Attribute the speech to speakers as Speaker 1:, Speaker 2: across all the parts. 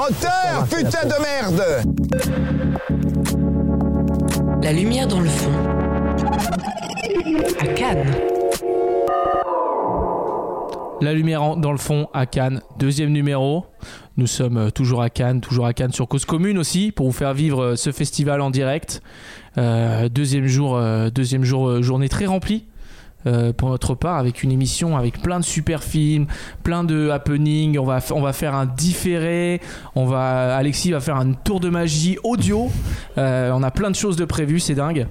Speaker 1: Moteur, putain de merde
Speaker 2: La lumière dans le fond. À Cannes.
Speaker 3: La lumière en- dans le fond à Cannes, deuxième numéro. Nous sommes euh, toujours à Cannes, toujours à Cannes sur Cause Commune aussi, pour vous faire vivre euh, ce festival en direct. Euh, deuxième jour, euh, deuxième jour, euh, journée très remplie. euh, pour notre part, avec une émission avec plein de super films, plein de happenings, on va, f- on va faire un différé, on va, Alexis va faire un tour de magie audio, Euh, on a plein de choses de prévues, c'est dingue.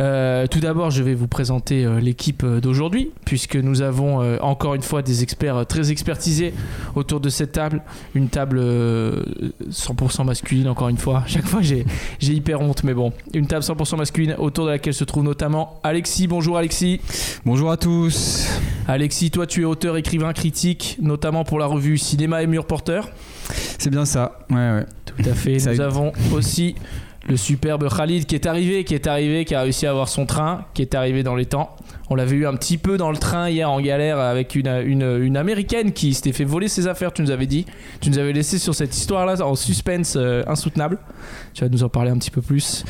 Speaker 3: Euh, tout d'abord, je vais vous présenter euh, l'équipe euh, d'aujourd'hui, puisque nous avons euh, encore une fois des experts euh, très expertisés autour de cette table. Une table euh, 100% masculine, encore une fois. Chaque fois, j'ai j'ai hyper honte, mais bon. Une table 100% masculine autour de laquelle se trouve notamment Alexis. Bonjour Alexis.
Speaker 4: Bonjour à tous.
Speaker 3: Alexis, toi, tu es auteur, écrivain, critique, notamment pour la revue Cinéma et Mur Porteur.
Speaker 4: C'est bien ça. Ouais, ouais.
Speaker 3: Tout à fait.
Speaker 4: Ça
Speaker 3: Nous
Speaker 4: a-
Speaker 3: avons aussi le superbe Khalid qui est arrivé, qui est arrivé, qui a réussi à avoir son train, qui est arrivé dans les temps. On l'avait eu un petit peu dans le train hier en galère avec une, une, une américaine qui s'était fait voler ses affaires, tu nous avais dit. Tu nous avais laissé sur cette histoire-là en suspense euh, insoutenable. Tu vas nous en parler un petit peu plus.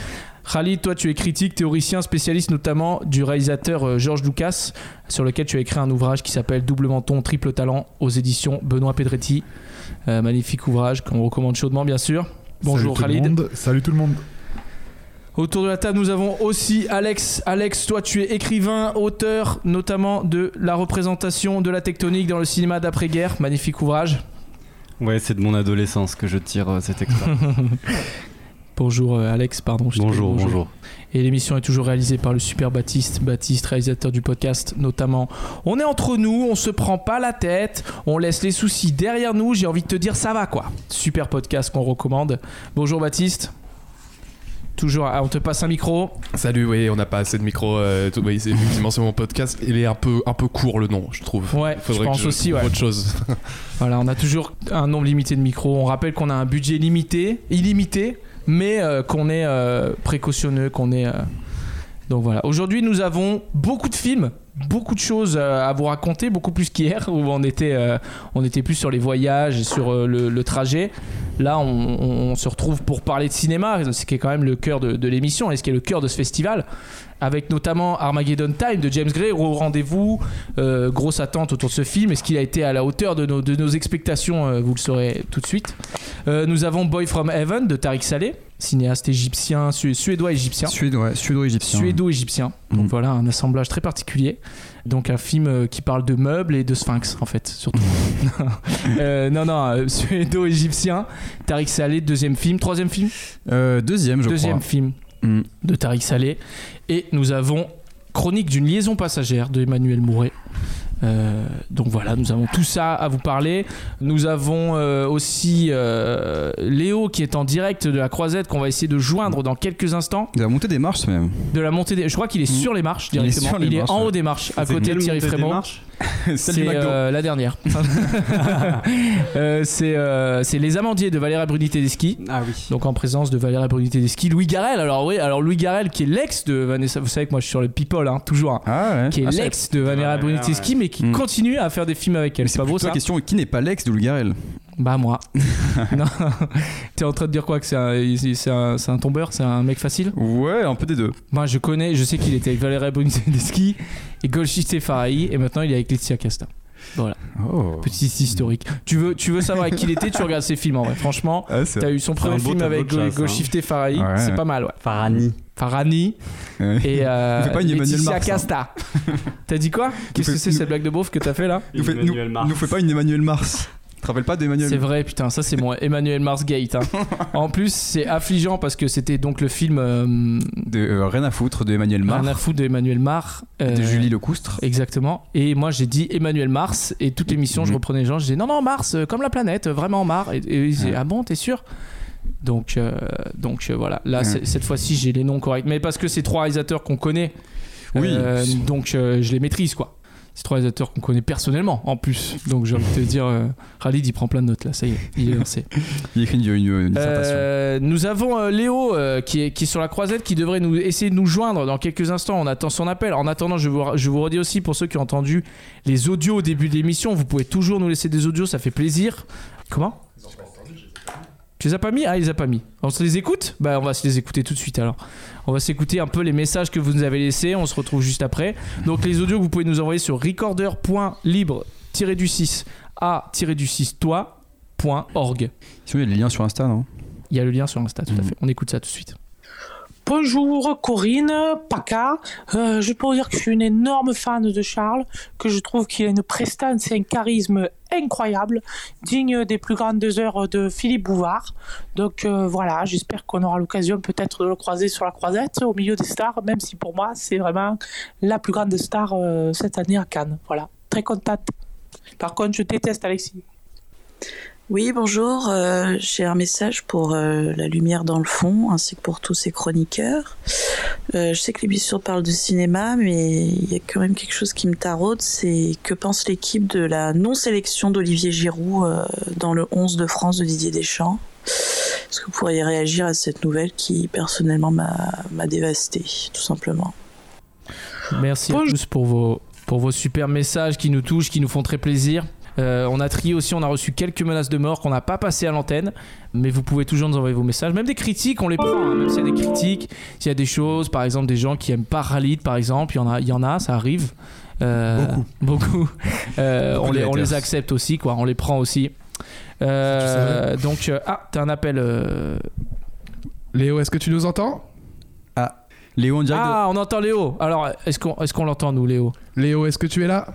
Speaker 3: Khalid, toi tu es critique, théoricien, spécialiste notamment du réalisateur euh, George Lucas, sur lequel tu as écrit un ouvrage qui s'appelle Double menton, triple talent aux éditions Benoît Pedretti. Euh, magnifique ouvrage qu'on recommande chaudement bien sûr. Bonjour
Speaker 5: Salut tout le
Speaker 3: Khalid.
Speaker 5: monde. Salut tout le monde.
Speaker 3: Autour de la table, nous avons aussi Alex. Alex, toi, tu es écrivain, auteur notamment de la représentation de la tectonique dans le cinéma d'après-guerre. Magnifique ouvrage.
Speaker 6: Ouais, c'est de mon adolescence que je tire euh, cet extrait.
Speaker 3: Bonjour euh, Alex, pardon. je t'ai
Speaker 6: bonjour,
Speaker 3: dit
Speaker 6: bonjour.
Speaker 3: Et l'émission est toujours réalisée par le super Baptiste, Baptiste, réalisateur du podcast notamment. On est entre nous, on se prend pas la tête, on laisse les soucis derrière nous. J'ai envie de te dire, ça va quoi. Super podcast qu'on recommande. Bonjour Baptiste. Toujours, ah, on te passe un micro.
Speaker 5: Salut, oui, on n'a pas assez de micro. euh, tout- oui, c'est effectivement c'est mon podcast. Il est un peu, un peu court le nom, je trouve.
Speaker 3: Ouais,
Speaker 5: Il
Speaker 3: je
Speaker 5: faudrait
Speaker 3: pense
Speaker 5: que je
Speaker 3: aussi,
Speaker 5: trouve
Speaker 3: ouais.
Speaker 5: autre chose.
Speaker 3: Voilà, on a toujours un nombre limité de micros. On rappelle qu'on a un budget limité, illimité, mais euh, qu'on est euh, précautionneux, qu'on est. euh, Donc voilà. Aujourd'hui, nous avons beaucoup de films, beaucoup de choses euh, à vous raconter, beaucoup plus qu'hier où on était, euh, on était plus sur les voyages et sur euh, le, le trajet. Là, on, on- on se retrouve pour parler de cinéma, ce qui est quand même le cœur de, de l'émission et ce qui est le cœur de ce festival. Avec notamment Armageddon Time de James Gray, au rendez-vous, euh, grosse attente autour de ce film. Est-ce qu'il a été à la hauteur de nos, de nos expectations euh, Vous le saurez tout de suite. Euh, nous avons Boy from Heaven de Tariq Saleh, cinéaste égyptien, su- suédois-égyptien.
Speaker 4: Suède, ouais, suédo-égyptien.
Speaker 3: Suédo-égyptien. Donc
Speaker 4: Mm.
Speaker 3: voilà, un assemblage très particulier. Donc un film euh, qui parle de meubles et de sphinx, en fait, surtout. Euh, non, non, euh, suédo-égyptien. Tariq Saleh, deuxième film. Troisième film
Speaker 4: Euh, deuxième, je
Speaker 3: Deuxième film
Speaker 4: crois. Mm.
Speaker 3: de Tariq Saleh. Et nous avons Chronique d'une liaison passagère de Emmanuel Mouret. Euh, donc voilà, nous avons tout ça à vous parler. Nous avons euh, aussi euh, Léo qui est en direct de la croisette qu'on va essayer de joindre dans quelques instants.
Speaker 4: Il a monté des marches même.
Speaker 3: De la montée des... Je crois qu'il est
Speaker 4: Mm.
Speaker 3: sur les marches
Speaker 4: Il est
Speaker 3: directement.
Speaker 4: sur les marches,
Speaker 3: en
Speaker 4: ouais.
Speaker 3: haut des marches, à
Speaker 6: C'est
Speaker 3: côté
Speaker 6: quelle
Speaker 3: de Thierry
Speaker 6: montée des
Speaker 3: Frémont.
Speaker 6: marches
Speaker 3: C'est euh, la dernière. Euh, c'est euh, c'est Les Amandiers de Valérie Bruni-Tedeschi.
Speaker 6: Ah oui.
Speaker 3: Donc en présence de Valérie Bruni-Tedeschi, Louis Garrel. Alors oui, alors Louis Garrel qui est l'ex de Vanessa. Vous savez que moi je suis sur le people, hein, toujours. hein,
Speaker 4: Ah ouais.
Speaker 3: qui est
Speaker 4: Ah, c'est-
Speaker 3: l'ex de Valérie
Speaker 6: Ouais,
Speaker 3: Bruni-Tedeschi, mais qui
Speaker 4: Mm.
Speaker 3: continue à faire des films avec elle.
Speaker 4: Mais
Speaker 3: C'est
Speaker 4: c'est
Speaker 3: pas beau
Speaker 4: plutôt
Speaker 3: ça
Speaker 4: la question qui n'est pas l'ex de Lougarel
Speaker 3: Bah moi. non. T'es en train de dire quoi que c'est un, c'est un, c'est un tombeur, c'est un mec facile
Speaker 4: Ouais, un peu des deux.
Speaker 3: Moi je connais, je sais qu'il était avec Valérie Bruni-Tedeschi et Golshiste Farahi, et maintenant il est avec Laetitia Casta.
Speaker 4: Oh.
Speaker 3: Petit historique. Tu veux, tu veux savoir avec qui il était Tu regardes ses films en vrai. Franchement,
Speaker 4: Ah, c'est
Speaker 3: t'as eu son premier
Speaker 6: un beau
Speaker 3: film
Speaker 6: tableau
Speaker 3: avec
Speaker 6: de classe, hein.
Speaker 3: Golshiste Farahi,
Speaker 4: Ouais.
Speaker 3: c'est pas mal, ouais.
Speaker 6: Farani.
Speaker 3: Farani.
Speaker 4: Ouais.
Speaker 3: et euh,
Speaker 4: fait pas une Emmanuel
Speaker 3: Laetitia
Speaker 4: Mars, hein.
Speaker 3: Casta. T'as dit quoi Qu'est-ce que
Speaker 4: fait-
Speaker 3: c'est cette blague de beauf que t'as fait là
Speaker 4: Nous fait, nous,
Speaker 6: Emmanuel Mars.
Speaker 4: nous fait pas une Emmanuel Mars. Tu te rappelles pas d'Emmanuel
Speaker 3: C'est vrai, putain, ça c'est mon Emmanuel Mars Gate. hein. En plus, c'est affligeant parce que c'était donc le film euh,
Speaker 4: de, euh, Rien à foutre de Emmanuel Mars.
Speaker 3: Rien à foutre de Emmanuel Mar. euh,
Speaker 4: De Julie Lecoustre.
Speaker 3: Exactement. Et moi j'ai dit Emmanuel Mars et toute l'émission je
Speaker 4: Mhm.
Speaker 3: reprenais les gens, je disais non non Mars euh, comme la planète, euh, vraiment Mars. Et, et ils disaient,
Speaker 4: Ouais.
Speaker 3: ah bon t'es sûr Donc euh, donc euh, voilà. Là
Speaker 4: Ouais.
Speaker 3: c'est- cette fois-ci j'ai les noms corrects, mais parce que c'est trois réalisateurs qu'on connaît.
Speaker 4: Oui.
Speaker 3: Euh, donc euh, je les maîtrise quoi. C'est trois réalisateurs qu'on connaît personnellement en plus. Donc j'ai envie de te dire, euh, Khalid il prend plein de notes là, ça y est, il est lancé.
Speaker 4: Il écrit une, une- une dissertation.
Speaker 3: Euh, nous avons euh, Léo euh, qui, est, qui est sur la croisette qui devrait nous essayer de nous joindre dans quelques instants. On attend son appel. En attendant, je vous, je vous redis aussi pour ceux qui ont entendu les audios au début de l'émission, vous pouvez toujours nous laisser des audios, ça fait plaisir. Comment Tu les as pas mis Ah, il les a pas mis. On se les écoute Bah, on va se les écouter tout de suite alors. On va s'écouter un peu les messages que vous nous avez laissés. On se retrouve juste après. Donc, les audios que vous pouvez nous envoyer sur recorder.libre-du-6 à-du-6 toi.org.
Speaker 4: Sinon, il y a les liens sur Insta, non
Speaker 3: Il y a le lien sur Insta,
Speaker 4: Mm.
Speaker 3: tout à fait. On écoute ça tout de suite.
Speaker 7: Bonjour Corinne, Paca. Euh, je peux vous dire que je suis une énorme fan de Charles, que je trouve qu'il a une prestance et un charisme incroyable, digne des plus grandes heures de Philippe Bouvard. Donc euh, voilà, j'espère qu'on aura l'occasion peut-être de le croiser sur la croisette au milieu des stars, même si pour moi c'est vraiment la plus grande star euh, cette année à Cannes. Voilà, très contente. Par contre, je déteste Alexis.
Speaker 8: Oui, bonjour. euh, J'ai un message pour euh, La Lumière dans le fond, ainsi que pour tous ces chroniqueurs. Euh, je sais que l'émission parle de cinéma, mais il y a quand même quelque chose qui me taraude, c'est que pense l'équipe de la non-sélection d'Olivier Giroud euh, dans le 11 de France de Didier Deschamps. Est-ce que vous pourriez réagir à cette nouvelle qui, personnellement, m'a m'a dévastée, tout simplement
Speaker 3: Merci à
Speaker 7: Bonjour.
Speaker 3: tous pour vos, pour vos super messages qui nous touchent, qui nous font très plaisir. Euh, on a trié aussi, on a reçu quelques menaces de mort qu'on n'a pas passées à l'antenne, mais vous pouvez toujours nous envoyer vos messages, même des critiques, on les prend, hein, même s'il y a des critiques, s'il y a des choses, par exemple des gens qui aiment pas Ralid, par exemple, il y en a, il y en a ça arrive. Euh, beaucoup. Euh,
Speaker 4: Beaucoup
Speaker 3: on,
Speaker 4: de
Speaker 3: les, on les
Speaker 4: haters.
Speaker 3: accepte aussi, quoi, on les prend aussi. Euh, donc, euh, ah, t'as un appel. euh,
Speaker 5: Léo, est-ce que tu nous entends
Speaker 4: Léo, on dirait
Speaker 3: Ah, on entend Léo. Alors, est-ce qu'on est qu'on l'entend, nous, Léo
Speaker 5: Léo, est-ce que tu es là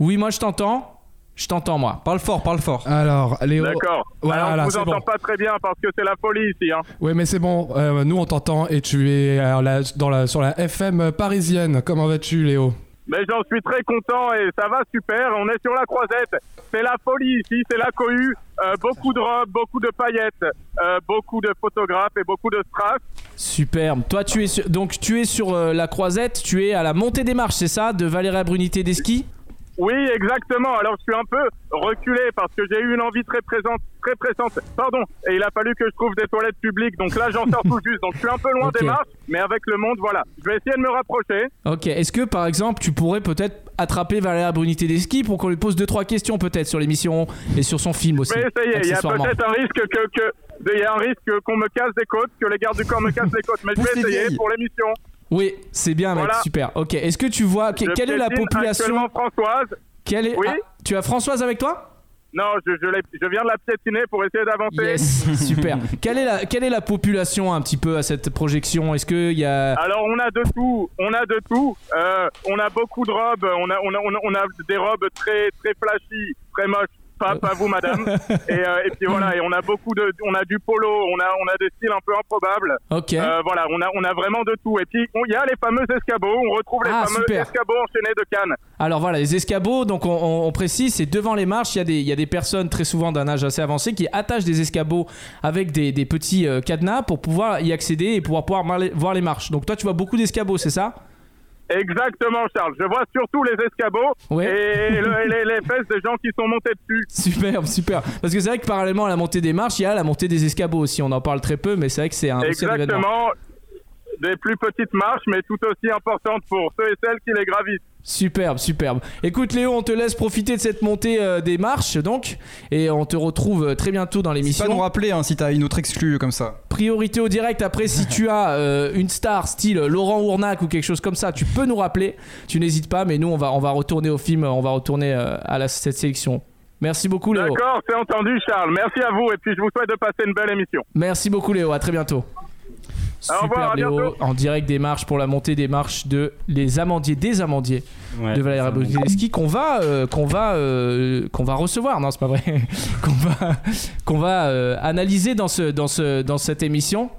Speaker 3: Oui, moi je t'entends. Je t'entends, moi.
Speaker 4: Parle fort, parle fort.
Speaker 5: Alors, Léo.
Speaker 9: D'accord.
Speaker 5: Voilà,
Speaker 9: Alors, on vous
Speaker 5: c'est
Speaker 9: entend
Speaker 5: bon.
Speaker 9: pas très bien parce que c'est la folie ici. Hein.
Speaker 5: Ouais, mais c'est bon, euh, nous on t'entend et tu es euh, là, dans la, sur la FM parisienne. Comment vas-tu, Léo
Speaker 9: Mais j'en suis très content et ça va super. On est sur la croisette. C'est la folie ici, c'est la cohue. Euh, beaucoup de robes, beaucoup de paillettes, euh, beaucoup de photographes et beaucoup de strass.
Speaker 3: Superbe. Toi, tu es sur... donc tu es sur euh, la croisette, tu es à la montée des marches, c'est ça, de Valéria Brunité des skis
Speaker 9: Oui, exactement. Alors je suis un peu reculé parce que j'ai eu une envie très présente, très pressante. Pardon. Et il a fallu que je trouve des toilettes publiques. Donc là, j'en sors tout juste. Donc je suis un peu loin
Speaker 3: Ok.
Speaker 9: des marches, mais avec le monde, voilà. Je vais essayer de me rapprocher.
Speaker 3: Ok. Est-ce que par exemple, tu pourrais peut-être attraper Valéria Brunité des skis pour qu'on lui pose deux trois questions peut-être sur l'émission et sur son film aussi.
Speaker 9: Je vais essayer. Il y a
Speaker 3: accessoirement.
Speaker 9: peut-être un risque que, que il y a un risque qu'on me casse des côtes, que les gardes du corps me cassent des côtes, mais je
Speaker 4: Pousse
Speaker 9: vais
Speaker 4: les
Speaker 9: essayer
Speaker 4: vieilles.
Speaker 9: pour l'émission.
Speaker 3: Oui, c'est bien, mec.
Speaker 9: Voilà.
Speaker 3: Super. Ok. Est-ce que tu vois que-
Speaker 9: Je
Speaker 3: quelle est la
Speaker 9: piétine
Speaker 3: population
Speaker 9: actuellement Françoise.
Speaker 3: Quelle est
Speaker 9: Oui.
Speaker 3: Ah, Tu as Françoise avec toi
Speaker 9: Non, Oh, je, je, l'ai- je viens de la piétiner pour essayer d'avancer.
Speaker 3: Yes. Super. quelle est la quelle est la population un petit peu à cette projection Est-ce que il y a
Speaker 9: Alors on a de tout, on a de tout. Euh, on a beaucoup de robes, on a, on a, on a, on a des robes très très flashy, très moches. Pas, pas vous, madame. et, euh, et puis voilà, et on a beaucoup de, on a du polo, on a, on a des styles un peu improbables.
Speaker 3: Ok.
Speaker 9: Euh, voilà, on a, on a vraiment de tout. Et puis, on- il y a les fameux escabeaux. On retrouve les
Speaker 3: Ah,
Speaker 9: fameux
Speaker 3: super.
Speaker 9: escabeaux enchaînés de Cannes.
Speaker 3: Alors voilà, les escabeaux, donc on, on- on précise, c'est devant les marches, il y, a des- il y a des personnes très souvent d'un âge assez avancé qui attachent des escabeaux avec des, des petits euh, cadenas pour pouvoir y accéder et pouvoir, pouvoir mar- voir les marches. Donc toi, tu vois beaucoup d'escabeaux, c'est ça
Speaker 9: Exactement, Charles. Je vois surtout les escabeaux
Speaker 3: Ouais.
Speaker 9: et, le- et les, les fesses des gens qui sont montés dessus.
Speaker 3: Superbe, super. Parce que c'est vrai que parallèlement à la montée des marches, il y a la montée des escabeaux aussi. On en parle très peu, mais c'est vrai que c'est un, aussi un événement.
Speaker 9: Exactement. Des plus petites marches, mais tout aussi importantes pour ceux et celles qui les gravissent.
Speaker 3: Superbe, superbe. Écoute Léo, on te laisse profiter de cette montée euh, des marches, donc, et on te retrouve euh, très bientôt dans
Speaker 4: N'hésite pas à nous
Speaker 3: l'émission.
Speaker 4: rappeler hein, si t'as une autre exclue comme ça.
Speaker 3: Priorité au direct. Après, si tu as euh, une star style Laurent Ournac ou quelque chose comme ça, tu peux nous rappeler. Tu n'hésites pas, mais nous, on va, on va retourner au film, on va retourner euh, à la, cette sélection. Merci beaucoup, Léo.
Speaker 9: D'accord, c'est entendu, Charles. Merci à vous et puis je vous souhaite de passer une belle émission.
Speaker 3: Merci beaucoup, Léo. À très bientôt.
Speaker 9: Au revoir, à
Speaker 3: Léo,
Speaker 9: bientôt.
Speaker 3: en direct des marches pour la montée des marches de Les Amandiers, des Amandiers
Speaker 6: Ouais,
Speaker 3: de Valérie
Speaker 6: ça monte.
Speaker 3: Boutileski qu'on va, euh, qu'on va, euh, qu'on va recevoir. Non, c'est pas vrai. qu'on va, qu'on va euh, analyser dans ce, dans ce, dans cette émission.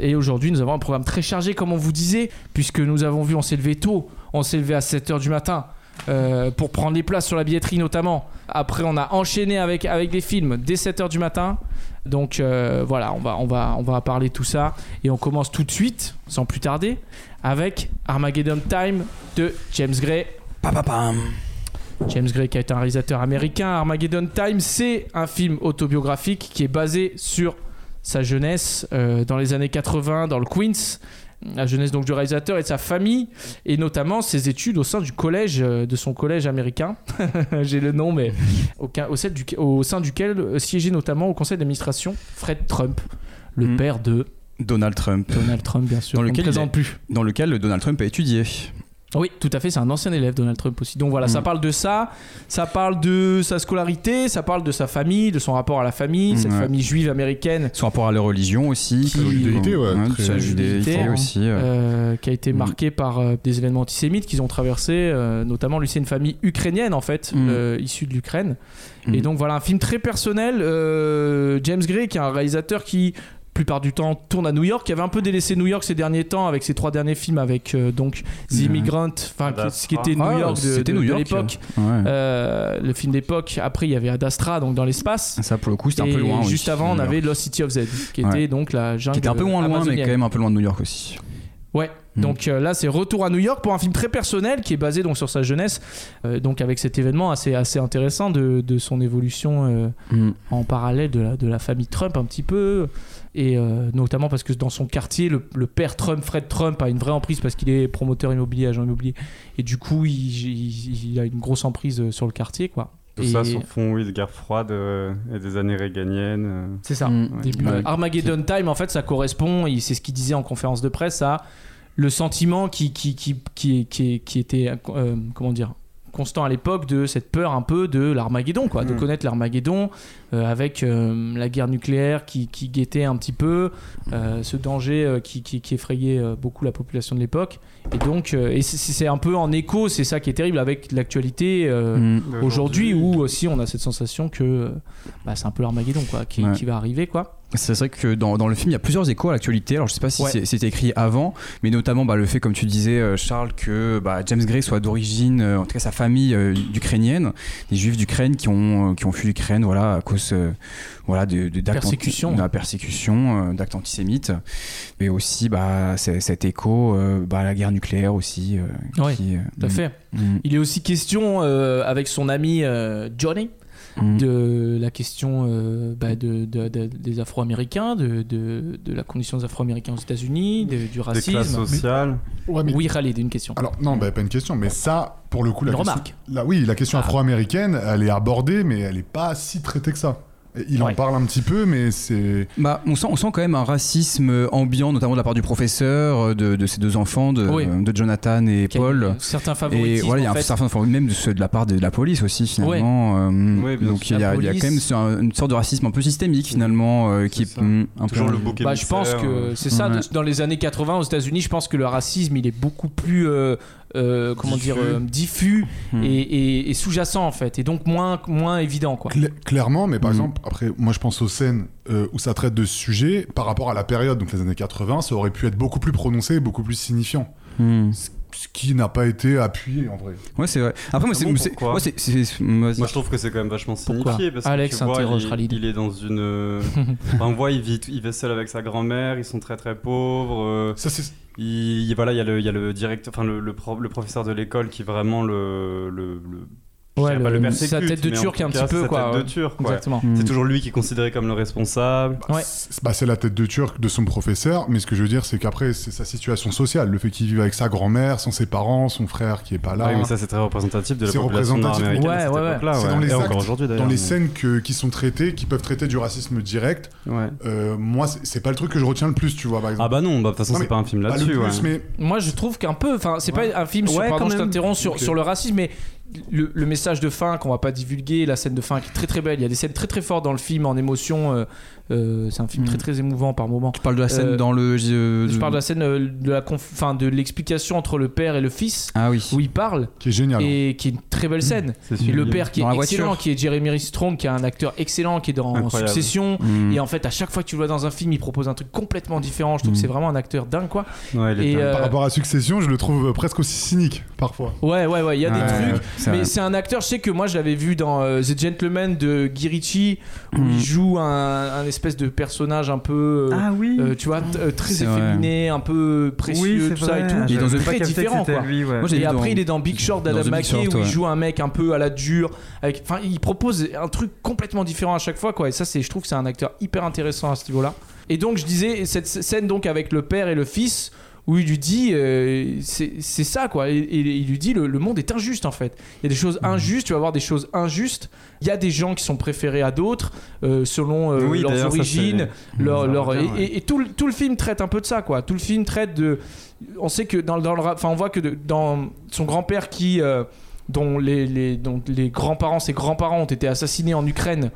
Speaker 3: Et aujourd'hui, nous avons un programme très chargé, comme on vous disait, puisque nous avons vu, on s'est levé tôt, on s'est levé à 7 h du matin. euh, pour prendre les places sur la billetterie notamment. Après, on a enchaîné avec, avec des films dès 7h du matin. Donc euh, voilà, on va, on, va, on va parler tout ça. Et on commence tout de suite, sans plus tarder, avec Armageddon Time de James Gray. James Gray, qui est un réalisateur américain, Armageddon Time, c'est un film autobiographique qui est basé sur sa jeunesse euh, dans les années 80 dans le Queens. la jeunesse donc du réalisateur et de sa famille, et notamment ses études au sein du collège, euh, de son collège américain. J'ai le nom, mais aucun, au, sein du- au sein duquel euh, siégeait notamment au conseil d'administration Fred Trump, le
Speaker 4: Mm.
Speaker 3: père de
Speaker 4: Donald Trump.
Speaker 3: Donald Trump, bien sûr.
Speaker 4: Dans
Speaker 3: qu'on
Speaker 4: lequel
Speaker 3: ne
Speaker 4: il
Speaker 3: présente
Speaker 4: est-
Speaker 3: plus.
Speaker 4: Dans lequel Donald Trump a étudié.
Speaker 3: Oui, tout à fait, c'est un ancien élève, Donald Trump aussi. Donc voilà, ça
Speaker 4: Mm.
Speaker 3: parle de ça, ça parle de sa scolarité, ça parle de sa famille, de son rapport à la famille,
Speaker 4: Mm,
Speaker 3: cette
Speaker 4: ouais.
Speaker 3: famille juive américaine
Speaker 4: Son rapport à la religion aussi.
Speaker 3: Sa
Speaker 5: judaïté, ouais,
Speaker 4: Hein,
Speaker 5: très
Speaker 4: sa
Speaker 3: judaïté,
Speaker 4: judaïté
Speaker 3: hein.
Speaker 4: aussi. euh.
Speaker 3: euh, qui a été
Speaker 4: Mm.
Speaker 3: marquée par euh, des événements antisémites qu'ils ont traversés. euh, notamment, lui, c'est une famille ukrainienne, en fait,
Speaker 4: Mm.
Speaker 3: euh, issue de l'Ukraine.
Speaker 4: Mm.
Speaker 3: Et donc, voilà, un film très personnel. euh, James Gray, qui est un réalisateur qui la plupart du temps tourne à New York, qui avait un peu délaissé New York ces derniers temps avec ses trois derniers films avec euh, donc The
Speaker 4: Ouais.
Speaker 3: Immigrant, enfin qui- ce qui était New
Speaker 4: Mm. Ah,
Speaker 3: York de,
Speaker 4: c'était
Speaker 3: de-
Speaker 4: New
Speaker 3: de
Speaker 4: York,
Speaker 3: l'époque,
Speaker 4: Ouais.
Speaker 3: Euh, le film d'époque. Après il y avait Ad Astra donc dans l'espace.
Speaker 4: Ça, pour le coup, c'était un
Speaker 3: Et
Speaker 4: peu loin. oui,
Speaker 3: juste avant on
Speaker 4: New York.
Speaker 3: avait Lost City of Z qui
Speaker 4: Ouais.
Speaker 3: était donc la jungle
Speaker 4: Qui était un peu moins loin, mais
Speaker 3: amazonienne.
Speaker 4: quand même un peu loin de New York aussi.
Speaker 3: Ouais,
Speaker 4: Mm.
Speaker 3: donc euh, là c'est retour à New York pour un film très personnel qui est basé donc sur sa jeunesse, euh, donc avec cet événement assez, assez intéressant de, de son évolution euh, en parallèle de la, de la famille Trump un petit peu, et euh, notamment parce que dans son quartier, le, le père Trump, Fred Trump, a une vraie emprise parce qu'il est promoteur immobilier, agent immobilier, et du coup il, il- il a une grosse emprise euh, sur le quartier quoi.
Speaker 6: Tout
Speaker 3: Et-
Speaker 6: ça sur fond, oui, de guerre froide euh, et des années réganiennes. euh.
Speaker 3: C'est ça.
Speaker 4: Mm.
Speaker 3: Début,
Speaker 4: Ouais.
Speaker 3: euh, Armageddon Time, en fait, ça correspond, et c'est ce qu'il disait en conférence de presse, à le sentiment qui, qui, qui, qui, qui, qui était, euh, comment dire, constant à l'époque de cette peur un peu de l'Armageddon, quoi, de
Speaker 6: Mm.
Speaker 3: connaître l'Armageddon euh, avec euh, la guerre nucléaire qui, qui guettait un petit peu, euh, ce danger euh, qui, qui, qui effrayait euh, beaucoup la population de l'époque. Et donc, euh, et c'est- c'est un peu en écho, c'est ça qui est terrible avec l'actualité. euh,
Speaker 4: Mm.
Speaker 3: Aujourd'hui,
Speaker 4: euh,
Speaker 3: où aussi on a cette sensation que euh, bah, c'est un peu l'Armageddon quoi, qui,
Speaker 4: Ouais.
Speaker 3: qui va arriver quoi.
Speaker 4: C'est vrai que dans, dans le film, il y a plusieurs échos à l'actualité. Alors, je sais pas si
Speaker 3: Ouais.
Speaker 4: c'est- c'était écrit avant, mais notamment bah, le fait, comme tu disais, euh, Charles, que bah, James Gray soit d'origine, euh, en tout cas sa famille euh, ukrainienne, des juifs d'Ukraine qui ont, euh, qui ont fui l'Ukraine voilà, à cause euh, voilà, de, de- d'actes
Speaker 3: Persécution.
Speaker 4: anti- de la persécution, euh, d'actes antisémites. Mais aussi bah, c'est- cet écho euh, bah, à la guerre nucléaire aussi. euh,
Speaker 3: Ouais,
Speaker 4: qui, euh,
Speaker 3: Tout à fait.
Speaker 4: mm,
Speaker 3: Il est aussi question euh, avec son ami euh, Johnny
Speaker 4: mm,
Speaker 3: de la question euh, bah, de, de- de- des Afro-Américains, de, de, de la condition des Afro-Américains aux États-Unis, de- du
Speaker 6: Des classes
Speaker 3: racisme.
Speaker 6: sociales.
Speaker 10: Ouais, mais-
Speaker 3: Oui, Khalid, une question.
Speaker 10: Alors, non, bah, pas une question, mais ça, pour le coup, la
Speaker 3: Une
Speaker 10: question-
Speaker 3: remarque.
Speaker 10: la- oui, la question
Speaker 3: Ah.
Speaker 10: afro-américaine, elle est abordée, mais elle n'est pas si traitée que ça. Et Il
Speaker 3: Ouais.
Speaker 10: en parle un petit peu, mais c'est.
Speaker 4: Bah, on, sent, on sent quand même un racisme euh, ambiant, notamment de la part du professeur, euh, de, de ses deux enfants, de,
Speaker 3: Oui.
Speaker 4: euh, de Jonathan et
Speaker 3: Qu'il y a
Speaker 4: Paul.
Speaker 3: une- Certains
Speaker 4: Et
Speaker 3: favoritisme.
Speaker 4: voilà, il y a
Speaker 3: en
Speaker 4: un
Speaker 3: fait.
Speaker 4: certain favori- même de, ceux de la part de, de la police aussi finalement. euh,
Speaker 6: Oui, bien
Speaker 4: donc
Speaker 6: sûr.
Speaker 4: il y, a
Speaker 3: La
Speaker 4: il y a
Speaker 3: police.
Speaker 4: quand même c'est un- une sorte de racisme un peu systémique finalement euh, qui est
Speaker 6: ça.
Speaker 4: mm, un
Speaker 6: Toujours
Speaker 4: peu
Speaker 6: le bouc
Speaker 3: Bah, je pense
Speaker 6: émissaire, euh.
Speaker 3: que c'est ça.
Speaker 4: Ouais.
Speaker 3: de- Dans les années 80 aux États-Unis, je pense que le racisme, il est beaucoup plus euh, euh, comment
Speaker 6: Diffus.
Speaker 3: dire euh, diffus
Speaker 4: Hmm.
Speaker 3: et, et- et sous-jacent en fait, et donc moins moins évident quoi.
Speaker 10: Cla- clairement, mais par
Speaker 4: Mm.
Speaker 10: exemple, après, moi je pense aux scènes euh, où ça traite de ce sujet, par rapport à la période, donc les années 80, ça aurait pu être beaucoup plus prononcé, beaucoup plus signifiant.
Speaker 4: Mm.
Speaker 10: Ce- Ce qui n'a pas été appuyé en vrai.
Speaker 4: Ouais, c'est vrai. Après moi
Speaker 6: Ah
Speaker 4: c'est
Speaker 6: bon,
Speaker 4: moi, c'est-
Speaker 6: pourquoi
Speaker 4: moi, c'est- c'est- c'est- vas-y.
Speaker 6: Moi, je trouve que c'est quand même vachement
Speaker 3: Pourquoi
Speaker 6: signifié. parce que
Speaker 3: Alex
Speaker 6: tu vois,
Speaker 3: interroge
Speaker 6: il,
Speaker 3: Khalid.
Speaker 6: il est dans une. euh, enfin, on voit, il vit, il vit seul avec sa grand-mère, ils sont très très pauvres. euh,
Speaker 10: Ça, c'est.
Speaker 6: il, il- voilà, il y a le, il y a le directeur, enfin le, le, prof- le professeur de l'école qui est vraiment le. le, le je
Speaker 3: Ouais,
Speaker 6: dirais pas
Speaker 3: le-
Speaker 6: persécute,
Speaker 3: sa tête de
Speaker 6: mais en
Speaker 3: turc
Speaker 6: tout
Speaker 3: un
Speaker 6: cas,
Speaker 3: petit peu,
Speaker 6: sa
Speaker 3: quoi,
Speaker 6: tête
Speaker 3: ouais.
Speaker 6: de turc, quoi.
Speaker 3: Exactement.
Speaker 4: Mm.
Speaker 6: C'est toujours lui qui est considéré comme le responsable.
Speaker 3: Ouais.
Speaker 10: C'est bah, c'est la tête de Turc de son professeur, mais ce que je veux dire, c'est qu'après, c'est sa situation sociale. Le fait qu'il vive avec sa grand-mère, sans ses parents, son frère qui est pas là.
Speaker 6: Ah oui, mais ça c'est très représentatif de la
Speaker 10: C'est
Speaker 6: population
Speaker 10: représentatif.
Speaker 6: nord-américaine à
Speaker 3: Ouais,
Speaker 6: cette
Speaker 3: ouais, ouais.
Speaker 6: époque-là,
Speaker 10: C'est dans les
Speaker 6: Et encore
Speaker 10: actes,
Speaker 6: aujourd'hui d'ailleurs.
Speaker 10: dans les
Speaker 6: mais-
Speaker 10: scènes que- qui sont traitées, qui peuvent traiter du racisme direct,
Speaker 6: Ouais.
Speaker 10: euh, moi, c'est c'est pas le truc que je retiens le plus, tu vois, par
Speaker 6: Ah
Speaker 10: exemple.
Speaker 6: bah non, bah, de toute façon
Speaker 10: Non,
Speaker 6: c'est
Speaker 10: mais-
Speaker 6: pas un film
Speaker 10: Pas le
Speaker 6: là-dessus.
Speaker 10: plus,
Speaker 6: ouais.
Speaker 10: mais
Speaker 3: Moi, je trouve qu'un peu. Enfin, c'est
Speaker 10: Ouais.
Speaker 3: pas un film sur,
Speaker 6: Ouais,
Speaker 3: pardon,
Speaker 6: quand
Speaker 3: je
Speaker 6: même.
Speaker 3: t'interromps, sur,
Speaker 6: Ok.
Speaker 3: sur le racisme, mais le, le message de fin qu'on va pas divulguer, la scène de fin qui est très très belle. Il y a des scènes très très fortes dans le film en émotion. euh, euh, c'est un film
Speaker 4: Mm.
Speaker 3: très très émouvant par moment.
Speaker 4: Tu parles de la scène
Speaker 3: Euh,
Speaker 4: dans le euh,
Speaker 3: Je parle de la scène euh, de la conf- enfin, de l'explication entre le père et le fils
Speaker 4: Ah oui.
Speaker 3: où ils parlent
Speaker 10: qui est génial. hein.
Speaker 3: et qui est une très belle scène.
Speaker 6: C'est
Speaker 3: Et le
Speaker 6: sublime.
Speaker 3: père qui
Speaker 4: Dans la
Speaker 3: est
Speaker 4: voiture.
Speaker 3: excellent, qui est Jeremy Strong, qui est un acteur excellent, qui est dans
Speaker 6: Incroyable.
Speaker 3: Succession.
Speaker 4: Mm.
Speaker 3: Et en fait, à chaque fois que tu le vois dans un film, il propose un truc complètement différent. Je trouve
Speaker 4: Mm.
Speaker 3: que c'est vraiment un acteur dingue, quoi.
Speaker 6: Ouais, il est
Speaker 3: Et,
Speaker 6: dingue.
Speaker 3: euh,
Speaker 10: Par rapport à Succession, je le trouve presque aussi cynique, parfois.
Speaker 3: Ouais, ouais, ouais. Il y a des
Speaker 10: Ouais.
Speaker 3: trucs.
Speaker 4: C'est
Speaker 3: Mais
Speaker 4: vrai.
Speaker 3: c'est un acteur, je sais que moi je l'avais vu dans euh, The Gentleman de Guy Ritchie où
Speaker 4: Mm.
Speaker 3: il joue un, un espèce de personnage un peu, euh,
Speaker 8: Ah oui.
Speaker 3: euh, tu vois, t- euh, très
Speaker 4: C'est vrai.
Speaker 3: efféminé, un peu précieux, tout ça et tout.
Speaker 4: Il est dans
Speaker 3: J'avais
Speaker 4: une
Speaker 3: pas
Speaker 4: vraie
Speaker 3: très différent quoi.
Speaker 6: lui, ouais.
Speaker 4: Moi, j'ai
Speaker 3: Et
Speaker 4: vu
Speaker 3: après
Speaker 4: dans-
Speaker 3: il est dans Big Short
Speaker 4: dans The
Speaker 3: d'Adam
Speaker 4: Big
Speaker 3: McKay
Speaker 4: Short,
Speaker 3: où il
Speaker 4: ouais.
Speaker 3: joue un mec un peu à la dure. avec- Enfin, il propose un truc complètement différent à chaque fois quoi. Et ça, c'est, je trouve que c'est un acteur hyper intéressant à ce niveau-là. Et donc je disais cette scène donc avec le père et le fils où il lui dit euh, c'est c'est ça quoi il, il- il lui dit le, le monde est injuste en fait il y a des
Speaker 4: Mhm.
Speaker 3: choses injustes tu vas avoir des choses injustes il y a des gens qui sont préférés à d'autres euh, selon euh,
Speaker 6: Oui,
Speaker 3: leurs
Speaker 6: d'ailleurs, ça,
Speaker 3: origines
Speaker 6: c'est-
Speaker 3: leur,
Speaker 6: ça
Speaker 3: leur-
Speaker 6: revient,
Speaker 3: et,
Speaker 6: ouais.
Speaker 3: et- et tout, le- tout le film traite un peu de ça quoi tout le film traite de on sait que dans, le- dans le rap- enfin on voit que de- dans son grand-père qui euh, dont les, les, dont les grands-parents ses grands-parents ont été assassinés en Ukraine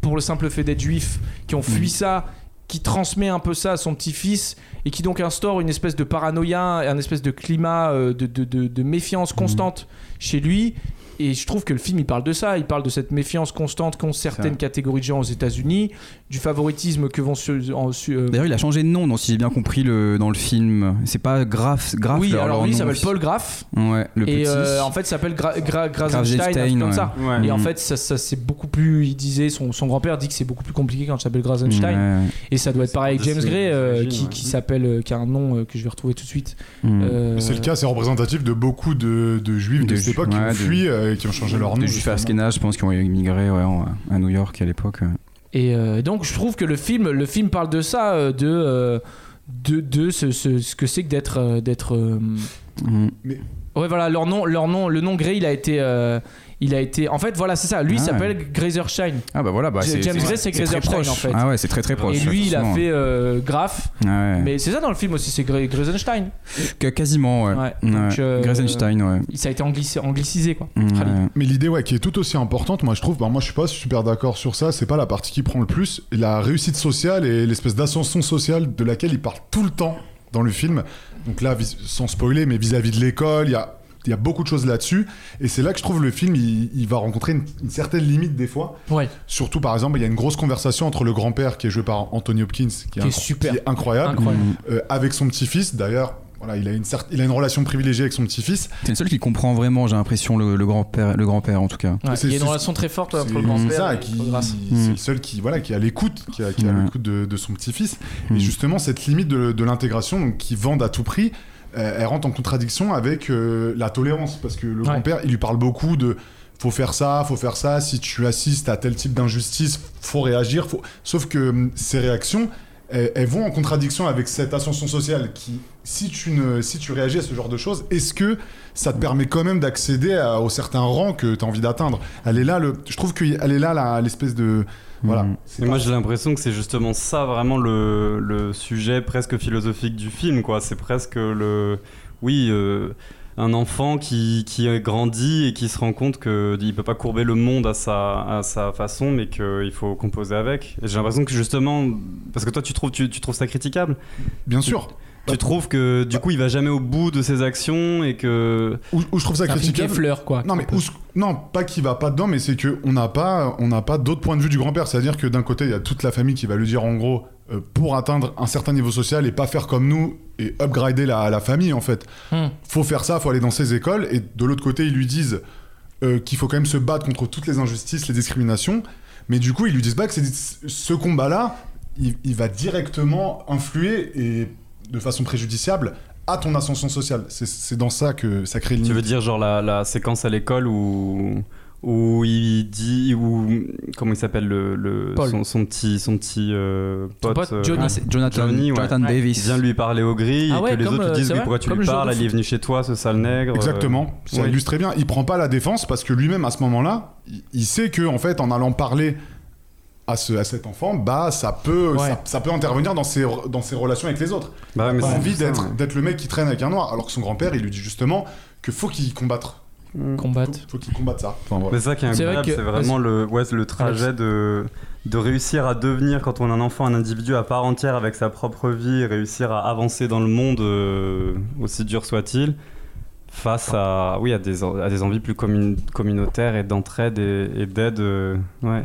Speaker 3: pour le simple fait d'être juifs, qui ont fui ça, qui transmet un peu ça à son petit-fils et qui donc instaure une espèce de paranoïa, un espèce de climat euh, de, de- de- de méfiance
Speaker 4: Mhm.
Speaker 3: constante chez lui. Et je trouve que le film, il parle de ça. Il parle de cette méfiance constante qu'ont certaines catégories de gens aux États-Unis, du favoritisme que vont. se- en- se- euh,
Speaker 4: D'ailleurs, il a changé de nom, donc si j'ai bien compris le, dans le film. C'est pas Graf. Graf
Speaker 3: oui,
Speaker 4: leur-
Speaker 3: alors
Speaker 4: leur
Speaker 3: lui, il
Speaker 4: nom
Speaker 3: s'appelle
Speaker 4: officiel.
Speaker 3: Paul Graff.
Speaker 4: Ouais, le
Speaker 3: et
Speaker 4: petit.
Speaker 3: euh, en fait, il s'appelle Gra Gra Grazenstein, un truc
Speaker 4: Grazenstein,
Speaker 3: comme
Speaker 4: ouais.
Speaker 3: ça.
Speaker 4: Ouais.
Speaker 3: Et en
Speaker 4: Mhm.
Speaker 3: fait, ça, ça, c'est beaucoup plus. Il disait, son, son grand-père dit que c'est beaucoup plus compliqué quand tu s'appelle Grazenstein.
Speaker 4: Ouais.
Speaker 3: Et ça doit être pareil avec
Speaker 6: C'est
Speaker 3: James
Speaker 6: assez
Speaker 3: Gray, euh,
Speaker 6: fragile,
Speaker 3: qui,
Speaker 6: ouais.
Speaker 3: qui s'appelle, euh, qui a un nom euh, que je vais retrouver tout de suite.
Speaker 4: Mhm.
Speaker 3: Euh,
Speaker 10: C'est le cas, c'est représentatif de beaucoup de, de juifs de,
Speaker 4: De
Speaker 10: cette époque qui
Speaker 4: Ju-
Speaker 10: ont
Speaker 4: ouais, de-
Speaker 10: fui euh, et qui ont changé leur nom.
Speaker 4: Des juifs
Speaker 10: justement.
Speaker 4: Ashkenaz, je pense, qui ont immigré ouais, en- à New York à l'époque. ouais.
Speaker 3: Et euh, donc, je trouve que le film, le film parle de ça, euh, de, euh, de, de ce, ce- ce que c'est que d'être, euh, d'être. euh,
Speaker 10: Mm.
Speaker 4: Mhm.
Speaker 3: Ouais, voilà, leur nom, leur nom, le nom Gray, il a été, euh, il a été. En fait, voilà, c'est ça. Lui, il
Speaker 4: Ah.
Speaker 3: s'appelle Grazerstein.
Speaker 4: Ah bah voilà, bah,
Speaker 3: James
Speaker 4: c'est
Speaker 3: Gray, c'est
Speaker 4: c'est très
Speaker 3: Grazerstein,
Speaker 4: proche.
Speaker 3: en fait.
Speaker 4: Ah ouais, c'est très très proche.
Speaker 3: Et lui, il a
Speaker 4: effectivement.
Speaker 3: fait euh, Graf.
Speaker 4: Ouais.
Speaker 3: Mais c'est ça dans le film aussi, c'est Gray- Grazenstein.
Speaker 4: Qu- Quasiment, ouais.
Speaker 3: Ouais,
Speaker 4: Ouais.
Speaker 3: donc, euh,
Speaker 4: Grazenstein, ouais. Mm,
Speaker 3: Ça a été anglicé- anglicisé, quoi.
Speaker 4: Ouais.
Speaker 3: Khalid.
Speaker 10: Mais l'idée, ouais, qui est tout aussi importante, moi je trouve, bah, moi je suis pas super d'accord sur ça, c'est pas la partie qui prend le plus, la réussite sociale et l'espèce d'ascension sociale de laquelle il parle tout le temps dans le film. Donc là, vis- sans spoiler, mais vis-à-vis de l'école, il y a, il y a beaucoup de choses là-dessus. Et c'est là que je trouve le film, il, il va rencontrer une, une certaine limite des fois.
Speaker 4: Ah,
Speaker 3: Ouais.
Speaker 10: Surtout, par exemple, il y a une grosse conversation entre le grand-père qui est joué par Anthony Hopkins, qui est,
Speaker 3: Qui est
Speaker 10: incro-
Speaker 3: super.
Speaker 10: qui est incroyable,
Speaker 3: Incroyable.
Speaker 4: Mm.
Speaker 10: euh, avec son petit-fils. D'ailleurs, voilà, il a, une cer- il a une relation privilégiée avec son petit-fils.
Speaker 4: C'est le seul qui comprend vraiment, j'ai l'impression, le, le grand-père, le grand-père en tout cas.
Speaker 3: Ouais,
Speaker 10: C'est-
Speaker 3: il y a une
Speaker 10: c'est-
Speaker 3: relation très forte ouais, entre
Speaker 10: C'est
Speaker 3: le grand-père.
Speaker 10: ça,
Speaker 3: et
Speaker 10: qui-
Speaker 3: le Graff.
Speaker 10: c'est
Speaker 4: Mm.
Speaker 10: le seul qui, voilà, qui est à l'écoute, qui a, qui est à
Speaker 4: Ouais.
Speaker 10: l'écoute de, de son petit-fils.
Speaker 4: Mm.
Speaker 10: Et justement, cette limite de, de l'intégration, donc, qui vendent à tout prix, euh, elle rentre en contradiction avec euh, la tolérance, parce que le grand-père, il lui parle beaucoup de faut faire ça, faut faire ça. Si tu assistes à tel type d'injustice, faut réagir. Faut... Sauf que hum, ces réactions. Elles elles vont en contradiction avec cette ascension sociale qui, si tu, ne, si tu réagis à ce genre de choses, est-ce que ça te permet quand même d'accéder à- au certain rang que tu as envie d'atteindre Elle est là, le, je trouve qu'elle est là la- l'espèce de. Voilà.
Speaker 4: Mm.
Speaker 10: C'est
Speaker 6: Et moi
Speaker 10: pas-
Speaker 6: j'ai l'impression que c'est justement ça vraiment le, le sujet presque philosophique du film quoi. C'est presque le oui euh, un enfant qui, qui grandit et qui se rend compte que il peut pas courber le monde à sa, à sa façon mais qu'il faut composer avec. Et j'ai l'impression que justement parce que toi tu trouves tu, tu trouves ça critiquable.
Speaker 10: Bien sûr.
Speaker 6: Tu trouves que du coup il va jamais au bout de ses actions et que
Speaker 10: Où, où je trouve ça
Speaker 3: C'est un film qui est
Speaker 10: critiquable.
Speaker 3: fleur, quoi.
Speaker 10: Non, mais où ce- non, pas qu'il va pas dedans, mais c'est que on n'a pas, on n'a pas d'autre point de vue du grand-père. C'est-à-dire que d'un côté, il y a toute la famille qui va lui dire en gros, euh, pour atteindre un certain niveau social et pas faire comme nous et upgrader la, la famille en fait.
Speaker 3: Hmm.
Speaker 10: Faut faire ça, faut aller dans ces écoles. Et de l'autre côté, ils lui disent euh, qu'il faut quand même se battre contre toutes les injustices, les discriminations. Mais du coup, ils lui disent pas que c'est- ce combat-là, il, il va directement influer et de façon préjudiciable à ton ascension sociale. C'est- C'est dans ça que ça
Speaker 3: Mm.
Speaker 10: crée une
Speaker 6: Tu veux dire genre la, la séquence à l'école où où il dit où comment il s'appelle le, le-
Speaker 3: Paul.
Speaker 6: son, son petit son petit euh,
Speaker 3: Son
Speaker 6: pote,
Speaker 3: pote,
Speaker 6: euh,
Speaker 3: Johnny.
Speaker 4: Ah, c'est Jonathan,
Speaker 6: Johnny, ouais.
Speaker 4: Jonathan
Speaker 3: Ouais.
Speaker 6: qui
Speaker 4: Davis.
Speaker 6: vient lui parler au gris
Speaker 3: Ah
Speaker 6: et
Speaker 3: ouais,
Speaker 6: que les
Speaker 3: comme,
Speaker 6: autres
Speaker 3: euh,
Speaker 6: lui disent
Speaker 3: c'est
Speaker 6: mais
Speaker 3: vrai,
Speaker 6: pourquoi tu
Speaker 3: comme
Speaker 6: lui
Speaker 3: le jeu de
Speaker 6: parles elle
Speaker 3: foot.
Speaker 6: est venue chez toi ce sale nègre euh.
Speaker 10: Exactement, ça
Speaker 6: oui.
Speaker 10: illustre très bien. Il prend pas la défense parce que lui-même, à ce moment-là, il- il sait que en fait, en allant parler à, ce, à cet enfant, bah, ça peut,
Speaker 3: Ouais.
Speaker 10: ça, ça peut intervenir dans ses, re- dans ses relations avec les autres.
Speaker 6: Bah ouais, mais
Speaker 10: Il a
Speaker 6: c'est
Speaker 10: envie
Speaker 6: ça,
Speaker 10: d'être,
Speaker 6: ouais.
Speaker 10: d'être le mec qui traîne avec un noir, alors que son grand-père, il lui dit justement que faut qu'il combatte. Faut,
Speaker 3: Combattre.
Speaker 10: faut qu'il combatte ça. Enfin, voilà.
Speaker 6: Mais c'est ça qui est
Speaker 3: C'est vrai
Speaker 6: incroyable,
Speaker 3: que-
Speaker 6: c'est vraiment le, ouais, c'est le trajet de, de réussir à devenir, quand on est un enfant, un individu à part entière avec sa propre vie, réussir à avancer dans le monde, euh, aussi dur soit-il, face à, oui, à, des, en- à des envies plus commun- communautaires et d'entraide et, et d'aide. euh, ouais.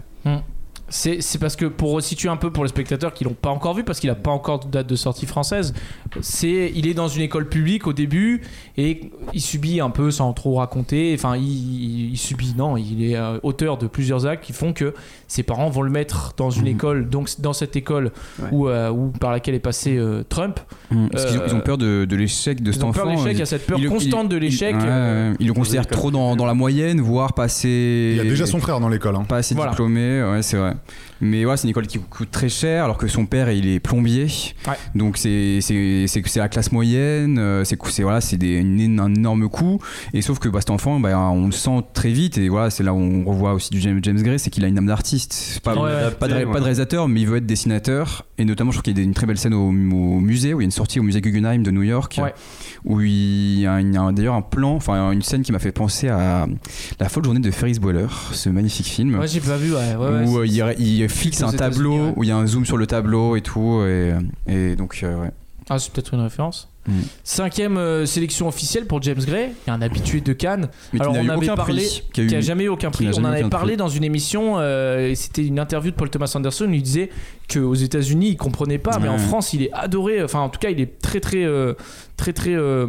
Speaker 3: C'est c'est parce que pour resituer un peu pour les spectateurs qui l'ont pas encore vu parce qu'il a pas encore de date de sortie française, c'est il est dans une école publique au début et il subit un peu sans trop raconter, enfin il, il- il subit non, il est euh, auteur de plusieurs actes qui font que ses parents vont le mettre dans
Speaker 4: Mhm.
Speaker 3: une école donc dans cette école
Speaker 6: Ouais.
Speaker 3: où, euh, où- par laquelle est passé euh, Trump.
Speaker 4: Mm. Parce qu'ils ont,
Speaker 3: Euh,
Speaker 4: ils ont peur de, de l'échec de cet
Speaker 3: Ils ont
Speaker 4: enfant.
Speaker 3: peur de l'échec,
Speaker 4: Ils-
Speaker 3: il y a cette peur
Speaker 4: il-
Speaker 3: constante
Speaker 4: il-
Speaker 3: de l'échec.
Speaker 4: il- ouais,
Speaker 3: euh,
Speaker 4: il le considère trop dans, dans la moyenne, voire pas assez.
Speaker 10: Il y a déjà son frère dans l'école. hein.
Speaker 4: Pas assez
Speaker 3: Voilà.
Speaker 4: diplômé, ouais, c'est vrai. Mais voilà, c'est une école qui coûte très cher, alors que son père, il est plombier. Donc c'est c'est- c'est c'est la classe moyenne, euh, c'est c'est- voilà, c'est des- une éno- un énorme coût. Et sauf que bah, cet enfant, bah, on le sent très vite. Et voilà, c'est là où on revoit aussi du James, James Gray, c'est qu'il a une âme d'artiste. C'est Pas,
Speaker 3: Ouais, ouais.
Speaker 4: pas, de, ré- pas de réalisateur, mais il veut être dessinateur. Et notamment, je trouve qu'il y a des- une très belle scène au, au musée, où il y a une sortie au musée Guggenheim de New York,
Speaker 3: Ouais.
Speaker 4: où il y a, un- il y a un- d'ailleurs un plan, enfin une scène qui m'a fait penser à La folle journée de Ferris Bueller, ce magnifique film.
Speaker 3: Euh, Ouais, j'ai pas vu, ouais. ouais, ouais,
Speaker 4: où
Speaker 3: c'est-
Speaker 4: euh, il, il fixe
Speaker 3: c'est aux
Speaker 4: un
Speaker 3: États-Unis,
Speaker 4: tableau,
Speaker 3: ouais.
Speaker 4: où il y a un zoom sur le tableau et tout. Et, et donc, euh, ouais.
Speaker 3: Ah, c'est peut-être une référence.
Speaker 4: Mm.
Speaker 3: Cinquième euh, sélection officielle pour James Gray, il y a un habitué de Cannes.
Speaker 4: Mais qui
Speaker 3: Alors
Speaker 4: n'a
Speaker 3: on
Speaker 4: eu
Speaker 3: avait
Speaker 4: aucun
Speaker 3: parlé,
Speaker 4: prix,
Speaker 3: qui
Speaker 4: qui a eu-
Speaker 3: a jamais eu aucun
Speaker 4: qui
Speaker 3: prix.
Speaker 4: n'a
Speaker 3: On en
Speaker 4: jamais eu
Speaker 3: avait
Speaker 4: aucun
Speaker 3: parlé
Speaker 4: prix.
Speaker 3: dans une émission, euh, et c'était une interview de Paul Thomas Anderson. Il disait que aux États-Unis il comprenait pas, mais
Speaker 4: Ouais.
Speaker 3: en France il est adoré. Enfin en tout cas il est très très euh, très très euh,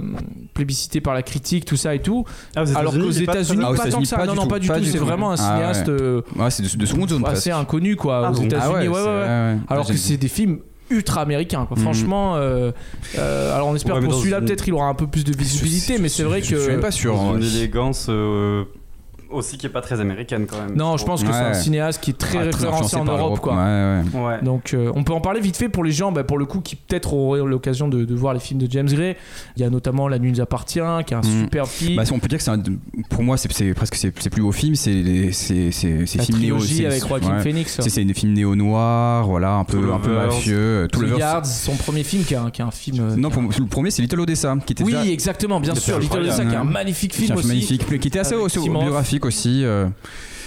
Speaker 3: plébiscité par la critique, tout ça et tout.
Speaker 6: Ah, aux
Speaker 3: Alors
Speaker 6: États-Unis,
Speaker 3: qu'aux
Speaker 6: il est pas très
Speaker 3: États-Unis
Speaker 4: bien. Ah, aux
Speaker 3: pas tant que
Speaker 4: États-Unis,
Speaker 3: ça.
Speaker 4: pas
Speaker 3: Non
Speaker 4: du
Speaker 3: non
Speaker 4: tout,
Speaker 3: pas du
Speaker 4: pas
Speaker 3: tout.
Speaker 4: du
Speaker 3: C'est
Speaker 4: tout.
Speaker 3: vraiment un
Speaker 4: Ah, ouais. Ah,
Speaker 3: cinéaste. euh,
Speaker 4: Ouais, c'est de, de seconde zone. presque.
Speaker 3: assez inconnu quoi
Speaker 6: Ah
Speaker 3: aux
Speaker 6: bon
Speaker 3: États-Unis.
Speaker 4: Ah
Speaker 3: ouais,
Speaker 4: ouais,
Speaker 3: ouais,
Speaker 4: c'est-
Speaker 3: ouais.
Speaker 4: ouais, ouais.
Speaker 3: Alors
Speaker 4: J'ai-
Speaker 3: que c'est des films ultra américains quoi.
Speaker 4: Mhm.
Speaker 3: Franchement, euh, euh, alors on espère
Speaker 6: Ouais, mais
Speaker 3: pour
Speaker 6: dans
Speaker 3: celui-là
Speaker 6: une-
Speaker 3: peut-être il aura un peu plus de visibilité, mais c'est vrai
Speaker 4: Je suis même
Speaker 3: que
Speaker 4: pas sûr.
Speaker 6: Dans
Speaker 4: hein.
Speaker 6: une élégance euh, aussi qui est pas très américaine quand même.
Speaker 3: non, je pense que c'est un
Speaker 4: Ouais.
Speaker 3: cinéaste qui est très
Speaker 4: Ah,
Speaker 3: référencé
Speaker 4: influencé
Speaker 3: en
Speaker 4: par
Speaker 3: Europe quoi.
Speaker 4: Ouais, ouais.
Speaker 6: Ouais.
Speaker 3: Donc euh, on peut en parler vite fait pour les gens, bah, pour le coup, qui peut-être auraient l'occasion de, de voir les films de James Gray. Il y a notamment La Nuit nous appartient, qui est un
Speaker 4: Mhm.
Speaker 3: super film.
Speaker 4: Bah, on peut dire que c'est un- pour moi c'est c'est presque ses ses plus beaux films, c'est les- c'est c'est c'est
Speaker 3: la
Speaker 4: films néo,
Speaker 3: trilogie
Speaker 4: c'est-
Speaker 3: avec Joaquin
Speaker 4: ouais.
Speaker 3: Phoenix. hein.
Speaker 4: C'est c'est des films néo noirs, voilà, un peu un peu
Speaker 6: Lovers.
Speaker 4: mafieux, tout
Speaker 3: Two
Speaker 4: le
Speaker 3: Yards, son premier film, qui est un, qui est un film. euh,
Speaker 4: Non,
Speaker 3: qui est
Speaker 4: pour- le premier c'est Little Odessa qui était
Speaker 3: un- Oui,
Speaker 4: déjà
Speaker 3: exactement, bien
Speaker 4: qui était
Speaker 3: sûr. Little
Speaker 4: incroyable.
Speaker 3: Odessa, qui est un magnifique
Speaker 4: qui est
Speaker 3: film
Speaker 4: un
Speaker 3: aussi.
Speaker 4: magnifique, qui était assez
Speaker 3: Avec
Speaker 4: aussi
Speaker 3: Tim Roth.
Speaker 4: biographique aussi. euh,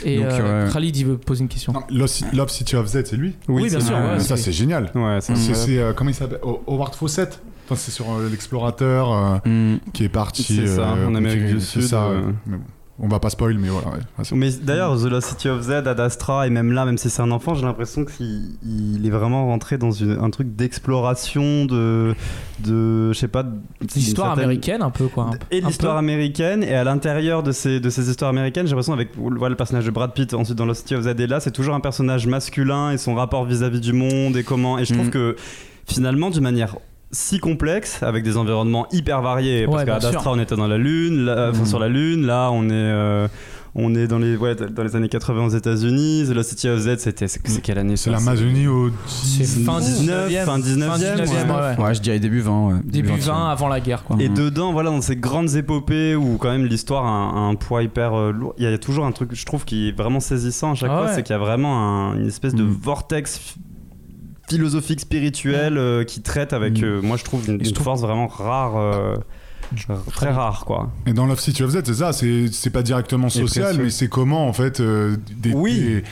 Speaker 3: Et
Speaker 4: Donc,
Speaker 3: euh,
Speaker 4: ouais.
Speaker 3: Khalid, il veut poser une question.
Speaker 10: Non, Love, Ci- Love City of Z, c'est lui.
Speaker 3: Oui, bien
Speaker 4: c'est
Speaker 3: sûr.
Speaker 4: vrai.
Speaker 3: ouais, Mm.
Speaker 10: Mais ça,
Speaker 3: c'est-
Speaker 10: c'est génial.
Speaker 6: Ouais, ça
Speaker 10: C'est,
Speaker 6: me-
Speaker 10: c'est, euh, comment il s'appelle Ho- Howard Fawcett. Enfin, c'est sur euh, l'explorateur euh,
Speaker 4: hum.
Speaker 10: qui est parti.
Speaker 6: C'est ça,
Speaker 10: euh,
Speaker 6: en Amérique
Speaker 10: qui-
Speaker 6: du
Speaker 10: c'est
Speaker 6: Sud,
Speaker 10: ça,
Speaker 6: euh.
Speaker 10: mais bon. On va pas spoil, mais voilà. ouais. Ouais, c'est-
Speaker 6: Mais d'ailleurs, The Lost City of Z, Ad Astra, et même là, même si c'est un enfant, j'ai l'impression qu'il il est vraiment rentré dans une- un truc d'exploration, de. de. je sais pas. d'une
Speaker 3: L'histoire
Speaker 6: certaine-
Speaker 3: américaine, un peu quoi. un-
Speaker 6: Et
Speaker 3: un
Speaker 6: l'histoire
Speaker 3: peu.
Speaker 6: américaine, et à l'intérieur de ces, de ces histoires américaines, j'ai l'impression, avec voilà, le personnage de Brad Pitt, ensuite dans Lost City of Z, et là, c'est toujours un personnage masculin et son rapport vis-à-vis du monde et comment. Et je trouve
Speaker 4: Mm.
Speaker 6: que finalement, d'une manière si complexe, avec des environnements hyper variés, parce
Speaker 3: Ouais,
Speaker 6: qu'à
Speaker 3: bien
Speaker 6: Dastra, on était dans la Lune, là- enfin,
Speaker 4: Mm.
Speaker 6: sur la Lune, là, on est. euh, on est dans les, ouais, dans les années 80 aux États-Unis. The Lost City of Z, c'était. C'est c'est quelle année
Speaker 10: C'est
Speaker 6: ça
Speaker 10: l'Amazonie au.
Speaker 3: C'est fin
Speaker 6: 19e,
Speaker 3: 19e.
Speaker 6: fin 19e,
Speaker 3: ouais, ouais.
Speaker 4: Ouais, je dirais début 20. ouais.
Speaker 3: Début 20 avant la guerre quoi.
Speaker 6: Et
Speaker 4: Mhm.
Speaker 6: dedans, voilà, dans ces grandes épopées où quand même l'histoire a un, un poids hyper euh, lourd, il y, a- il y a toujours un truc, je trouve, qui est vraiment saisissant à chaque
Speaker 3: Ah
Speaker 6: fois,
Speaker 3: ouais.
Speaker 6: c'est qu'il y a vraiment un- une espèce de
Speaker 10: Mhm.
Speaker 4: Mm.
Speaker 6: vortex ph- philosophique spirituel euh, qui traite avec,
Speaker 10: Mhm.
Speaker 4: Mm.
Speaker 6: euh, moi je trouve, une,
Speaker 3: Et je
Speaker 6: une
Speaker 3: trouve-
Speaker 6: force vraiment rare, euh, très rare, quoi.
Speaker 10: Et dans Love City of Z, c'est ça, c'est, c'est pas directement social,
Speaker 6: précieux.
Speaker 10: mais c'est comment, en fait, euh, des,
Speaker 6: Oui.
Speaker 10: des-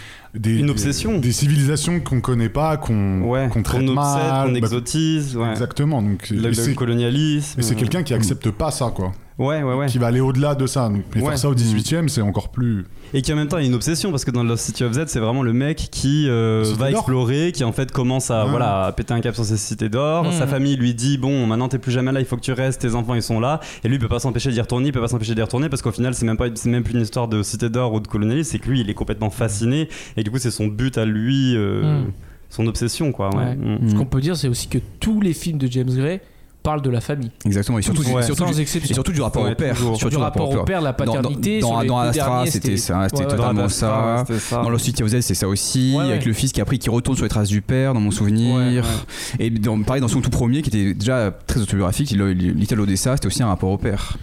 Speaker 10: des-
Speaker 6: Une
Speaker 10: des-
Speaker 6: obsession.
Speaker 10: Des, civilisations qu'on connaît pas, qu'on,
Speaker 6: Ouais,
Speaker 10: Mm. qu'on traite
Speaker 6: obsède,
Speaker 10: mal.
Speaker 6: qu'on
Speaker 10: bah,
Speaker 6: exotise, ouais.
Speaker 10: Exactement. Donc,
Speaker 6: Le,
Speaker 10: et
Speaker 6: le
Speaker 10: c'est,
Speaker 6: colonialisme.
Speaker 10: et c'est
Speaker 6: euh,
Speaker 10: quelqu'un qui accepte pas ça, quoi.
Speaker 6: Ouais, ouais, ouais.
Speaker 10: Qui va aller au-delà de ça. Donc, et
Speaker 6: Ouais.
Speaker 10: faire ça au 18ème, c'est encore plus.
Speaker 6: Et qui en même temps il y a une obsession parce que dans Lost City of Z c'est vraiment le mec qui euh,
Speaker 10: Cité
Speaker 6: va
Speaker 10: d'or.
Speaker 6: explorer, qui en fait commence à
Speaker 10: Ah.
Speaker 6: voilà à péter un cap sur ses cités d'or.
Speaker 3: Mhm.
Speaker 6: Sa famille lui dit bon maintenant t'es plus jamais là, il faut que tu restes, tes enfants ils sont là. Et lui il peut pas s'empêcher d'y retourner, il peut pas s'empêcher d'y retourner parce qu'au final c'est même pas c'est même plus une histoire de cité d'or ou de colonialisme, c'est que lui il est complètement fasciné et du coup c'est son but à lui, euh,
Speaker 3: Mhm.
Speaker 6: son obsession quoi. Ouais.
Speaker 3: Ouais.
Speaker 6: Mhm.
Speaker 4: Mm.
Speaker 3: Ce qu'on peut dire, c'est aussi que tous les films de James Gray parlent de la famille.
Speaker 4: Exactement, et surtout,
Speaker 6: Ouais.
Speaker 4: surtout,
Speaker 3: Sans
Speaker 4: du-
Speaker 3: exception.
Speaker 4: et surtout du rapport
Speaker 6: Ouais,
Speaker 4: au père.
Speaker 6: toujours.
Speaker 4: Surtout
Speaker 3: du rapport au père, la paternité.
Speaker 4: Dans,
Speaker 3: sur
Speaker 4: dans,
Speaker 3: les
Speaker 4: dans
Speaker 3: deux
Speaker 4: Astra,
Speaker 3: derniers,
Speaker 4: c'était ça, c'était
Speaker 3: Ouais, ouais.
Speaker 4: totalement
Speaker 6: Ouais,
Speaker 4: ça.
Speaker 6: c'était ça.
Speaker 4: Dans Lost City of Z, c'est ça aussi.
Speaker 3: Ah. Ouais, ouais.
Speaker 4: Avec le fils qui après qui retourne sur les traces du père, dans mon souvenir.
Speaker 6: Ouais, ouais.
Speaker 4: Et dans, pareil, dans son tout premier, qui était déjà très autobiographique, il- il- Little Odessa, c'était aussi un rapport au père.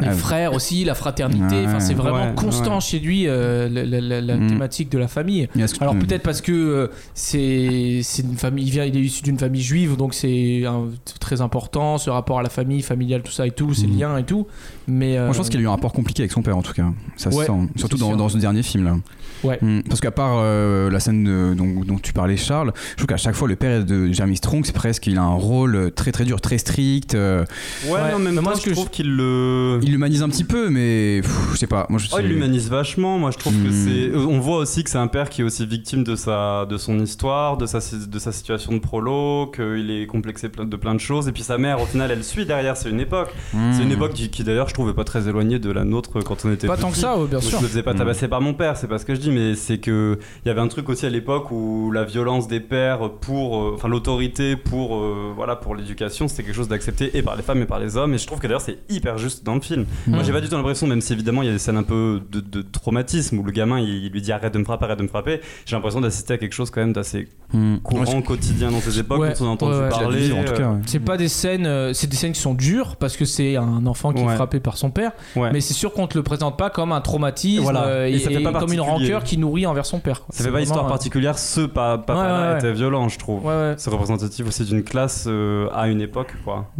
Speaker 3: Les
Speaker 4: Ah,
Speaker 3: frères aussi, la fraternité.
Speaker 4: Ouais.
Speaker 3: Enfin, c'est vraiment
Speaker 6: Ouais,
Speaker 3: constant
Speaker 6: ouais.
Speaker 3: chez lui euh, la, la- la- la
Speaker 4: Mm.
Speaker 3: thématique de la famille.
Speaker 4: mais est-ce que-
Speaker 3: Alors peut-être parce que euh, c'est c'est une famille, il vient, il est issu d'une famille juive, donc c'est un- c'est très important ce rapport à la famille, familiale, tout ça et tout, ces
Speaker 4: Mm.
Speaker 3: liens et tout. Mais euh,
Speaker 4: Moi, je pense qu'il y a eu un rapport compliqué avec son père, en tout cas. Ça
Speaker 3: Ouais,
Speaker 4: se sent.
Speaker 3: c'est
Speaker 4: Surtout dans,
Speaker 3: sûr.
Speaker 4: dans ce dernier film, là.
Speaker 3: Ouais.
Speaker 4: Mm. Parce qu'à part euh, la scène de- dont, dont tu parlais, Charles, je trouve qu'à chaque fois, le père de Jeremy Strong, c'est presque, il a un rôle très très dur, très strict. euh,
Speaker 6: Ouais,
Speaker 3: Ouais.
Speaker 6: mais en même
Speaker 3: Mais moi,
Speaker 6: temps
Speaker 3: ce
Speaker 6: je
Speaker 3: que
Speaker 6: trouve qu'il le
Speaker 4: il l'humanise un petit peu, mais pff, je sais pas. Moi, je
Speaker 6: Oh, il
Speaker 4: c'est-
Speaker 6: l'humanise vachement. Moi, je trouve que
Speaker 4: Hmm.
Speaker 6: c'est. euh, On voit aussi que c'est un père qui est aussi victime de sa, de son histoire, de sa, de sa situation de prolo, qu'il est complexé plein- de plein de choses. Et puis sa la mère, au final, elle suit derrière. C'est une époque.
Speaker 4: Mmh.
Speaker 6: C'est une époque qui, qui, d'ailleurs, je trouve, est pas très éloignée de la nôtre quand on était
Speaker 3: Pas tant
Speaker 6: petit.
Speaker 3: que ça, ouais, bien
Speaker 6: Moi,
Speaker 3: sûr.
Speaker 6: Je me faisais pas
Speaker 4: Mmh.
Speaker 6: tabasser par mon père, c'est pas ce que je dis, mais c'est que il y avait un truc aussi à l'époque où la violence des pères pour, euh, enfin, l'autorité pour, euh, voilà, pour l'éducation, c'était quelque chose d'accepté et par les femmes et par les hommes. Et je trouve que d'ailleurs, c'est hyper juste dans le film. Moi,
Speaker 3: Mmh.
Speaker 6: j'ai pas du tout l'impression, même si évidemment, il y a des scènes un peu de, de traumatisme où le gamin, il, il lui dit arrête de me frapper, arrête de me frapper. J'ai l'impression d'assister à quelque chose quand même d'assez
Speaker 4: Hmm.
Speaker 6: courant, quotidien dans ces époques
Speaker 3: Ouais,
Speaker 6: dont on a entendu
Speaker 3: ouais, ouais.
Speaker 6: parler. euh,
Speaker 4: en tout cas. ouais.
Speaker 3: C'est pas des scènes, euh, c'est des scènes qui sont dures parce que c'est un enfant qui est
Speaker 6: Ouais.
Speaker 3: frappé par son père,
Speaker 6: euh, ouais.
Speaker 3: mais c'est sûr qu'on te le présente pas comme un traumatisme
Speaker 6: Voilà.
Speaker 3: euh, et,
Speaker 6: Et ça
Speaker 3: et
Speaker 6: fait pas
Speaker 3: comme une
Speaker 6: particulier.
Speaker 3: rancœur qui nourrit envers son père. quoi.
Speaker 6: Ça
Speaker 3: C'est
Speaker 6: fait pas histoire
Speaker 3: vraiment,
Speaker 6: particulière, ce pa- papa-là
Speaker 3: Ouais, ouais, ouais.
Speaker 6: était violent, je trouve.
Speaker 3: euh, Ouais, ouais.
Speaker 6: C'est représentatif aussi d'une classe euh, à une époque, quoi.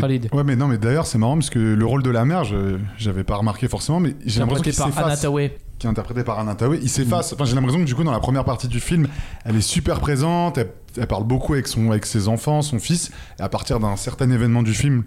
Speaker 3: Khalid.
Speaker 10: Ouais, mais non, mais d'ailleurs, c'est marrant parce que le rôle de la mère, je j'avais pas remarqué forcément, mais j'ai l'impression
Speaker 3: Interprété
Speaker 10: qu'il
Speaker 3: par Anna
Speaker 10: s'efface.
Speaker 3: Tawai.
Speaker 10: Qui est interprété par Anna Tawai. Il s'efface. Enfin, j'ai l'impression que du coup, dans la première partie du film, elle est super présente, elle, elle parle beaucoup avec, son, avec ses enfants, son fils, et à partir d'un certain événement du film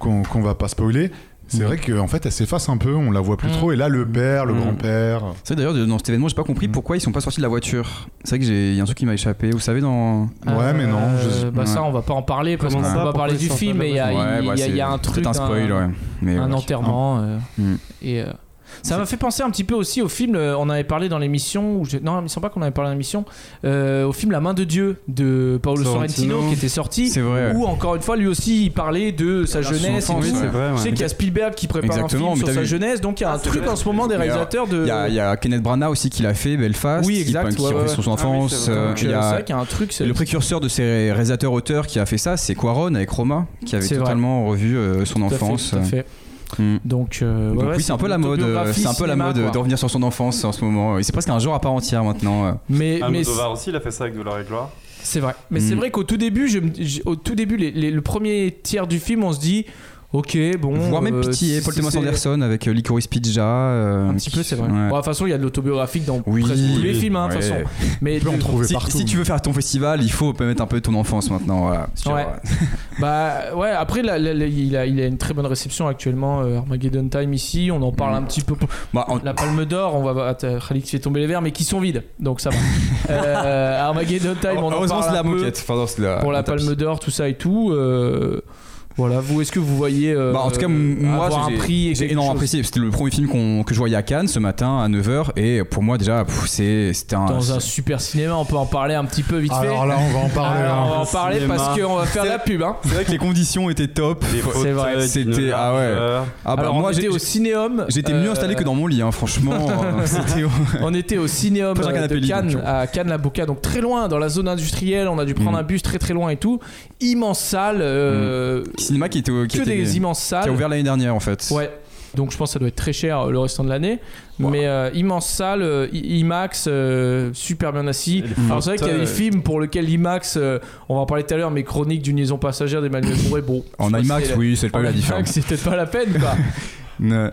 Speaker 10: qu'on qu'on va pas spoiler. C'est vrai qu'en fait, elle s'efface un peu, on la voit plus
Speaker 3: Mm.
Speaker 10: trop. Et là, le père, le
Speaker 4: Mm.
Speaker 10: grand-père.
Speaker 4: C'est vrai, d'ailleurs, dans cet événement, j'ai pas compris
Speaker 10: Mm.
Speaker 4: pourquoi ils sont pas sortis de la voiture. C'est vrai que j'ai il y a un truc qui m'a échappé. Vous savez, dans.
Speaker 10: Ouais, mais non. je-
Speaker 3: Euh, bah ça, on va pas en parler parce qu'on
Speaker 6: Comment ça,
Speaker 3: va
Speaker 6: pourquoi
Speaker 3: parler
Speaker 6: ils
Speaker 3: du
Speaker 6: sortent
Speaker 3: film,
Speaker 6: pas
Speaker 3: mais il y, a-
Speaker 4: Ouais,
Speaker 3: il y a-
Speaker 4: bah,
Speaker 3: il y a
Speaker 4: c'est
Speaker 3: un truc.
Speaker 4: peut-être un spoil, ouais. Mais
Speaker 3: un
Speaker 4: ouais.
Speaker 3: enterrement. euh,
Speaker 4: Mm.
Speaker 3: et, euh, ça m'a fait penser un petit peu aussi au film, euh, on avait parlé dans l'émission, ou je- non, il me semble pas qu'on avait parlé dans l'émission, euh, au film La main de Dieu de Paolo Sorrentino,
Speaker 4: Sorrentino.
Speaker 3: qui était sorti,
Speaker 4: C'est vrai.
Speaker 3: où encore une fois lui aussi il parlait de sa
Speaker 4: son
Speaker 3: jeunesse. et
Speaker 4: enfance,
Speaker 3: tout.
Speaker 4: ouais.
Speaker 6: vrai,
Speaker 3: Je sais qu'il y a Spielberg qui prépare
Speaker 4: Exactement,
Speaker 3: un
Speaker 4: mais
Speaker 3: film sur
Speaker 4: t'as
Speaker 3: sa
Speaker 4: vu- Ah,
Speaker 3: jeunesse, donc il y a un
Speaker 6: c'est
Speaker 3: truc
Speaker 6: vrai.
Speaker 3: en ce moment des
Speaker 4: Il y a-
Speaker 3: réalisateurs de.
Speaker 4: Il y, a- il y a Kenneth Branagh aussi qui l'a fait, Belfast,
Speaker 3: euh, Oui,
Speaker 4: qui
Speaker 3: exact,
Speaker 4: peint- qui
Speaker 3: ouais,
Speaker 4: refait
Speaker 3: ouais.
Speaker 4: son
Speaker 6: Ah oui,
Speaker 4: enfance.
Speaker 6: c'est vrai.
Speaker 4: euh,
Speaker 3: Donc,
Speaker 4: il y
Speaker 3: euh,
Speaker 4: a-
Speaker 3: c'est vrai qu'il y a un truc. c'est-
Speaker 4: Le précurseur de ces ré- réalisateurs-auteurs qui a fait ça, c'est Quaron avec Roma, qui avait
Speaker 3: C'est vrai.
Speaker 4: totalement revu euh, son
Speaker 3: Tout à fait,
Speaker 4: enfance.
Speaker 3: tout à fait.
Speaker 4: Mm.
Speaker 3: Donc, euh, ouais,
Speaker 4: Donc
Speaker 3: ouais,
Speaker 4: oui, c'est un peu la
Speaker 3: une
Speaker 4: mode, euh,
Speaker 3: autobiographie
Speaker 4: c'est un peu la
Speaker 3: cinéma,
Speaker 4: mode
Speaker 3: quoi.
Speaker 4: de revenir sur son enfance en ce moment. Et C'est presque un genre à part entière maintenant. euh.
Speaker 3: Mais, mais
Speaker 6: Almodovar aussi, il a fait ça avec Douleur et Gloire.
Speaker 3: C'est vrai. Mais
Speaker 4: Mm.
Speaker 3: c'est vrai qu'au tout début, je, me- j- au tout début, les- les- le premier tiers du film, on se dit, ok, bon.
Speaker 4: Voire même
Speaker 3: euh,
Speaker 4: pitié, Paul
Speaker 3: c'est-
Speaker 4: Thomas
Speaker 3: c'est-
Speaker 4: Anderson avec euh, Licorice Pizza. euh,
Speaker 3: Un petit peu,
Speaker 4: qui-
Speaker 3: c'est vrai.
Speaker 4: ouais.
Speaker 3: Bon, de toute façon, il y a de l'autobiographique dans
Speaker 4: Oui,
Speaker 3: presque tous les films, hein, de
Speaker 4: ouais.
Speaker 3: toute façon. Mais
Speaker 10: peut en trouver
Speaker 4: Si,
Speaker 10: partout.
Speaker 4: si tu veux faire ton festival, il faut mettre un peu ton enfance maintenant. Voilà. Sur- euh,
Speaker 3: Ouais. bah ouais, après, la- la- la- il, a, il a une très bonne réception actuellement. euh, Armageddon Time ici, on en parle un petit peu.
Speaker 4: Bah, en-
Speaker 3: La Palme d'Or, on va. Attends, Khalid fait tomber les verres, mais qui sont vides, donc ça va. Euh, Armageddon Time, on en
Speaker 4: heureusement,
Speaker 3: parle
Speaker 4: c'est la
Speaker 3: un peu.
Speaker 4: moquette. Ah, Enfin, non, c'est la-
Speaker 3: pour la
Speaker 4: le tapis.
Speaker 3: Palme d'Or, tout ça et tout. euh, voilà, vous, est-ce que vous voyez euh,
Speaker 4: Bah, en tout cas, m- moi,
Speaker 3: avoir un
Speaker 4: j'ai-
Speaker 3: prix et
Speaker 4: j'ai
Speaker 3: quelque
Speaker 4: énormément
Speaker 3: chose
Speaker 4: apprécié. C'était le premier film qu'on- que je voyais à Cannes ce matin à 9h. Et pour moi, déjà, pff, c'est- c'était un.
Speaker 3: dans un
Speaker 4: c'est-
Speaker 3: super cinéma On peut en parler un petit peu vite
Speaker 10: Ah, Alors
Speaker 3: fait.
Speaker 10: là, on va en
Speaker 4: Ah,
Speaker 10: parler.
Speaker 3: Alors,
Speaker 10: hein.
Speaker 3: on va en
Speaker 6: Le
Speaker 3: parler
Speaker 6: cinéma.
Speaker 3: parce qu'on va faire la pub. Hein.
Speaker 4: C'est vrai que les conditions étaient top.
Speaker 6: Des
Speaker 4: Faut-
Speaker 6: fauteuils,
Speaker 3: vrai,
Speaker 6: d'une
Speaker 4: c'était- ah ouais.
Speaker 6: largeur.
Speaker 4: Ah bah,
Speaker 3: Alors,
Speaker 4: moi,
Speaker 3: on était
Speaker 4: j'ai-
Speaker 3: au Cinéum.
Speaker 4: j'étais mieux
Speaker 3: euh,
Speaker 4: installé que dans mon lit, hein, franchement. euh, c'était-
Speaker 3: On était au Cinéum
Speaker 4: Pas sur
Speaker 3: euh,
Speaker 4: canapé
Speaker 3: de
Speaker 4: lit,
Speaker 3: Cannes,
Speaker 4: donc.
Speaker 3: à Cannes la Boca, donc très loin, dans la zone industrielle. On a dû prendre
Speaker 4: Mm.
Speaker 3: un bus très très loin et tout. Immense salle, euh,
Speaker 4: Cinéma qui était. au- Qui
Speaker 3: que
Speaker 4: était-
Speaker 3: des immenses
Speaker 4: qui
Speaker 3: salles.
Speaker 4: a ouvert l'année dernière en fait.
Speaker 3: Ouais. Donc je pense que ça doit être très cher euh, le restant de l'année.
Speaker 4: Ouais.
Speaker 3: Mais euh, immense salle, euh, I- IMAX, euh, super bien assis.
Speaker 6: Et les
Speaker 3: Alors c'est vrai qu'il y a des
Speaker 6: fauteuils.
Speaker 3: films pour lesquels IMAX, euh, on va en parler tout à l'heure, mais Chronique d'une liaison passagère d'Emmanuel Mouret, bon.
Speaker 4: En
Speaker 3: je sais pas si
Speaker 4: IMAX,
Speaker 3: c'est-
Speaker 4: oui, c'est
Speaker 3: en
Speaker 4: pas eu la
Speaker 3: IMAX,
Speaker 4: différence.
Speaker 3: c'est peut-être pas la peine, quoi.
Speaker 4: Ne-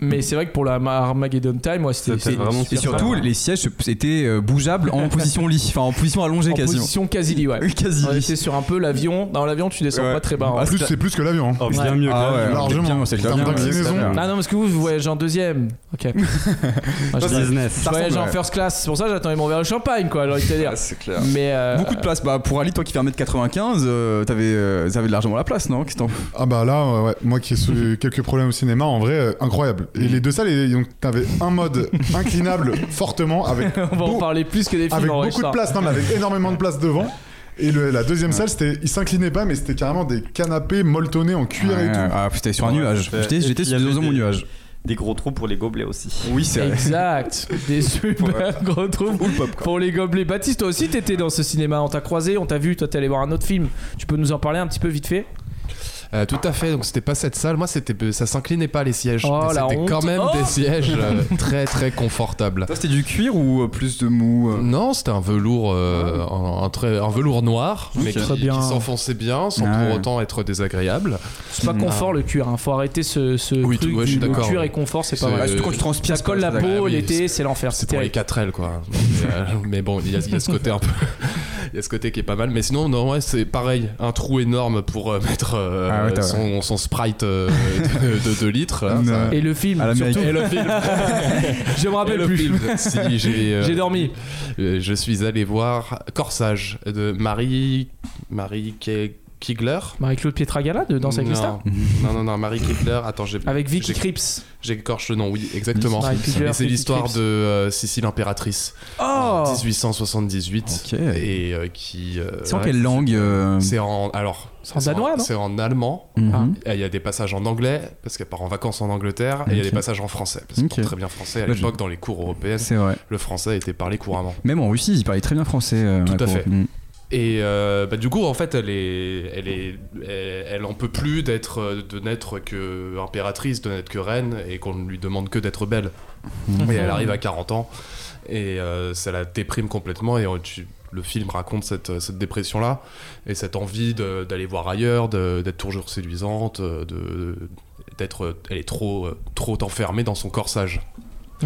Speaker 3: mais c'est vrai que pour la Mar- Armageddon Time, ouais, c'était
Speaker 6: C'était
Speaker 3: c'était
Speaker 6: vraiment
Speaker 4: Et
Speaker 6: super
Speaker 4: surtout,
Speaker 6: sympa.
Speaker 4: les sièges étaient euh, bougeables en position lit, enfin en position allongée
Speaker 3: en
Speaker 4: quasiment. Ah
Speaker 3: position quasi lit, ouais.
Speaker 4: Oui, quasi
Speaker 3: On
Speaker 4: lit.
Speaker 3: était sur un peu l'avion. Dans l'avion, tu descends
Speaker 4: Ouais.
Speaker 3: pas très bas.
Speaker 10: En
Speaker 3: hein.
Speaker 4: Ah,
Speaker 10: plus,
Speaker 4: c'est-
Speaker 10: c'est plus que l'avion. hein.
Speaker 6: Oh,
Speaker 3: Ouais.
Speaker 6: bien mieux
Speaker 4: Ah
Speaker 6: quand
Speaker 4: ouais,
Speaker 6: même.
Speaker 10: largement.
Speaker 4: bien, c'est
Speaker 10: Terme
Speaker 4: clair.
Speaker 10: d'inclinaison.
Speaker 4: Ouais,
Speaker 3: Ah non, parce que vous, vous voyagez en deuxième. Ok. Ah, Moi, je voyage-
Speaker 6: Business.
Speaker 3: je voyage en
Speaker 4: ressemble, ouais.
Speaker 3: first class. C'est pour ça que j'attendais mon verre de champagne, quoi. J'ai envie de te dire.
Speaker 4: c'est clair.
Speaker 3: Mais euh,
Speaker 4: Beaucoup de place. Bah, pour Ali, toi qui fait 1m95, euh, t'avais euh, t'avais de l'argent dans la place, non Christian
Speaker 10: Ah bah là, ouais, ouais. moi qui ai
Speaker 4: Mm.
Speaker 10: eu quelques problèmes au cinéma, en vrai, euh, incroyable. Et les deux salles, et donc t'avais un mode inclinable fortement avec,
Speaker 3: on va en
Speaker 10: beau-
Speaker 3: parler plus que des films
Speaker 10: avec
Speaker 3: en vrai,
Speaker 10: beaucoup
Speaker 3: ça.
Speaker 10: de place, non mais avec énormément de place devant. Et le- la deuxième salle, c'était, ils s'inclinaient pas, mais c'était carrément des canapés molletonnés en cuir et
Speaker 4: Ouais,
Speaker 10: tout.
Speaker 4: Ah, putain, sur un
Speaker 6: Ouais,
Speaker 4: nuage.
Speaker 6: c'est-
Speaker 4: J'étais-
Speaker 6: et
Speaker 4: J'étais
Speaker 6: puis,
Speaker 4: sur
Speaker 6: il y
Speaker 4: dans
Speaker 6: avait
Speaker 4: mon
Speaker 6: des-
Speaker 4: nuage.
Speaker 6: Des gros trous pour les gobelets aussi.
Speaker 4: Oui, c'est
Speaker 3: Exact. Des super gros trous
Speaker 4: Ou le popcorn.
Speaker 3: pour les gobelets. Baptiste, toi aussi, t'étais dans ce cinéma. On t'a croisé, on t'a vu. Toi, t'es allé voir un autre film. Tu peux nous en parler un petit peu vite fait
Speaker 5: Euh, tout à fait, donc c'était pas cette salle. Moi, c'était, euh, ça s'inclinait pas les sièges.
Speaker 3: Oh,
Speaker 5: Mais
Speaker 3: la
Speaker 5: c'était
Speaker 3: honte.
Speaker 5: quand même
Speaker 3: Oh
Speaker 5: des sièges euh, très très confortables.
Speaker 4: Toi, c'était du cuir ou euh, plus de mou euh Ah.
Speaker 5: Non, c'était un velours, euh, un, un très- un velours noir, mais
Speaker 4: Ok.
Speaker 5: qui,
Speaker 3: Très bien.
Speaker 5: qui s'enfonçait bien, sans
Speaker 4: Ah ouais.
Speaker 5: pour autant être désagréable.
Speaker 3: C'est pas confort le cuir. Hein. Faut arrêter ce, ce
Speaker 5: Oui,
Speaker 3: truc.
Speaker 5: tout- ouais,
Speaker 3: du,
Speaker 5: je suis
Speaker 3: le
Speaker 5: d'accord.
Speaker 3: cuir et confort, c'est pas
Speaker 5: C'est-
Speaker 3: vrai.
Speaker 4: Ah, Surtout quand tu transpires.
Speaker 3: Ça colle
Speaker 4: quoi,
Speaker 3: la
Speaker 5: c'est-
Speaker 3: peau
Speaker 5: ah oui,
Speaker 3: l'été, c'est l'enfer.
Speaker 5: C'est
Speaker 3: C'est
Speaker 5: pour les
Speaker 3: terrible.
Speaker 5: 4L, quoi. Donc, euh, mais bon, il y, a- il y a ce côté un peu. Il y a ce côté qui est pas mal. Mais sinon, non, ouais, c'est pareil. Un trou énorme pour euh, mettre euh,
Speaker 4: Ah ouais, t'as-
Speaker 5: son, son sprite euh, de, 2 litres. là, ça-
Speaker 4: Non.
Speaker 3: Et le film,
Speaker 4: À l'américaine.
Speaker 3: surtout.
Speaker 5: Et le film.
Speaker 3: Je me
Speaker 5: Et
Speaker 3: rappelle
Speaker 5: le
Speaker 3: plus.
Speaker 5: film. Si, j'ai, euh,
Speaker 3: J'ai dormi.
Speaker 5: euh, je suis allé voir Corsage de Marie. Marie Ke- Kigler
Speaker 3: Marie-Claude Pietragala de Danse avec les stars
Speaker 5: non. non, non, non, Marie Kigler. Attends, j'ai.
Speaker 3: Avec Vicky
Speaker 5: j'ai-
Speaker 3: Cripps.
Speaker 5: J'écorche le nom, oui, exactement.
Speaker 3: Marie Kigler,
Speaker 5: Et c'est
Speaker 3: Vicky
Speaker 5: l'histoire
Speaker 3: Cripps.
Speaker 5: de euh, Sicile impératrice,
Speaker 3: Oh
Speaker 5: 1878,
Speaker 4: Ok.
Speaker 5: et euh, qui. euh,
Speaker 4: C'est en quelle langue euh,
Speaker 5: C'est en alors.
Speaker 3: C'est en danois, non
Speaker 5: C'est en allemand.
Speaker 4: mhm.
Speaker 5: Et Il y a des passages en anglais parce qu'elle part en vacances en Angleterre, et il y a
Speaker 4: Ok.
Speaker 5: des passages en français parce qu'elle
Speaker 4: Ok.
Speaker 5: parle très bien français. À
Speaker 4: Bah, je-
Speaker 5: l'époque, dans les cours européens,
Speaker 4: C'est vrai.
Speaker 5: le français était parlé couramment.
Speaker 4: Même en Russie, ils parlaient très bien français. euh,
Speaker 5: Tout à
Speaker 4: Macron.
Speaker 5: fait.
Speaker 4: Mhm.
Speaker 5: Et euh, bah, du coup, en fait, elle est, elle est, elle, elle en peut plus d'être, euh, de n'être que impératrice, de n'être que reine, et qu'on ne lui demande que d'être belle. Et elle arrive à 40 ans, et euh, ça la déprime complètement. Et euh, tu- le film raconte cette, cette dépression-là, et cette envie de- d'aller voir ailleurs, de- d'être toujours séduisante, euh, de d'être, euh, elle est trop, euh, trop enfermée dans son corsage.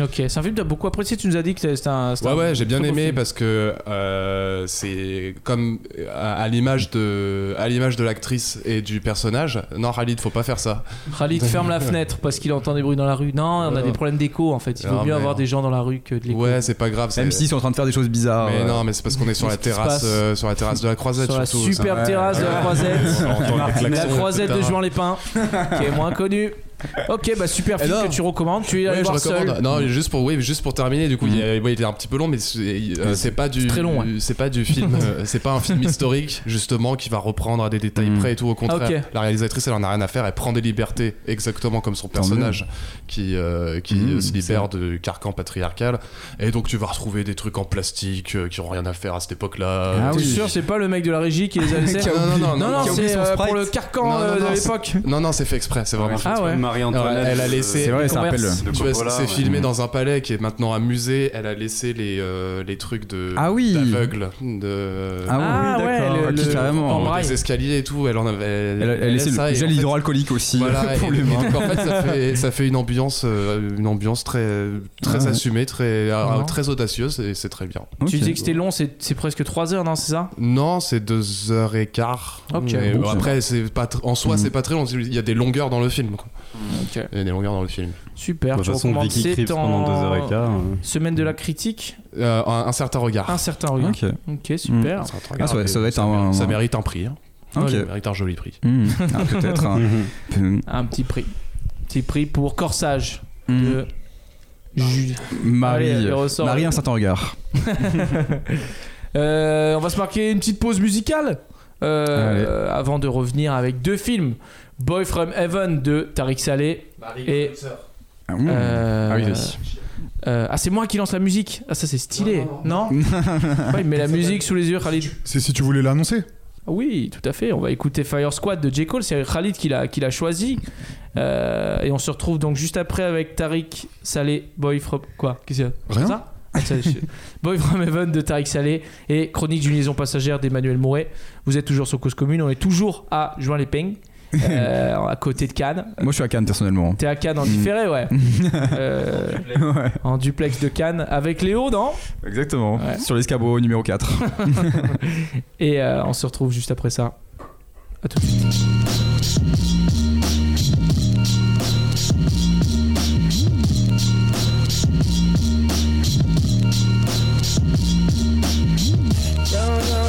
Speaker 3: Ok, c'est un film que tu as beaucoup apprécié. Tu nous as dit que c'était un. c'était
Speaker 5: Ouais,
Speaker 3: un
Speaker 5: ouais, j'ai bien
Speaker 3: très beau
Speaker 5: aimé
Speaker 3: film.
Speaker 5: parce que euh, c'est comme à, à l'image de à l'image de l'actrice et du personnage. Non, Khalid, faut pas faire ça.
Speaker 3: Khalid ferme la fenêtre parce qu'il entend des bruits dans la rue. Non, on a
Speaker 5: Ouais.
Speaker 3: des problèmes d'écho en fait. Il vaut
Speaker 5: Ah,
Speaker 3: mieux
Speaker 5: merde.
Speaker 3: avoir des gens dans la rue que de l'écho.
Speaker 5: Ouais, c'est pas grave. c'est-
Speaker 4: Même s'ils sont en train de faire des choses bizarres.
Speaker 5: mais
Speaker 4: euh,
Speaker 5: non, mais c'est parce qu'on est sur
Speaker 3: Qu'est-ce
Speaker 5: la
Speaker 3: qui se
Speaker 5: terrasse,
Speaker 3: passe
Speaker 5: euh, sur la terrasse de la croisette
Speaker 3: Sur la
Speaker 5: surtout. ça.
Speaker 3: superbe
Speaker 4: ouais.
Speaker 3: terrasse de la
Speaker 5: On
Speaker 3: croisette.
Speaker 5: entend les
Speaker 3: La
Speaker 5: klaxons,
Speaker 3: croisette de
Speaker 5: etc.
Speaker 3: Juan Lépin, qui est moins connue. Ok, bah super
Speaker 5: Et
Speaker 3: film
Speaker 5: non.
Speaker 3: que tu recommandes. Tu es allé
Speaker 5: Ouais, je
Speaker 3: voir
Speaker 5: recommande.
Speaker 3: seul.
Speaker 5: Non, juste pour oui, juste pour terminer. Du coup, il, y
Speaker 3: Mm.
Speaker 5: a- ouais, il est un petit peu long, mais c'est euh, c'est pas du
Speaker 3: très long, ouais.
Speaker 5: c'est pas du film, euh, c'est pas un film historique justement qui va reprendre à des détails
Speaker 4: Mm.
Speaker 5: près et tout. Au contraire,
Speaker 3: Ah, ok.
Speaker 5: la réalisatrice, elle en a rien à faire. Elle prend des libertés, exactement comme son personnage qui euh, qui
Speaker 4: Mm,
Speaker 5: euh, se
Speaker 4: c'est
Speaker 5: libère du carcan patriarcal. Et donc, tu vas retrouver des trucs en plastique euh, qui ont rien à faire à cette époque-là.
Speaker 4: Ah
Speaker 5: Des-
Speaker 3: T'es
Speaker 4: oui.
Speaker 3: sûr, c'est pas le mec de la régie qui les a laissés
Speaker 5: Qui a oublié-
Speaker 3: non, non,
Speaker 5: qui a oublié
Speaker 3: c'est
Speaker 5: son
Speaker 3: euh,
Speaker 5: sprite.
Speaker 3: pour le carcan
Speaker 5: Non, non,
Speaker 3: euh,
Speaker 5: non,
Speaker 3: de
Speaker 5: c'est-
Speaker 3: l'époque.
Speaker 5: Non, non, c'est fait exprès. C'est vraiment. fait
Speaker 3: Ah ouais.
Speaker 5: Alors,
Speaker 6: Marie-Antoinette. euh,
Speaker 5: elle a laissé-
Speaker 4: C'est vrai, ça rappelle.
Speaker 3: Commerce.
Speaker 5: Tu vois,
Speaker 6: Coppola,
Speaker 5: c'est
Speaker 6: ouais.
Speaker 5: filmé dans un palais qui est maintenant un musée. Elle a laissé les, euh, les trucs de
Speaker 4: Ah oui.
Speaker 5: d'aveugle, de
Speaker 4: Ah
Speaker 3: Ah
Speaker 4: oui,
Speaker 3: ouais,
Speaker 4: d'accord.
Speaker 3: le-
Speaker 4: Ok,
Speaker 3: le-
Speaker 4: carrément.
Speaker 3: en
Speaker 5: des
Speaker 3: braille.
Speaker 5: escaliers et tout. Elle en avait.
Speaker 4: Elle a- elle a laissé
Speaker 5: ça
Speaker 4: le
Speaker 5: et en
Speaker 4: gel
Speaker 5: fait-
Speaker 4: hydroalcoolique aussi
Speaker 5: Voilà,
Speaker 4: pour
Speaker 5: et-
Speaker 4: les
Speaker 5: et
Speaker 4: mains.
Speaker 5: donc, en fait, ça fait, ça fait une ambiance, euh, une ambiance très, très
Speaker 4: Ouais.
Speaker 5: assumée, très,
Speaker 3: Ouais.
Speaker 5: très audacieuse, et c'est très bien.
Speaker 3: Tu
Speaker 4: Ah, Ok.
Speaker 3: disais que c'était long, c'est c'est presque 3 heures, non, c'est ça
Speaker 5: Non, c'est deux heures et quart.
Speaker 3: Ok.
Speaker 5: Mais bon,
Speaker 4: Ok.
Speaker 5: après, c'est pas tr- en soi,
Speaker 4: Mm.
Speaker 5: c'est pas très long. Il y a des longueurs dans le film. quoi.
Speaker 3: Ok.
Speaker 5: Il y a des longueurs dans le film.
Speaker 3: Super,
Speaker 6: De toute
Speaker 3: tu
Speaker 6: façon,
Speaker 3: recommandes.
Speaker 6: Vicky Cripps
Speaker 3: C'est en
Speaker 6: pendant
Speaker 4: hein.
Speaker 6: 2h15.
Speaker 3: Semaine de la critique,
Speaker 5: Euh, un, un certain regard. Hein Mm.
Speaker 3: un certain regard.
Speaker 4: Mm. Ok.
Speaker 3: Ok, super.
Speaker 5: Un certain
Speaker 4: Ah,
Speaker 5: regard,
Speaker 4: ça, ça doit être un.
Speaker 5: mais ça mérite un prix. hein.
Speaker 4: Ok.
Speaker 5: Ça mérite un joli prix.
Speaker 4: Mhm. Ah, Peut-être. un- Mhm.
Speaker 3: Un petit prix. Petit prix pour Corsage
Speaker 4: Mhm.
Speaker 3: de Julie. Euh, Allez,
Speaker 4: Marie.
Speaker 3: elle ressort.
Speaker 4: Marie, un certain regard.
Speaker 3: Euh, on va se marquer une petite pause musicale euh, avant de revenir avec deux films Boy from Heaven de Tariq Saleh. Et-
Speaker 4: Ah, mhm.
Speaker 3: euh,
Speaker 4: Ah oui, aussi.
Speaker 3: euh, ah, c'est moi qui lance la musique. Ah, ça c'est stylé, non, Ouais, Il met la musique sous les yeux, Khalid.
Speaker 10: C'est si tu voulais l'annoncer.
Speaker 3: Oui, tout à fait. On va écouter Fire Squad de J. Cole. C'est Khalid qui l'a, qui l'a choisi. Euh, et on se retrouve donc juste après avec Tariq Saleh, Boy from. Quoi Qu'est-ce qu'il y a
Speaker 10: Rien.
Speaker 3: Ça Ah, ça, je- Boy from Heaven de Tariq Saleh et Chronique d'une liaison passagère d'Emmanuel Mouret. Vous êtes toujours sur Cause Commune. On est toujours à Juin les Peignes, euh, à côté de Cannes.
Speaker 4: Moi, je suis à Cannes personnellement.
Speaker 3: T'es à Cannes en différé, ouais. Euh,
Speaker 4: Ouais.
Speaker 3: en duplex de Cannes avec Léo, non
Speaker 4: Exactement.
Speaker 3: Ouais.
Speaker 4: Sur l'escabeau numéro 4.
Speaker 3: Et euh, on se retrouve juste après ça. À tout de suite.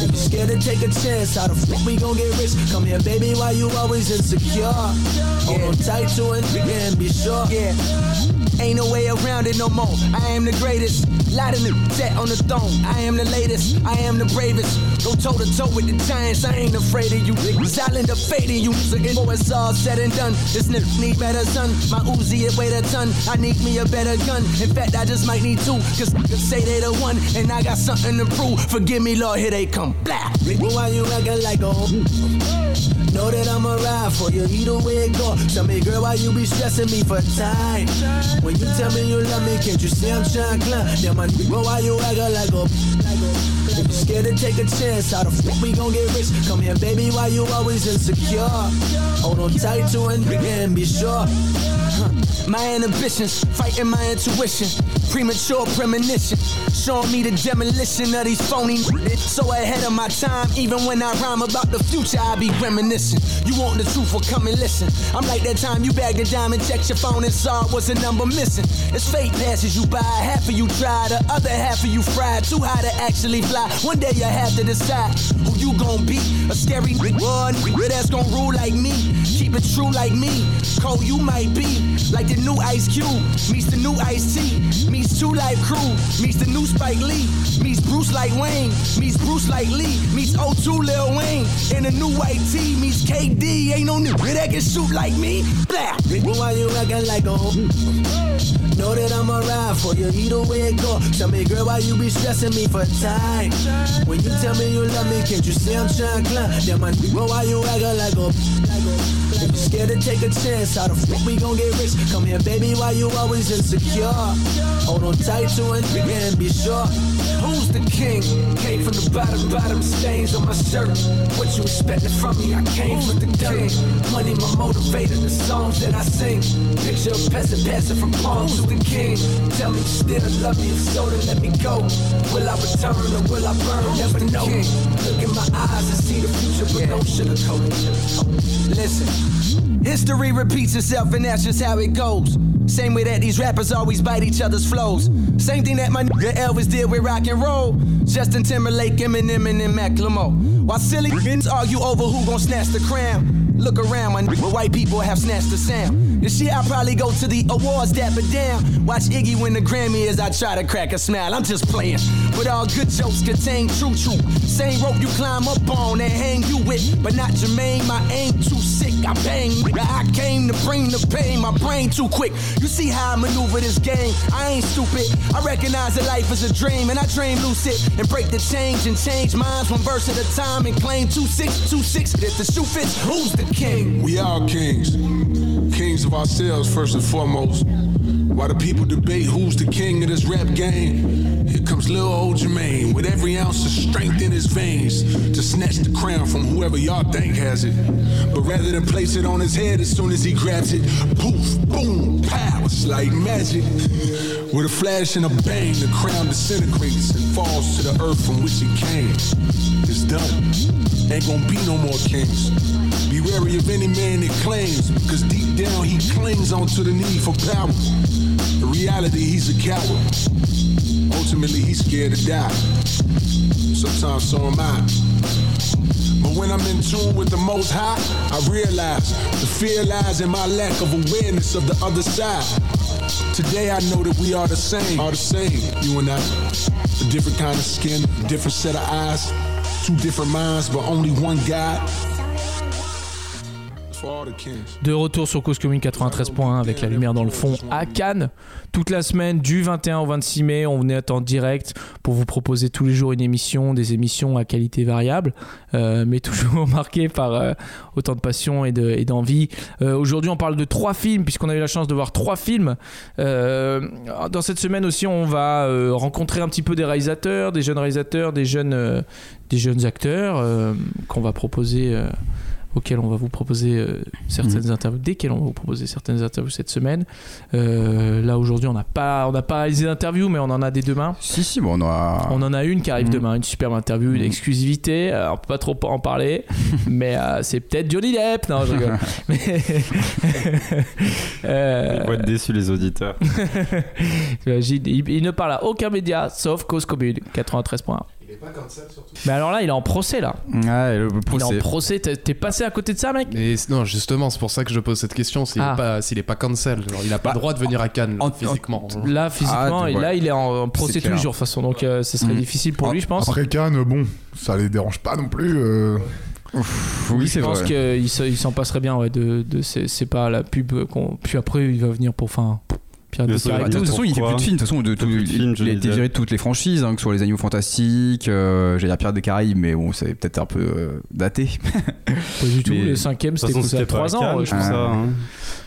Speaker 11: If you scared to take a chance, how the fuck we gon' get rich? Come here, baby, why you always insecure? Hold on tight to it, yeah, and be sure. Ain't no way around it no more. I am the greatest. Lot of them set on the throne. I am the latest. I am the bravest. Go toe to toe with the giants. I ain't afraid of you. Silent of fading you. So before it's all said and done, this nigga need better son. My Uzi it weighed a ton. I need me a better gun. In fact, I just might need two. Cause niggas say they the one, and I got something to prove. Forgive me, Lord, here they come. Blah. Why you acting like a hoe? Know that I'ma ride for you either way it go. Tell me, girl, why you be stressing me for time? When you tell me you love me, can't you see I'm trying to climb? Yeah, my nigga, why you acting like a if you scared to take a chance, how the fuck we gon' get rich? Come here, baby, why you always insecure? Hold on tight to it and be sure. Huh. My inhibitions, fighting my intuition. Premature premonition, showing me the demolition of these phony. n- So ahead of my time, even when I rhyme about the future, I be reminiscing. You want the truth? Well, come and listen. I'm like that time you bagged a diamond, checked your phone and saw it was a number missing. It's fate passes you by. Half of you dry, the other half of you fried. Too high to actually fly. One day you have to decide who you gon' be. A scary one that's gon' rule like me. Keep it true like me. Cold you might be. Like the new Ice Cube meets the new Ice T meets Two Life Crew meets the new Spike Lee meets Bruce like Wayne meets Bruce like Lee meets O2 Lil Wayne in a new white tee meets KD. Ain't no nigga that can shoot like me. Blah. Why you acting like a hoe? Know that I'm around for you either way it go. Tell me, girl, why you be stressing me for time? When you tell me you love me, can't you see I'm trying to climb? Yeah, my nigga, why you acting like a if you scared to take a chance, how the fuck we gon' get rich? Come here, baby, why you always insecure? Hold on tight to it and be sure. Who's the king? Came from the bottom, bottom stains on my shirt. What you expecting from me? I came with the dirt. Money, my motivator, the songs that I sing. Picture a peasant passing from palm to the king. Tell me you still love me, if so then let me go. Will I return or will I burn? Never know. Look in my eyes and see the future, but no sugarcoat it. Listen, history repeats itself, and that's just how it goes. Same way that these rappers always bite each other's flows. Same thing that my nigga Elvis did with rock and roll. Justin Timberlake, Eminem, and then Macklemore. While silly niggas argue over who gon' snatch the crown. Look around, my nigga, white people have snatched the sound. This year I'll probably go to the awards, dapper down. Watch Iggy win the Grammy as I try to crack a smile. I'm just playing, but all good jokes contain true truth. Same rope you climb up on and hang you with, but not Jermaine. My aim too sick, I bang. I came to bring the pain, my brain too quick. You see how I maneuver this game. I ain't stupid. I recognize that life is a dream, and I dream lucid and break the change and change minds one verse at a time and claim two six two six. If the shoe fits, who's the king?
Speaker 12: We all kings. Kings of ourselves, first and foremost. While the people debate who's the king of this rap game, here comes little old Jermaine with every ounce of strength in his veins to snatch the crown from whoever y'all think has it. But rather than place it on his head as soon as he grabs it, poof, boom, pow, it's like magic. With a flash and a bang, the crown disintegrates and falls to the earth from which it came. It's done. Ain't gonna be no more kings. Be wary of any man that claims, cause deep down he clings onto the need for power. In reality, he's a coward. Ultimately, he's scared to die. Sometimes so am I. But when I'm in tune with the most high, I realize the fear lies in my lack of awareness of the other side. Today I know that we are the same, are the same, you and I. A different kind of skin, a different set of eyes, two different minds, but only one God. For all the kings.
Speaker 3: De retour sur Cause Commune 93.1 avec la lumière dans le fond à Cannes. Toute la semaine du 21 au 26 mai, on venait en direct pour vous proposer tous les jours une émission, des émissions à qualité variable, euh, mais toujours marquées par euh, autant de passion et de- et d'envie. Euh, Aujourd'hui, on parle de trois films puisqu'on a eu la chance de voir trois films. Euh, dans cette semaine aussi, on va euh, rencontrer un petit peu des réalisateurs, des jeunes réalisateurs, des jeunes, euh, des jeunes acteurs euh, qu'on va proposer. euh, auxquels on va vous proposer euh, certaines interviews, desquels on va vous proposer certaines interviews cette semaine. Euh, là aujourd'hui, on n'a pas, on n'a pas réalisé d'interview, mais on en a des demain.
Speaker 4: Si, si, bon, on a.
Speaker 3: On en a une qui arrive demain, une superbe interview, une exclusivité. euh, on peut pas trop en parler, mais euh, c'est peut-être Johnny Depp. Non, je rigole. mais, euh,
Speaker 6: Ils vont être déçus, les auditeurs.
Speaker 3: il, il ne parle à aucun média sauf Cause Commune 93 points.
Speaker 5: Il est pas comme ça, surtout.
Speaker 3: Mais alors là, il est en procès là.
Speaker 4: Ah, et le
Speaker 3: Il est
Speaker 4: procès.
Speaker 3: en procès. T'es t'es passé à côté de ça, mec.
Speaker 5: Et c- non, justement, c'est pour ça que je pose cette question. S'il
Speaker 3: Ah.
Speaker 5: n'est pas, s'il est pas cancel, genre, il n'a pas le droit de venir à Cannes
Speaker 4: en- en-
Speaker 5: physiquement.
Speaker 3: Mmh. Là, physiquement,
Speaker 4: Ah,
Speaker 3: et
Speaker 4: ouais.
Speaker 3: là, il est en, en procès tous
Speaker 4: clair.
Speaker 3: les jours de toute façon. Donc, euh, ce serait
Speaker 4: Mm.
Speaker 3: difficile pour lui, je pense.
Speaker 10: Après Cannes, bon, ça les dérange pas non plus. euh,
Speaker 4: Oui,
Speaker 3: je
Speaker 4: c'est
Speaker 3: pense
Speaker 4: vrai.
Speaker 3: qu'il s'en passerait bien ouais, de, de- c'est, c'est pas la pub qu'on puis après il va venir pour enfin Pierre de
Speaker 4: Bah, De toute façon, il fait plus de films. De toute façon, de tout-
Speaker 6: films, je
Speaker 4: il a
Speaker 6: le
Speaker 4: été
Speaker 6: disais.
Speaker 4: viré de toutes les franchises, hein, que ce soit les Animaux Fantastiques, euh, j'allais dire Pirates des Caraïbes, mais bon, c'est peut-être un peu euh, daté.
Speaker 3: Pas du tout, le cinquième, c'était cool, il y a 3 ans.
Speaker 4: je trouve ça. hein.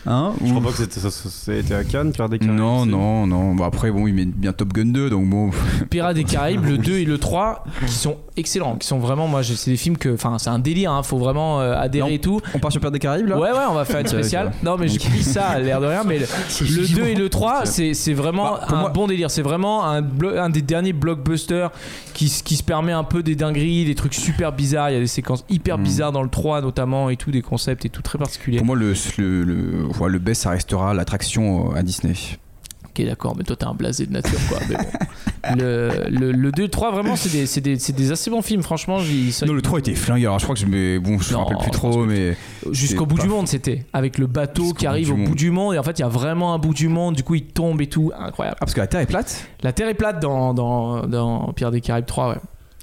Speaker 3: Hein,
Speaker 6: Je crois pas que c'était- ça- ça- c'était à Cannes, Pierre Descartes.
Speaker 4: Non, non, non. Bon, après, bon, il met bien Top Gun 2, donc bon.
Speaker 3: Pirates des Caraïbes, le 2 et le 3, qui sont excellents, qui sont vraiment, moi, j'ai- c'est des films que, enfin, c'est un délire, hein, faut vraiment euh, adhérer et tout.
Speaker 4: On part sur Pirates des Caraïbes, là
Speaker 3: Ouais, ouais, on va faire une
Speaker 4: Ok, ok.
Speaker 3: spéciale. Non, mais je
Speaker 4: Ok.
Speaker 3: dis ça, à l'air de rien, mais le, le 2 et le 3, c'est c'est vraiment
Speaker 4: Bah, pour
Speaker 3: un
Speaker 4: moi-
Speaker 3: bon délire. C'est vraiment un, blo- un des derniers blockbusters qui, s- qui se permet un peu des dingueries, des trucs super bizarres. Il y a des séquences hyper bizarres dans le 3, notamment, et tout, des concepts et tout, très particuliers.
Speaker 4: Mm. Pour moi, le, le, le, voilà, le best, ça restera l'attraction euh, à Disney.
Speaker 3: Ok, d'accord, mais toi, t'es un blasé de nature, quoi. Mais bon. le, le, le 2 et le 3, vraiment, c'est des, c'est des, c'est des assez bons films, franchement. j'y-
Speaker 4: Non, le 3 était flingueur. Je crois que je me, bon, je me
Speaker 3: Non,
Speaker 4: rappelle
Speaker 3: je
Speaker 4: plus trop, mais.
Speaker 3: Jusqu'au
Speaker 4: c'est
Speaker 3: bout
Speaker 4: pas
Speaker 3: du monde, c'était. Avec le bateau qui arrive
Speaker 4: bout
Speaker 3: au
Speaker 4: du
Speaker 3: bout du monde. Et en fait, il y a vraiment un bout du monde. Du coup, il tombe et tout. Incroyable.
Speaker 4: Ah, parce que la Terre est plate
Speaker 3: La Terre est plate dans, dans, dans Pierre des Caraïbes 3, ouais.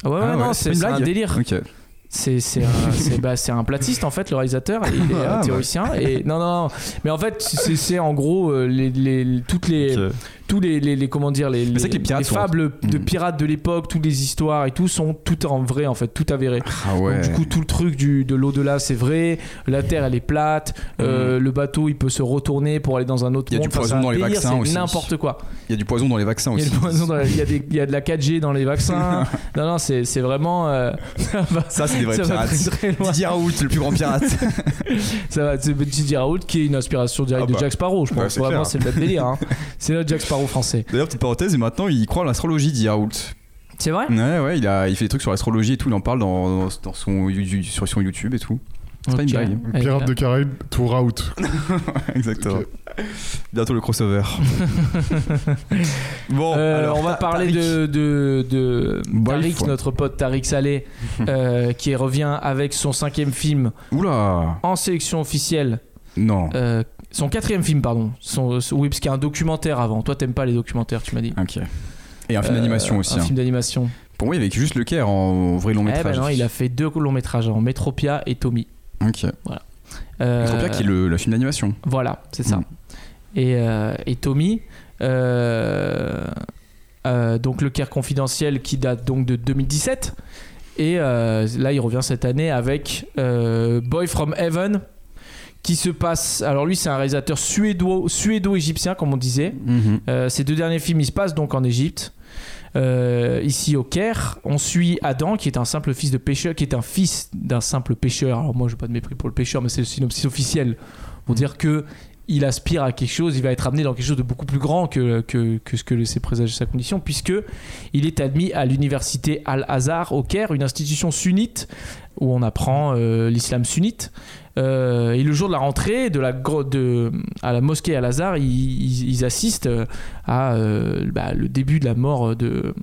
Speaker 3: Ah ouais, ouais,
Speaker 4: Ah
Speaker 3: non,
Speaker 4: ouais,
Speaker 3: c'est
Speaker 4: pas une
Speaker 3: c'est un
Speaker 4: blague
Speaker 3: délire.
Speaker 4: Ok. Ah
Speaker 3: C'est c'est un, c'est- bah, c'est un platiste en fait, le réalisateur, et il est
Speaker 4: Ah,
Speaker 3: euh,
Speaker 4: bah.
Speaker 3: théoricien. Et, non, non, non. mais en fait, c'est c'est en gros euh, les, les- toutes les,
Speaker 6: Ok.
Speaker 3: tous les, les- les- comment dire, les,
Speaker 4: c'est vrai que les pirates sont- Mm.
Speaker 3: fables de pirates de l'époque, toutes les histoires et tout sont toutes en vrai en fait, tout avéré.
Speaker 4: Ah ouais.
Speaker 3: Donc, du coup, tout le truc du, de l'au-delà, c'est vrai. La Terre, elle est plate. Euh, Le bateau, il peut se retourner pour aller dans un autre
Speaker 4: Mm. Il y a
Speaker 3: monde.
Speaker 4: du
Speaker 3: Enfin,
Speaker 4: poison
Speaker 3: c'est un
Speaker 4: dans les
Speaker 3: délire,
Speaker 4: vaccins
Speaker 3: c'est
Speaker 4: aussi.
Speaker 3: N'importe quoi.
Speaker 4: Il y a du poison dans les vaccins
Speaker 3: Il y, a
Speaker 4: aussi.
Speaker 3: du poison dans la- il y a des- il y a de la 4G dans les vaccins. non, non, c'est c'est vraiment. euh, ça, va-
Speaker 4: Ça, c'est des vrais
Speaker 3: ça va
Speaker 4: pirates.
Speaker 3: très, très loin.
Speaker 4: Didier Raoult, le plus grand pirate.
Speaker 3: Ça va, c'est Didier Raoult qui est une inspiration directe
Speaker 4: Ah bah.
Speaker 3: de Jack Sparrow, je
Speaker 4: Ouais,
Speaker 3: pense.
Speaker 4: c'est
Speaker 3: vraiment,
Speaker 4: clair.
Speaker 3: c'est le même délire. hein. C'est le Jack Sparrow français.
Speaker 4: D'ailleurs, petite parenthèse, et maintenant, il croit en l'astrologie, Didier Raoult.
Speaker 3: C'est vrai
Speaker 4: Ouais, ouais, il, a, il fait des trucs sur l'astrologie et tout, il en parle dans, dans- dans son, you- sur son YouTube et tout. C'est pas une
Speaker 3: Ok.
Speaker 4: blague. hein.
Speaker 3: Et
Speaker 10: Pirates
Speaker 3: là-
Speaker 10: de Caraïbes, tour out.
Speaker 4: Exactement. Bientôt le crossover. bon,
Speaker 3: Euh,
Speaker 4: Oh, alors,
Speaker 3: on va
Speaker 4: Ta-
Speaker 3: parler de, de, de
Speaker 4: Boif.
Speaker 3: Tariq, notre pote Tariq Saleh, euh, qui revient avec son cinquième film
Speaker 4: Oula
Speaker 3: en sélection officielle.
Speaker 4: Non.
Speaker 3: Euh, son quatrième film, pardon. Son, son- oui, parce qu'il y a un documentaire avant. Toi, t'aimes pas les documentaires, tu m'as dit.
Speaker 4: Ok. Et un film
Speaker 3: Euh,
Speaker 4: d'animation aussi.
Speaker 3: Un
Speaker 4: hein.
Speaker 3: film d'animation.
Speaker 4: Pour moi, il y avait juste le Caire en, en vrai long
Speaker 3: Eh
Speaker 4: métrage.
Speaker 3: ben non, il a fait deux longs métrages en Metropia et Tommy.
Speaker 4: Ok.
Speaker 3: Euh,
Speaker 4: Metropia qui est le, le film d'animation.
Speaker 3: Voilà, c'est ça.
Speaker 4: Mm.
Speaker 3: Et, euh, et Tommy, euh, euh, donc le Caire confidentiel qui date donc de 2017. Et euh, là, il revient cette année avec euh, Boy from Heaven, qui se passe. Alors lui, c'est un réalisateur suédo- suédo-égyptien, comme on disait.
Speaker 4: Mhm.
Speaker 3: Euh, ces deux derniers films, ils se passent donc en Égypte. Euh, ici au Caire, on suit Adam qui est un simple fils de pêcheur, qui est un fils d'un simple pêcheur. Alors moi, je n'ai pas de mépris pour le pêcheur, mais c'est le synopsis officiel pour dire que il aspire à quelque chose, il va être amené dans quelque chose de beaucoup plus grand que, que, que ce que laissait présager sa condition, puisque il est admis à l'université Al-Azhar au Caire, une institution sunnite où on apprend euh, l'islam sunnite. Euh, et le jour de la rentrée de la, gro- de, à la mosquée Al-Azhar, ils, ils- ils assistent euh, à euh, bah, le début de la mort de,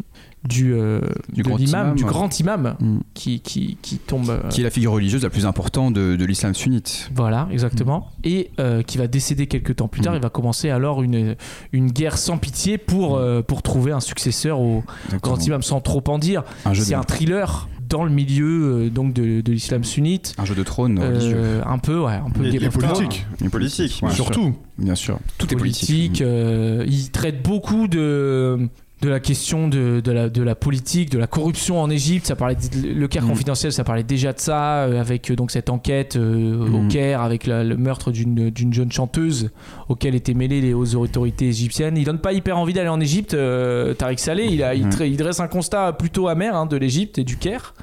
Speaker 3: du, euh,
Speaker 4: Du
Speaker 3: de
Speaker 4: grand
Speaker 3: l'imam,
Speaker 4: imam.
Speaker 3: du grand imam
Speaker 4: Mm.
Speaker 3: qui, qui, qui tombe. euh,
Speaker 4: Qui est la figure religieuse la plus importante de, de l'islam sunnite.
Speaker 3: voilà, exactement. Et euh, qui va décéder quelques temps plus tard.
Speaker 4: Mm.
Speaker 3: Il va commencer alors une, une guerre sans pitié pour, euh, pour trouver un successeur au
Speaker 4: Mm. Exactement.
Speaker 3: grand imam, sans trop en dire.
Speaker 4: Un jeu,
Speaker 3: C'est
Speaker 4: de,
Speaker 3: un thriller dans le milieu euh, donc de, de l'islam sunnite.
Speaker 4: un jeu de trône
Speaker 3: Euh,
Speaker 4: religieux.
Speaker 3: un peu, ouais, un peu
Speaker 10: Et,
Speaker 3: Game
Speaker 10: et
Speaker 3: of Thrones.
Speaker 10: politique, hein,
Speaker 4: Et
Speaker 6: politique,
Speaker 4: Ah, bien sûr.
Speaker 10: surtout.
Speaker 4: Bien sûr. Tout est politique. Mmh.
Speaker 3: politique. euh, il traite beaucoup de de la question de, de la, de la politique, de la corruption en Égypte. Ça parlait de- le Caire
Speaker 4: Mm.
Speaker 3: confidentiel, ça parlait déjà de ça, euh, avec euh, donc cette enquête euh, au
Speaker 4: Mm.
Speaker 3: Caire, avec la- le meurtre d'une d'une jeune chanteuse auquel étaient mêlées les hautes autorités égyptiennes. Il donne pas hyper envie d'aller en Égypte, euh, Tariq Saleh. Il, a, il,
Speaker 4: Mm.
Speaker 3: tra- il dresse un constat plutôt amer hein, de l'Égypte et du Caire.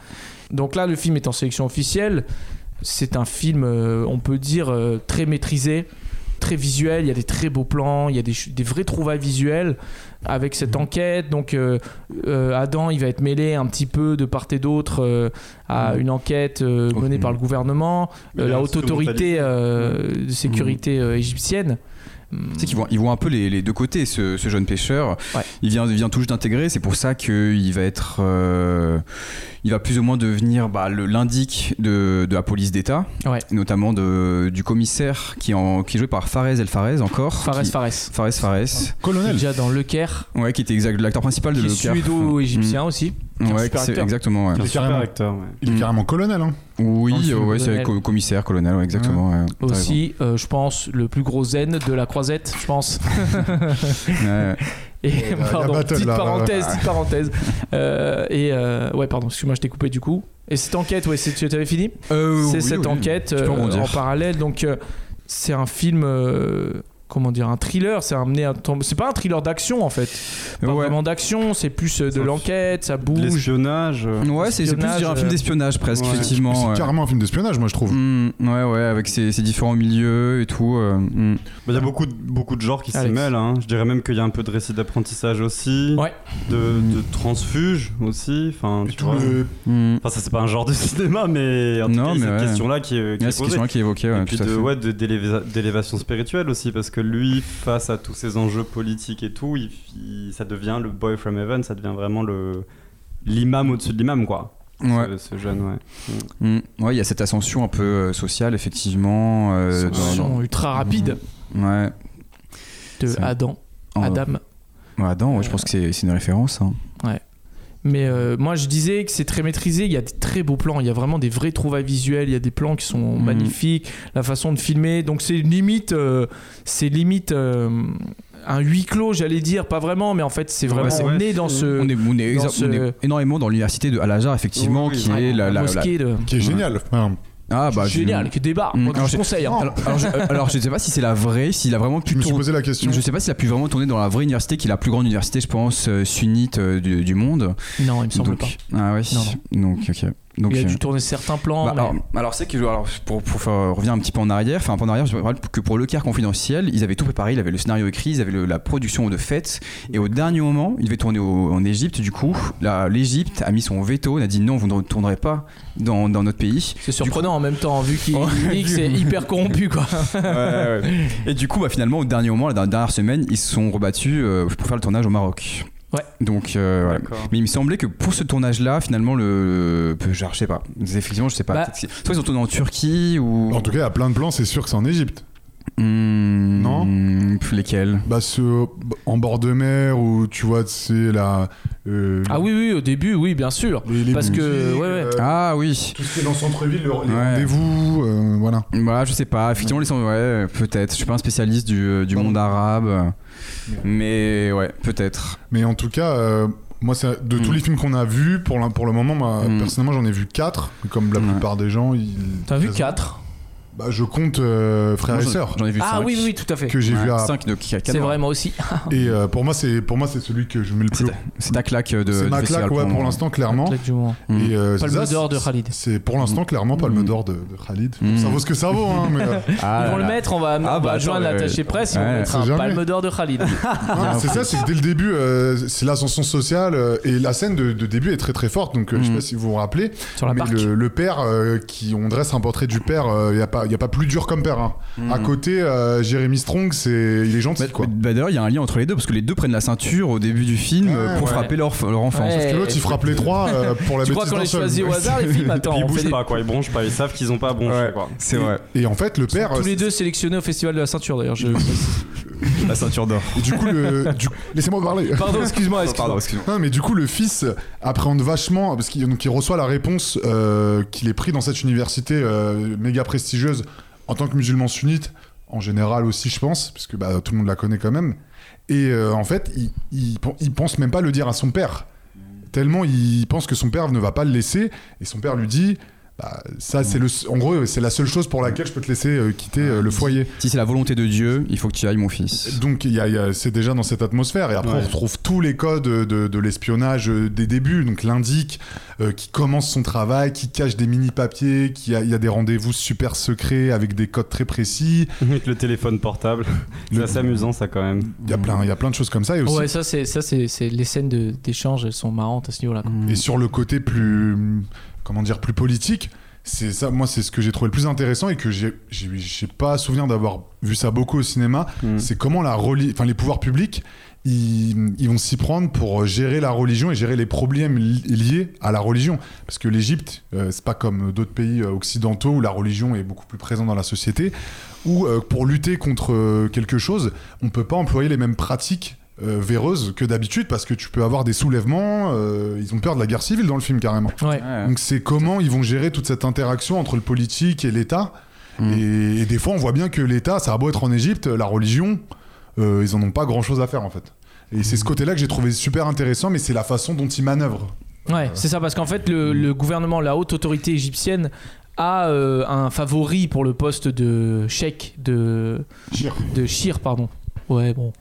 Speaker 3: Donc là, le film est en sélection officielle. C'est un film, euh, on peut dire, euh, très maîtrisé, très visuel. Il y a des très beaux plans, il y a des, ch- des vrais trouvailles visuelles avec cette
Speaker 4: Mhm.
Speaker 3: enquête. Donc, euh, euh, Adam, il va être mêlé un petit peu de part et d'autre euh, à
Speaker 4: Mhm.
Speaker 3: une enquête euh,
Speaker 4: Oh,
Speaker 3: menée
Speaker 4: mm.
Speaker 3: par le gouvernement,
Speaker 6: Mais
Speaker 3: euh, la
Speaker 6: la
Speaker 3: haute autorité euh, de sécurité
Speaker 4: Mhm.
Speaker 3: euh, égyptienne. Hmm,
Speaker 4: Tu sais qu'ils voient, ils voient un peu les, les deux côtés, ce, ce jeune pêcheur.
Speaker 3: Ouais.
Speaker 4: Il, vient, il vient tout juste d'intégrer, c'est pour ça qu'il va être. euh, il va plus ou moins devenir bah, le l'indic de, de la police d'État,
Speaker 3: Ouais.
Speaker 4: notamment de, du commissaire qui, est en, qui est joué par Fares El Fares encore.
Speaker 3: Fares,
Speaker 4: qui-
Speaker 3: Fares.
Speaker 4: Fares Fares.
Speaker 3: qui est
Speaker 10: Colonel.
Speaker 3: Déjà dans Le Caire,
Speaker 4: Ouais, qui était exact- l'acteur principal de
Speaker 3: qui est Hmm.
Speaker 4: Le Caire.
Speaker 3: suédo-égyptien aussi.
Speaker 4: Ouais, c'est- exactement. ouais.
Speaker 10: Il est carrément,
Speaker 4: Mm.
Speaker 10: il est carrément colonel. Hein. Dans le
Speaker 4: Oui,
Speaker 10: film,
Speaker 4: ouais, c'est
Speaker 3: colonel.
Speaker 4: co- commissaire, colonel, ouais, exactement. ouais, t'as raison.
Speaker 3: Aussi, euh, je pense, le plus gros zen de la croisette, je pense.
Speaker 4: Ouais.
Speaker 3: Et,
Speaker 4: Ouais, la- la
Speaker 3: pardon,
Speaker 4: battle,
Speaker 3: petite
Speaker 4: là, Ah.
Speaker 3: parenthèse,
Speaker 4: ouais.
Speaker 3: petite parenthèse. Euh, et euh, ouais, pardon, excuse-moi, je t'ai coupé du coup. Et cette enquête, ouais, c'est- tu avais fini
Speaker 4: Euh,
Speaker 3: C'est
Speaker 4: oui,
Speaker 3: cette
Speaker 4: oui,
Speaker 3: enquête
Speaker 4: tu peux
Speaker 3: euh,
Speaker 4: rebondir.
Speaker 3: en parallèle. Donc, euh, c'est un film, euh, comment dire, un thriller. C'est amené à tomber- C'est pas un thriller d'action en fait. Pas vraiment d'action, c'est plus euh, de l'enquête, ça bouge.
Speaker 6: L'espionnage.
Speaker 4: Ouais, c'est c'est plus dire un film d'espionnage presque, effectivement.
Speaker 10: C'est
Speaker 4: ouais.
Speaker 10: carrément un film d'espionnage, moi je trouve.
Speaker 4: Mm, ouais, ouais, avec ses, ses différents milieux et tout. euh, mm.
Speaker 6: Bah, Il y a beaucoup de, beaucoup de genres qui s'y
Speaker 4: Alex.
Speaker 6: mêlent. hein. Je dirais même qu'il y a un peu de récit d'apprentissage aussi, de, de transfuge aussi. Enfin, tu vois.
Speaker 10: le-
Speaker 4: mm.
Speaker 6: Enfin, ça c'est pas un genre de cinéma, mais en tout
Speaker 4: Non,
Speaker 6: cas, il
Speaker 4: mais
Speaker 6: y a cette
Speaker 4: ouais.
Speaker 6: question-là qui, est- qui
Speaker 4: Ouais,
Speaker 6: est
Speaker 4: cette
Speaker 6: posée.
Speaker 4: question-là qui est évoquée, ouais,
Speaker 6: et puis
Speaker 4: tout à
Speaker 6: de,
Speaker 4: fait.
Speaker 6: ouais, de- d'éléva- d'élévation spirituelle aussi, parce que lui, face à tous ces enjeux politiques et tout, il- il- ça devient le boy from heaven, ça devient vraiment le l'imam au-dessus de l'imam, quoi.
Speaker 4: Ouais.
Speaker 6: Ce, ce jeune, ouais.
Speaker 4: Mm. Ouais, il y a cette ascension un peu euh, sociale, effectivement. euh, dans-
Speaker 3: Ascension
Speaker 4: dans-
Speaker 3: ultra rapide.
Speaker 4: Mm. Ouais.
Speaker 3: de
Speaker 4: C'est-
Speaker 3: Adam.
Speaker 4: Oh.
Speaker 3: Adam.
Speaker 4: Ouais, Adam, ouais, je pense que c'est c'est une référence. hein.
Speaker 3: Ouais. Mais euh, moi, je disais que c'est très maîtrisé. Il y a des très beaux plans. Il y a vraiment des vrais trouvailles visuelles. Il y a des plans qui sont magnifiques. La façon de filmer. Donc, c'est limite, euh, c'est limite euh, un huis clos, j'allais dire. Pas vraiment, mais en fait, c'est vraiment
Speaker 4: Ouais, c'est-
Speaker 3: on est dans ce.
Speaker 4: on est, on est
Speaker 3: dans
Speaker 4: exa-
Speaker 3: ce-
Speaker 4: on est énormément dans l'université de al azhar effectivement,
Speaker 3: Oui, oui,
Speaker 4: qui
Speaker 3: oui.
Speaker 4: est la, la- la-
Speaker 3: Mosquée de- Qui est géniale,
Speaker 4: Ah bah
Speaker 3: Génial,
Speaker 4: je-
Speaker 3: qui débarque.
Speaker 4: Mm.
Speaker 3: Moi,
Speaker 4: Alors,
Speaker 3: je
Speaker 4: je-
Speaker 3: conseille. hein.
Speaker 4: Alors, alors, je, euh, alors, je sais pas si c'est la vraie, s'il a vraiment pu. Je me suis posé
Speaker 10: la question.
Speaker 4: Je sais pas s'il a pu vraiment tourner dans la vraie université, qui est la plus grande université, je pense, euh, sunnite euh, du, du monde.
Speaker 3: Non, il me semble
Speaker 4: Donc-
Speaker 3: pas.
Speaker 4: Ah ouais.
Speaker 3: Non,
Speaker 4: Donc ok. Donc,
Speaker 3: Il a
Speaker 4: euh,
Speaker 3: dû tourner certains plans.
Speaker 4: bah,
Speaker 3: mais-
Speaker 4: alors, alors, c'est que alors, pour, pour faire- euh, revenir un petit peu en arrière, enfin un peu en arrière, je me rappelle que pour Le Caire confidentiel, ils avaient tout préparé, ils avaient le scénario écrit, ils avaient le- la production de fête, et au dernier moment, ils devaient tourner au- en Égypte. Du coup, la- l'Égypte a mis son veto, on a dit non, vous ne tournerez pas dans, dans notre pays.
Speaker 3: C'est surprenant en même temps, vu qu'il dit que
Speaker 4: vu-
Speaker 3: c'est hyper corrompu, quoi.
Speaker 4: Ouais, ouais. Et du coup, bah, finalement, au dernier moment, la dernière- dernière semaine, ils se sont rebattus euh, pour faire le tournage au Maroc.
Speaker 3: Ouais.
Speaker 4: Donc, euh, voilà.
Speaker 6: D'accord.
Speaker 4: mais il me semblait que pour ce tournage-là, finalement, le, peu- genre, je sais pas. Effectivement, je sais pas.
Speaker 10: Bah-
Speaker 4: Peut-être que- Soit ils ont tourné en Turquie ou.
Speaker 10: En tout cas, il y a plein de plans, c'est sûr que c'est en Égypte. non
Speaker 4: Hmm, Lesquels
Speaker 10: Bah, ceux en bord de mer où tu vois, c'est la. euh,
Speaker 3: Ah oui, oui, au début, oui, bien sûr. Parce que, ouais, ouais.
Speaker 4: Ah oui.
Speaker 10: Tout ce qui est dans le centre-ville, le- les
Speaker 4: Ouais.
Speaker 10: rendez-vous, euh, voilà.
Speaker 4: Voilà, Bah, je sais pas. Effectivement, les sons- ouais, peut-être. Je suis pas un spécialiste du, du monde arabe. Mais ouais, peut-être.
Speaker 10: Mais en tout cas, euh, moi, c'est- de tous les films qu'on a vus, pour, l'in- pour le moment, moi, personnellement, j'en ai vu 4. Comme la plupart des gens, ils.
Speaker 3: T'as vu 4
Speaker 10: bah, Je compte euh, frères
Speaker 3: Moi,
Speaker 10: et
Speaker 3: j'en-
Speaker 10: sœurs.
Speaker 3: j'en ai vu Ah cinq. oui, oui, oui, tout à fait.
Speaker 10: Que j'ai
Speaker 4: Ouais,
Speaker 10: vu à.
Speaker 4: cinq, donc il y a quatre
Speaker 3: C'est
Speaker 4: mois.
Speaker 3: vrai, moi aussi.
Speaker 10: Et euh, pour moi, c'est pour moi c'est celui que je mets le plus. haut.
Speaker 4: C'est ta claque euh, de.
Speaker 10: C'est
Speaker 4: du
Speaker 10: ma
Speaker 4: festival
Speaker 10: claque, ouais, pour
Speaker 4: moi.
Speaker 10: l'instant, clairement. Et, euh,
Speaker 3: Palme
Speaker 10: ça, c'est-
Speaker 3: d'or de Khalid.
Speaker 10: C'est pour l'instant, clairement, palme d'or de, de Khalid. Ça vaut ce que ça vaut, hein, mais. euh,
Speaker 4: Ah
Speaker 3: ils vont le
Speaker 4: là là.
Speaker 3: mettre, on va,
Speaker 4: Ah
Speaker 3: on
Speaker 4: bah
Speaker 3: va
Speaker 4: attends,
Speaker 3: joindre
Speaker 4: mais-
Speaker 3: l'attaché presse et on
Speaker 4: Ouais.
Speaker 3: va mettre un
Speaker 10: C'est jamais.
Speaker 3: palme d'or de Khalid.
Speaker 10: Non, mais hein, c'est ça, c'est que dès le début, euh, c'est l'ascension sociale euh, et la scène de, de début est très très forte. Donc, euh, je sais pas si vous vous rappelez, mais le, le père, euh, qui on dresse un portrait du père, il n'y a, pas- y a pas plus dur comme père. hein.
Speaker 4: Mm.
Speaker 10: À
Speaker 3: Mhm.
Speaker 10: côté, euh, Jérémy Strong, c'est il est gentil quoi.
Speaker 4: Bah d'ailleurs, il y a un lien entre les deux parce que les deux prennent la ceinture au début du film euh, pour
Speaker 10: ouais.
Speaker 4: frapper leur, leur enfant.
Speaker 10: Ouais. Parce que l'autre, il frappe les trois, euh, pour la
Speaker 3: Tu crois
Speaker 10: bêtise
Speaker 3: qu'on
Speaker 10: d'un
Speaker 3: les
Speaker 10: seul.
Speaker 3: choisit au hasard, les films Attends,
Speaker 6: Ils
Speaker 3: on fait
Speaker 6: bougent
Speaker 3: des-
Speaker 6: pas, quoi. Ils bronchent pas. Ils savent qu'ils ont pas bronché, quoi.
Speaker 4: C'est vrai.
Speaker 10: Et en fait, le
Speaker 3: Ils sont
Speaker 10: père, euh,
Speaker 3: tous les deux sélectionnés au Festival de la Ceinture, d'ailleurs. je-
Speaker 4: La ceinture d'or.
Speaker 10: Du coup, le- du- laissez-moi parler.
Speaker 3: Pardon, excuse-moi, excuse-moi.
Speaker 4: Pardon, excuse-moi.
Speaker 10: Non, mais du coup, le fils appréhende vachement parce qu'il donc, il reçoit la réponse euh, qu'il est pris dans cette université euh, méga prestigieuse en tant que musulman sunnite, en général aussi, je pense, parce que bah, tout le monde la connaît quand même. Et euh, en fait, il, il, pen- il pense même pas le dire à son père, tellement il pense que son père ne va pas le laisser. Et son père lui dit. bah, ça c'est le en gros c'est la seule chose pour laquelle je peux te laisser euh, quitter euh, le foyer
Speaker 4: Si c'est la volonté de Dieu, il faut que tu ailles, mon fils.
Speaker 10: Euh, donc il y a- il y a- c'est déjà dans cette atmosphère. Et après,
Speaker 4: Ouais.
Speaker 10: on retrouve tous les codes de, de l'espionnage euh, des débuts. Donc l'indique euh, qui commence son travail, qui cache des mini-papiers, qui a, il y a des rendez-vous super secrets avec des codes très précis.
Speaker 6: Avec le téléphone portable. C'est assez amusant, ça, quand même.
Speaker 10: Il y a plein, il y a plein de choses comme ça. Et, aussi,
Speaker 3: Ouais, ça, c'est ça, c'est c'est- les scènes de- d'échange, elles sont marrantes à ce niveau-là. quoi.
Speaker 10: et sur le côté plus, comment dire, plus politique, c'est ça, moi, c'est ce que j'ai trouvé le plus intéressant et que j'ai j'ai- j'ai pas souvenir d'avoir vu ça beaucoup au cinéma. C'est comment la reli- enfin, les pouvoirs publics, ils, ils vont s'y prendre pour gérer la religion et gérer les problèmes li- liés à la religion. Parce que l'Égypte, euh, c'est pas comme d'autres pays euh, occidentaux où la religion est beaucoup plus présente dans la société, où euh, pour lutter contre euh, quelque chose, on peut pas employer les mêmes pratiques euh, véreuse que d'habitude parce que tu peux avoir des soulèvements. euh, ils ont peur de la guerre civile dans le film carrément. Donc c'est comment ils vont gérer toute cette interaction entre le politique et l'État.
Speaker 3: Hmm.
Speaker 10: Et, et des fois, on voit bien que l'État, ça a beau être en Égypte, la religion, euh, ils en ont pas grand chose à faire en fait. Et c'est ce côté-là que j'ai trouvé super intéressant, mais c'est la façon dont ils manœuvrent.
Speaker 3: Ouais, c'est ça, parce qu'en fait, le, le gouvernement, la haute autorité égyptienne a euh, un favori pour le poste de cheikh de. De Shir, pardon. Ouais, bon.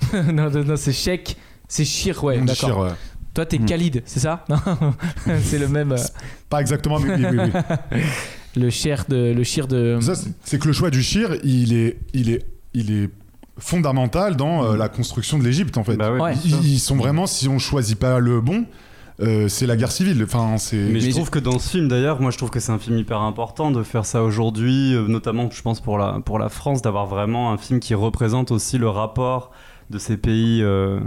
Speaker 3: non, non, non, c'est cheikh. C'est Shir, ouais,
Speaker 10: On dit
Speaker 3: d'accord.
Speaker 10: Shir, ouais.
Speaker 3: Toi, t'es
Speaker 10: Mm.
Speaker 3: Khalid, c'est ça Non, c'est le même. euh,
Speaker 10: Pas exactement, mais oui, oui, oui.
Speaker 3: le shir de. Le shir de...
Speaker 10: Ça, c'est- c'est que le choix du shir, il est, il est, il est fondamental dans
Speaker 3: Hmm.
Speaker 10: euh, la construction de l'Égypte en fait.
Speaker 6: Bah
Speaker 3: Ouais.
Speaker 10: ils, ils sont vraiment, si on choisit pas le bon, euh, c'est la guerre civile. Enfin, c'est.
Speaker 6: Mais, je trouve que dans ce film, d'ailleurs, moi je trouve que c'est un film hyper important de faire ça aujourd'hui, euh, notamment je pense pour la, pour la France, d'avoir vraiment un film qui représente aussi le rapport de ces pays euh,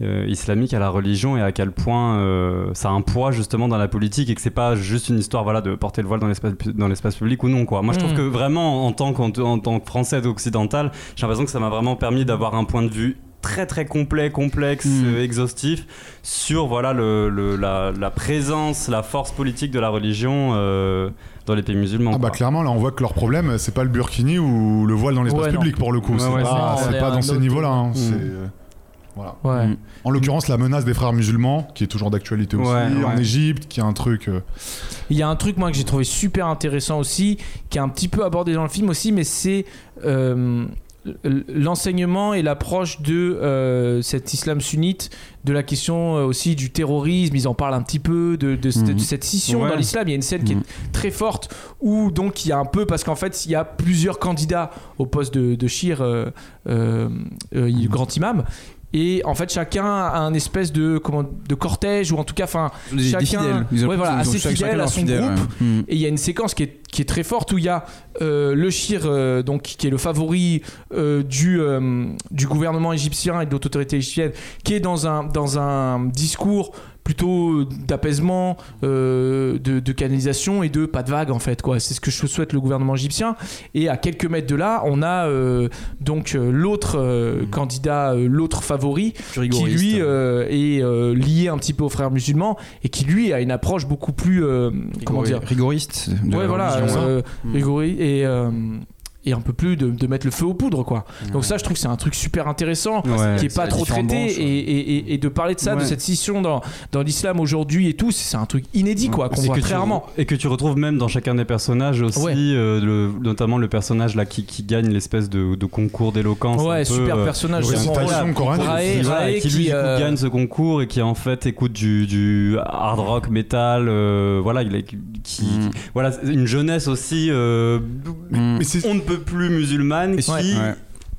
Speaker 6: euh, islamiques à la religion et à quel point euh, ça a un poids justement dans la politique et que c'est pas juste une histoire voilà, de porter le voile dans l'espace pu- dans l'espace public ou non. Quoi. Moi je trouve
Speaker 3: Mm.
Speaker 6: que vraiment en tant, qu'en- en tant que français occidental, j'ai l'impression que ça m'a vraiment permis d'avoir un point de vue très très complet, complexe, euh, exhaustif sur voilà le, le- la, la présence, la force politique de la religion euh, dans les pays musulmans.
Speaker 10: Ah bah
Speaker 6: quoi.
Speaker 10: clairement là on voit que leur problème c'est pas le burkini ou le voile dans l'espace
Speaker 6: Ouais, non.
Speaker 10: public pour le coup
Speaker 6: Ouais,
Speaker 10: c'est
Speaker 6: ouais,
Speaker 10: pas,
Speaker 6: c'est-
Speaker 10: c'est
Speaker 6: on est
Speaker 10: pas
Speaker 6: à un
Speaker 10: dans ces
Speaker 6: autre-
Speaker 10: niveaux là
Speaker 6: Mm.
Speaker 10: euh, voilà.
Speaker 3: Ouais.
Speaker 10: Mm. en l'occurrence la menace des frères musulmans qui est toujours d'actualité aussi
Speaker 3: Ouais,
Speaker 10: en
Speaker 3: ouais.
Speaker 10: Égypte qui est un truc euh,
Speaker 3: Il y a un truc moi que j'ai trouvé super intéressant aussi, qui est un petit peu abordé dans le film aussi, mais c'est euh, l- l'enseignement et l'approche de euh, cet islam sunnite, de la question euh, aussi du terrorisme. Ils en parlent un petit peu de, de cette-
Speaker 4: Mhm.
Speaker 3: de cette scission
Speaker 4: Ouais.
Speaker 3: dans l'islam. Il y a une scène qui
Speaker 4: Mhm.
Speaker 3: est très forte où donc il y a un peu parce qu'en fait il y a plusieurs candidats au poste de, de Shir, euh, euh, euh, il- grand imam. Et en fait, chacun a un espèce de, comment, de cortège, ou en tout cas, enfin,
Speaker 4: Des- des
Speaker 3: chacun
Speaker 4: fidèles. Ils ont-
Speaker 3: ouais, voilà,
Speaker 4: ils ont
Speaker 3: assez
Speaker 4: chaque- chacun
Speaker 3: fidèle à
Speaker 4: leur
Speaker 3: son
Speaker 4: fidèle,
Speaker 3: groupe.
Speaker 4: ouais. Mm.
Speaker 3: Et il y a une séquence qui est, qui est très forte où il y a euh, le Shir, euh, donc, qui est le favori euh, du, euh, du gouvernement égyptien et de l'autorité égyptienne, qui est dans un, dans un discours plutôt d'apaisement, euh, de, de canalisation et de pas de vague en fait. quoi. C'est ce que je souhaite le gouvernement égyptien. Et à quelques mètres de là, on a euh, donc euh, l'autre euh, candidat, euh, l'autre favori, qui
Speaker 4: rigoriste.
Speaker 3: lui euh, est euh, lié un petit peu aux frères musulmans et qui lui a une approche beaucoup plus... euh, comment dire
Speaker 4: rigoriste de
Speaker 3: ouais
Speaker 4: la
Speaker 3: voilà
Speaker 4: religion.
Speaker 3: euh,
Speaker 4: Mm.
Speaker 3: rigoriste et euh, et un peu plus de, de mettre le feu aux poudres quoi donc ça je trouve que c'est un truc super intéressant
Speaker 4: Mm. Ouais.
Speaker 3: qui est
Speaker 4: C'est
Speaker 3: pas
Speaker 4: la
Speaker 3: trop traité
Speaker 4: différente branche, ouais.
Speaker 3: et, et- et- et de parler de ça de
Speaker 6: Ouais.
Speaker 3: cette scission dans, dans l'islam aujourd'hui et tout c'est un truc inédit quoi qu'on
Speaker 6: Et
Speaker 3: voit
Speaker 6: que
Speaker 3: très
Speaker 6: tu-
Speaker 3: rarement
Speaker 6: Et que tu retrouves même dans chacun des personnages aussi,
Speaker 3: Ouais.
Speaker 6: euh, le- notamment le personnage là qui, qui gagne l'espèce de, de concours d'éloquence.
Speaker 3: Ouais,
Speaker 6: un peu,
Speaker 3: super
Speaker 6: euh,
Speaker 3: personnage, Une vraiment, récitation voilà, coranique. Raé-
Speaker 6: Qui,
Speaker 3: Raé
Speaker 6: qui, lui
Speaker 3: qui,
Speaker 6: du coup,
Speaker 3: euh,
Speaker 6: gagne ce concours et qui en fait écoute du, du hard rock metal. euh, voilà, il est, qui, voilà, c'est une jeunesse aussi. euh, On ne peut plus musulmane
Speaker 3: euh,
Speaker 6: qui.
Speaker 4: Ouais.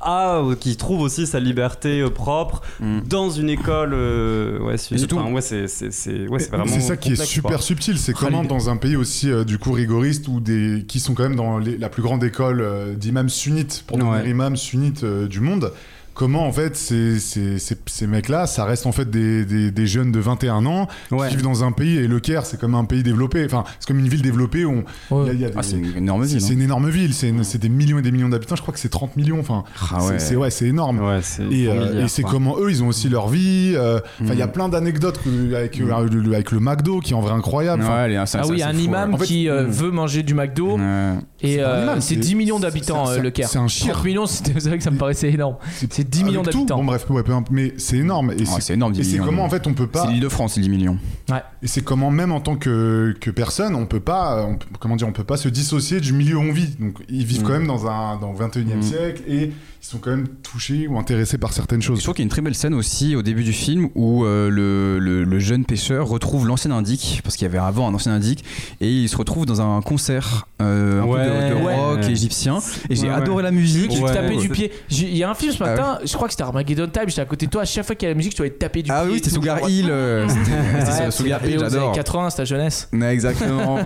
Speaker 6: a- Ah, qui trouve aussi sa liberté euh, propre
Speaker 3: Mmh.
Speaker 6: dans une école euh, ouais, sunnite.
Speaker 4: surtout-
Speaker 6: Enfin, ouais, c'est c'est- c'est- ouais, c'est
Speaker 10: Mais
Speaker 6: vraiment
Speaker 10: C'est ça qui est
Speaker 6: complexe,
Speaker 10: super
Speaker 6: quoi.
Speaker 10: subtil, c'est
Speaker 6: Khalid.
Speaker 10: comment dans un pays aussi euh, du coup rigoriste ou des qui sont quand même dans les- la plus grande école euh, d'imams sunnites pour devenir
Speaker 6: Ouais.
Speaker 10: imam sunnite euh, du monde. Comment en fait ces, ces, ces, ces mecs-là, ça reste en fait des, des, des jeunes de 21 ans
Speaker 4: Ouais.
Speaker 10: qui vivent dans un pays et le Caire, c'est comme un pays développé. Enfin, c'est comme une ville développée où on- il y a- il y a des-
Speaker 4: Ah, c'est une énorme
Speaker 10: c'est
Speaker 4: ville.
Speaker 10: c'est
Speaker 4: hein.
Speaker 10: une énorme ville, c'est une- c'est des millions et des millions d'habitants, je crois que c'est 30 millions, enfin,
Speaker 4: Ah
Speaker 10: c'est-
Speaker 4: ouais.
Speaker 10: c'est ouais, c'est énorme. et euh,
Speaker 4: formidable,
Speaker 10: et c'est
Speaker 4: quoi.
Speaker 10: comment eux, ils ont aussi leur vie, euh, enfin, il y a
Speaker 4: Mm.
Speaker 10: plein d'anecdotes que- avec, euh, le- avec le McDo qui est en vrai incroyable. enfin.
Speaker 4: Ouais, elle est assez-
Speaker 3: ah oui,
Speaker 4: assez
Speaker 3: il y a un
Speaker 4: fou,
Speaker 3: imam
Speaker 4: ouais. En fait,
Speaker 3: qui euh,
Speaker 4: mm.
Speaker 3: veut manger du McDo et
Speaker 10: pas un
Speaker 3: euh,
Speaker 10: imam,
Speaker 3: c'est
Speaker 10: c'est-
Speaker 3: 10 millions
Speaker 10: c'est-
Speaker 3: d'habitants
Speaker 10: c'est-
Speaker 3: euh, le Caire.
Speaker 10: c'est un shir.
Speaker 3: 30 millions, c'était c'est vrai que ça me paraissait énorme. C'est
Speaker 4: Ah,
Speaker 3: 10 millions
Speaker 10: Avec tout.
Speaker 3: d'habitants.
Speaker 10: Bon, bref, ouais, peu importe, mais c'est énorme. Et
Speaker 4: Ouais, Ah, c'est énorme,
Speaker 10: Et
Speaker 4: 10
Speaker 10: c'est
Speaker 4: millions,
Speaker 10: comment,
Speaker 4: ouais.
Speaker 10: en fait, on peut pas.
Speaker 4: C'est l'île de France, 10 millions.
Speaker 3: Ouais.
Speaker 10: Et c'est comment, même en tant que, que personne, on peut pas, on peut- comment dire, on peut pas se dissocier du milieu où on vit. Donc, ils vivent
Speaker 4: Mm.
Speaker 10: quand même dans un, dans le 21e
Speaker 4: Mm.
Speaker 10: siècle et ils sont quand même touchés ou intéressés par certaines
Speaker 4: Je
Speaker 10: choses.
Speaker 4: trouve qu'il y a une très belle scène aussi au début du film où euh, le, le- le jeune pêcheur retrouve l'ancien indique, parce qu'il y avait avant un ancien indique, et il se retrouve dans un concert euh, un
Speaker 6: Ouais.
Speaker 4: peu de, de
Speaker 6: Ouais.
Speaker 4: rock égyptien. Et j'ai
Speaker 6: Ouais, ouais.
Speaker 4: adoré la musique.
Speaker 3: Tu
Speaker 4: Ouais. Ah
Speaker 3: te tapais du pied. J'ai- Il y a un film ce matin, je crois que c'était Armageddon Time, j'étais à côté de toi, à chaque fois qu'il y a la musique, tu dois te taper du
Speaker 4: Ah
Speaker 3: pied.
Speaker 4: oui,
Speaker 3: et
Speaker 4: c'était
Speaker 3: tout.
Speaker 4: Sugar Hill. euh, c'était- C'était
Speaker 3: Ouais,
Speaker 4: Sugar
Speaker 3: c'est la
Speaker 4: Hill,
Speaker 3: BO des années
Speaker 4: j'adore.
Speaker 3: 80, c'est ta jeunesse.
Speaker 4: Ouais, Exactement.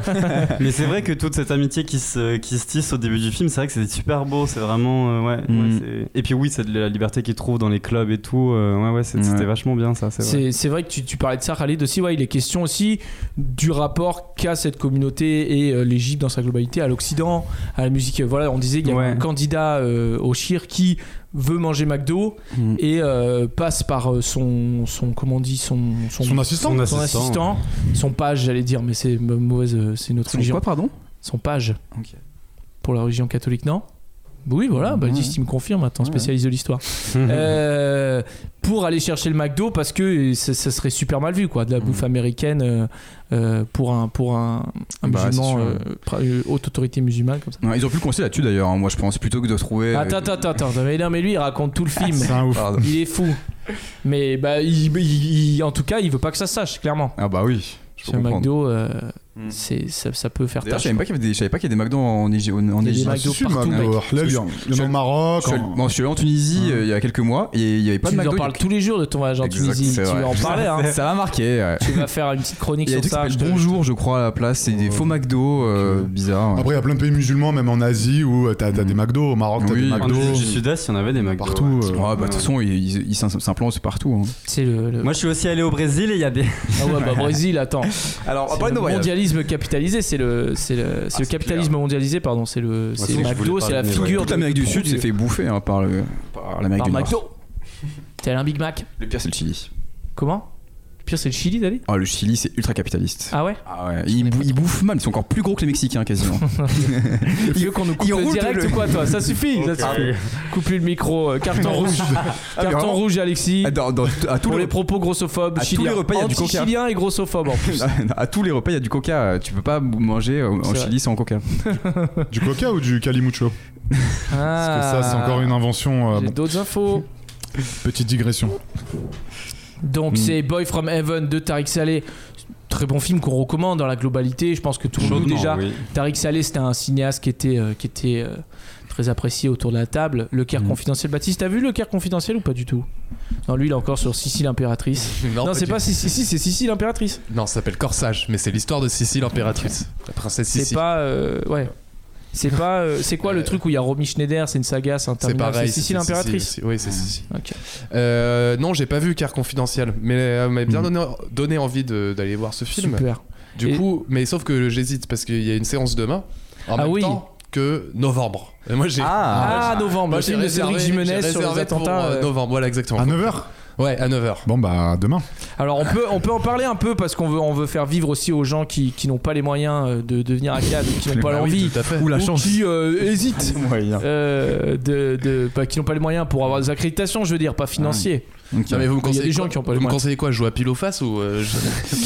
Speaker 6: Mais c'est vrai que toute cette amitié qui se, qui se tisse au début du film, c'est vrai que c'est super beau, c'est vraiment. euh, ouais,
Speaker 4: Mm.
Speaker 6: ouais, c'est- et puis oui, c'est de la liberté qu'ils trouvent dans les clubs et tout. euh, ouais, ouais, c'est- c'était
Speaker 4: Ouais.
Speaker 6: vachement bien ça, c'est vrai.
Speaker 3: C'est c'est vrai que tu, tu parlais de ça, Khalid aussi. Ouais, il est question aussi du rapport qu'a cette communauté et euh, l'Égypte dans sa qualité à l'Occident, à la musique. euh, Voilà, on disait qu'il y avait
Speaker 4: Ouais.
Speaker 3: un candidat euh, au Chir qui veut manger McDo
Speaker 4: Mm.
Speaker 3: et euh, passe par euh, son, son comment on dit son
Speaker 10: Son assistant.
Speaker 3: son,
Speaker 10: Son assistant,
Speaker 3: assistant, son page j'allais dire mais c'est ma- mauvaise euh, c'est notre
Speaker 4: Son
Speaker 3: religion
Speaker 4: quoi, pardon
Speaker 3: son page pour la religion catholique non oui voilà bah,
Speaker 4: Ouais.
Speaker 3: dis si me confirme attends
Speaker 4: Ouais.
Speaker 3: spécialiste de l'histoire Euh, pour aller chercher le McDo parce que ça, ça serait super mal vu quoi
Speaker 4: Mm.
Speaker 3: de la bouffe américaine euh, euh, pour un pour un, un
Speaker 4: Bah,
Speaker 3: musulman
Speaker 4: c'est sûr.
Speaker 3: euh, pra- euh, haute autorité musulmane comme ça
Speaker 4: Ouais, ils ont plus le conseil là-dessus d'ailleurs, hein, moi je pense, plutôt que de trouver. euh, Ah,
Speaker 3: Attends, attends, attends, attends. Mais non, mais lui, il raconte tout le film.
Speaker 10: C'est un ouf.
Speaker 4: Pardon.
Speaker 3: Il est fou. Mais bah, il, il- il- en tout cas, il veut pas que ça se sache, clairement.
Speaker 4: Ah bah oui, je peux
Speaker 3: Chez
Speaker 4: comprendre.
Speaker 3: McDo, euh, c'est, ça, ça peut faire
Speaker 4: D'ailleurs,
Speaker 3: tâche.
Speaker 4: je savais même pas qu'il y avait des- je savais pas qu'il y avait des McDo en Égypte. En, en
Speaker 3: Il y a des
Speaker 4: Égypte.
Speaker 3: McDo
Speaker 10: Si,
Speaker 3: partout,
Speaker 10: Magdor,
Speaker 3: mec.
Speaker 10: là,
Speaker 4: Parce que
Speaker 10: il y en- il y en a au Maroc.
Speaker 4: Je suis, allé,
Speaker 10: en-
Speaker 4: non, je suis allé en Tunisie euh, il y a quelques mois et il y avait pas
Speaker 3: Hein. Tu
Speaker 4: de
Speaker 3: nous en
Speaker 4: McDo.
Speaker 3: parles tous les jours de ton voyage en
Speaker 4: Exact,
Speaker 3: Tunisie.
Speaker 4: c'est
Speaker 3: Tu vas
Speaker 4: vrai.
Speaker 3: en parler, hein.
Speaker 4: Ça m'a marqué. ouais.
Speaker 3: Tu vas faire une petite chronique
Speaker 4: Il y a
Speaker 3: sur
Speaker 4: des trucs
Speaker 3: ça.
Speaker 4: qui
Speaker 3: je te-
Speaker 4: s'appellent Bonjour, je crois, à la place. C'est des faux McDo euh, bizarres. ouais.
Speaker 10: Après, il y a plein de pays musulmans, même en Asie, où euh, t'as t'as des McDo. Au Maroc, t'as
Speaker 4: Mm. Oui,
Speaker 10: des
Speaker 4: en
Speaker 10: McDo.
Speaker 6: Du sud-est, il y en avait des McDo.
Speaker 10: Partout.
Speaker 4: Ouais,
Speaker 10: euh,
Speaker 4: bah, de toute façon, ils, ils- ils s'im- s'implantent c'est partout. hein.
Speaker 3: C'est le, le-
Speaker 6: Moi, je suis aussi allé au Brésil et il y a des.
Speaker 3: Ah ouais, bah, Brésil, attends.
Speaker 4: Alors,
Speaker 3: C'est le mondialisme capitalisé, c'est le, c'est
Speaker 4: Ah,
Speaker 3: le, c'est le capitalisme mondialisé, pardon. C'est le, c'est
Speaker 6: c'est vrai que je
Speaker 3: McDo,
Speaker 6: voulais
Speaker 3: c'est
Speaker 6: pas
Speaker 3: la
Speaker 6: venir, ouais.
Speaker 3: figure.
Speaker 4: Toute
Speaker 3: de-
Speaker 4: l'Amérique du Sud
Speaker 3: du-
Speaker 4: s'est fait bouffer hein, par le- par l'Amérique
Speaker 3: Par
Speaker 4: du Nord.
Speaker 3: McDo. T'es allé à un Big Mac.
Speaker 4: Le pire, c'est le Chili.
Speaker 3: Comment Le pire, c'est le Chili d'aller
Speaker 4: Oh, le Chili, c'est ultra capitaliste.
Speaker 3: Ah ouais
Speaker 4: Ah ouais, ils, bou- ils bouffent mal, ils sont encore plus gros que les Mexicains quasiment.
Speaker 3: Tu veux qu'on nous coupe
Speaker 4: Ils
Speaker 3: le
Speaker 4: roulent
Speaker 3: direct
Speaker 4: le-
Speaker 3: ou quoi, toi Ça suffit, ça
Speaker 4: Ah
Speaker 3: suffit. Coupe le micro. euh, Carton rouge. Carton
Speaker 4: vraiment.
Speaker 3: rouge, Alexis.
Speaker 4: Ah, dans- dans- à, tous
Speaker 3: Pour
Speaker 4: les
Speaker 3: les propos grossophobes
Speaker 4: à tous
Speaker 3: chiliens.
Speaker 4: les repas, il y a du coca.
Speaker 3: Anti-chilien et grossophobe en plus.
Speaker 4: repas- à tous les repas, il y a du coca. Tu peux pas manger euh,
Speaker 3: C'est
Speaker 4: en
Speaker 3: vrai.
Speaker 4: Chili sans coca.
Speaker 10: Du coca ou du calimucho Parce que ça, c'est encore une invention. euh,
Speaker 3: Ah. J'ai
Speaker 10: bon,
Speaker 3: d'autres infos.
Speaker 10: petite digression.
Speaker 3: Donc
Speaker 5: Mm.
Speaker 3: c'est Boy from Heaven de Tariq Saleh. Très bon film qu'on recommande dans la globalité. Je pense que tout le monde
Speaker 6: Chaudement,
Speaker 3: déjà.
Speaker 6: oui.
Speaker 3: Tariq Saleh, c'était un cinéaste qui était, euh, qui était euh, très apprécié autour de la table. Le
Speaker 5: Mm.
Speaker 3: Caire confidentiel. Baptiste, t'as vu le Caire confidentiel ou pas du tout Non, lui, il est encore sur Sicile impératrice. Non, c'est pas Sicile, si, c'est Sicile impératrice.
Speaker 5: Non, ça s'appelle Corsage, mais c'est l'histoire de Sicile impératrice. La princesse
Speaker 3: C'est
Speaker 5: Sicile.
Speaker 3: pas. euh, ouais. C'est pas. euh, c'est quoi le
Speaker 5: Euh,
Speaker 3: truc où il y a Romy Schneider C'est une saga, c'est
Speaker 5: C'est
Speaker 3: interminable.
Speaker 5: pareil.
Speaker 3: C'est Sicile
Speaker 5: c'est Sicile,
Speaker 3: impératrice. Ah.
Speaker 5: c'est- Oui, c'est Sicile.
Speaker 3: Ok.
Speaker 5: Euh, non, j'ai pas vu Car Confidentiel, mais euh, m'a
Speaker 10: Hmm.
Speaker 5: bien donné, donné envie de- d'aller voir ce film.
Speaker 3: Super.
Speaker 5: Du
Speaker 3: Et-
Speaker 5: coup, mais sauf que j'hésite parce qu'il y a une séance demain en
Speaker 3: Ah
Speaker 5: même
Speaker 3: oui.
Speaker 5: temps que novembre. Et moi j'ai
Speaker 3: Ah, novembre,
Speaker 5: moi,
Speaker 3: le
Speaker 5: j'ai
Speaker 3: film de Cédric
Speaker 5: réservé-
Speaker 3: Jimenez
Speaker 5: j'ai
Speaker 3: sur les
Speaker 5: réservé pour,
Speaker 3: attentats.
Speaker 5: euh,
Speaker 3: euh,
Speaker 5: novembre, voilà exactement.
Speaker 10: À 9h
Speaker 5: Ouais, à 9h.
Speaker 10: Bon, bah, demain.
Speaker 3: Alors on peut, on peut en parler un peu parce qu'on veut, on veut faire vivre aussi aux gens qui, qui n'ont pas les moyens euh, de devenir ACAD, qui n'ont pas
Speaker 5: Bah oui,
Speaker 3: l'envie,
Speaker 5: tout à fait.
Speaker 4: Ou la
Speaker 3: ou
Speaker 4: chance.
Speaker 3: qui euh, hésitent,
Speaker 4: Moyen.
Speaker 3: euh, de, de- bah, qui n'ont pas les moyens pour avoir des accréditations, je veux dire, pas financiers.
Speaker 4: Ok.
Speaker 5: Non, mais vous me
Speaker 3: Il y a
Speaker 5: conseillez
Speaker 3: des gens
Speaker 5: quoi-
Speaker 3: qui ont pas les
Speaker 5: Vous me
Speaker 3: moyens.
Speaker 5: conseillez quoi Je joue à pile ou face ou euh, je-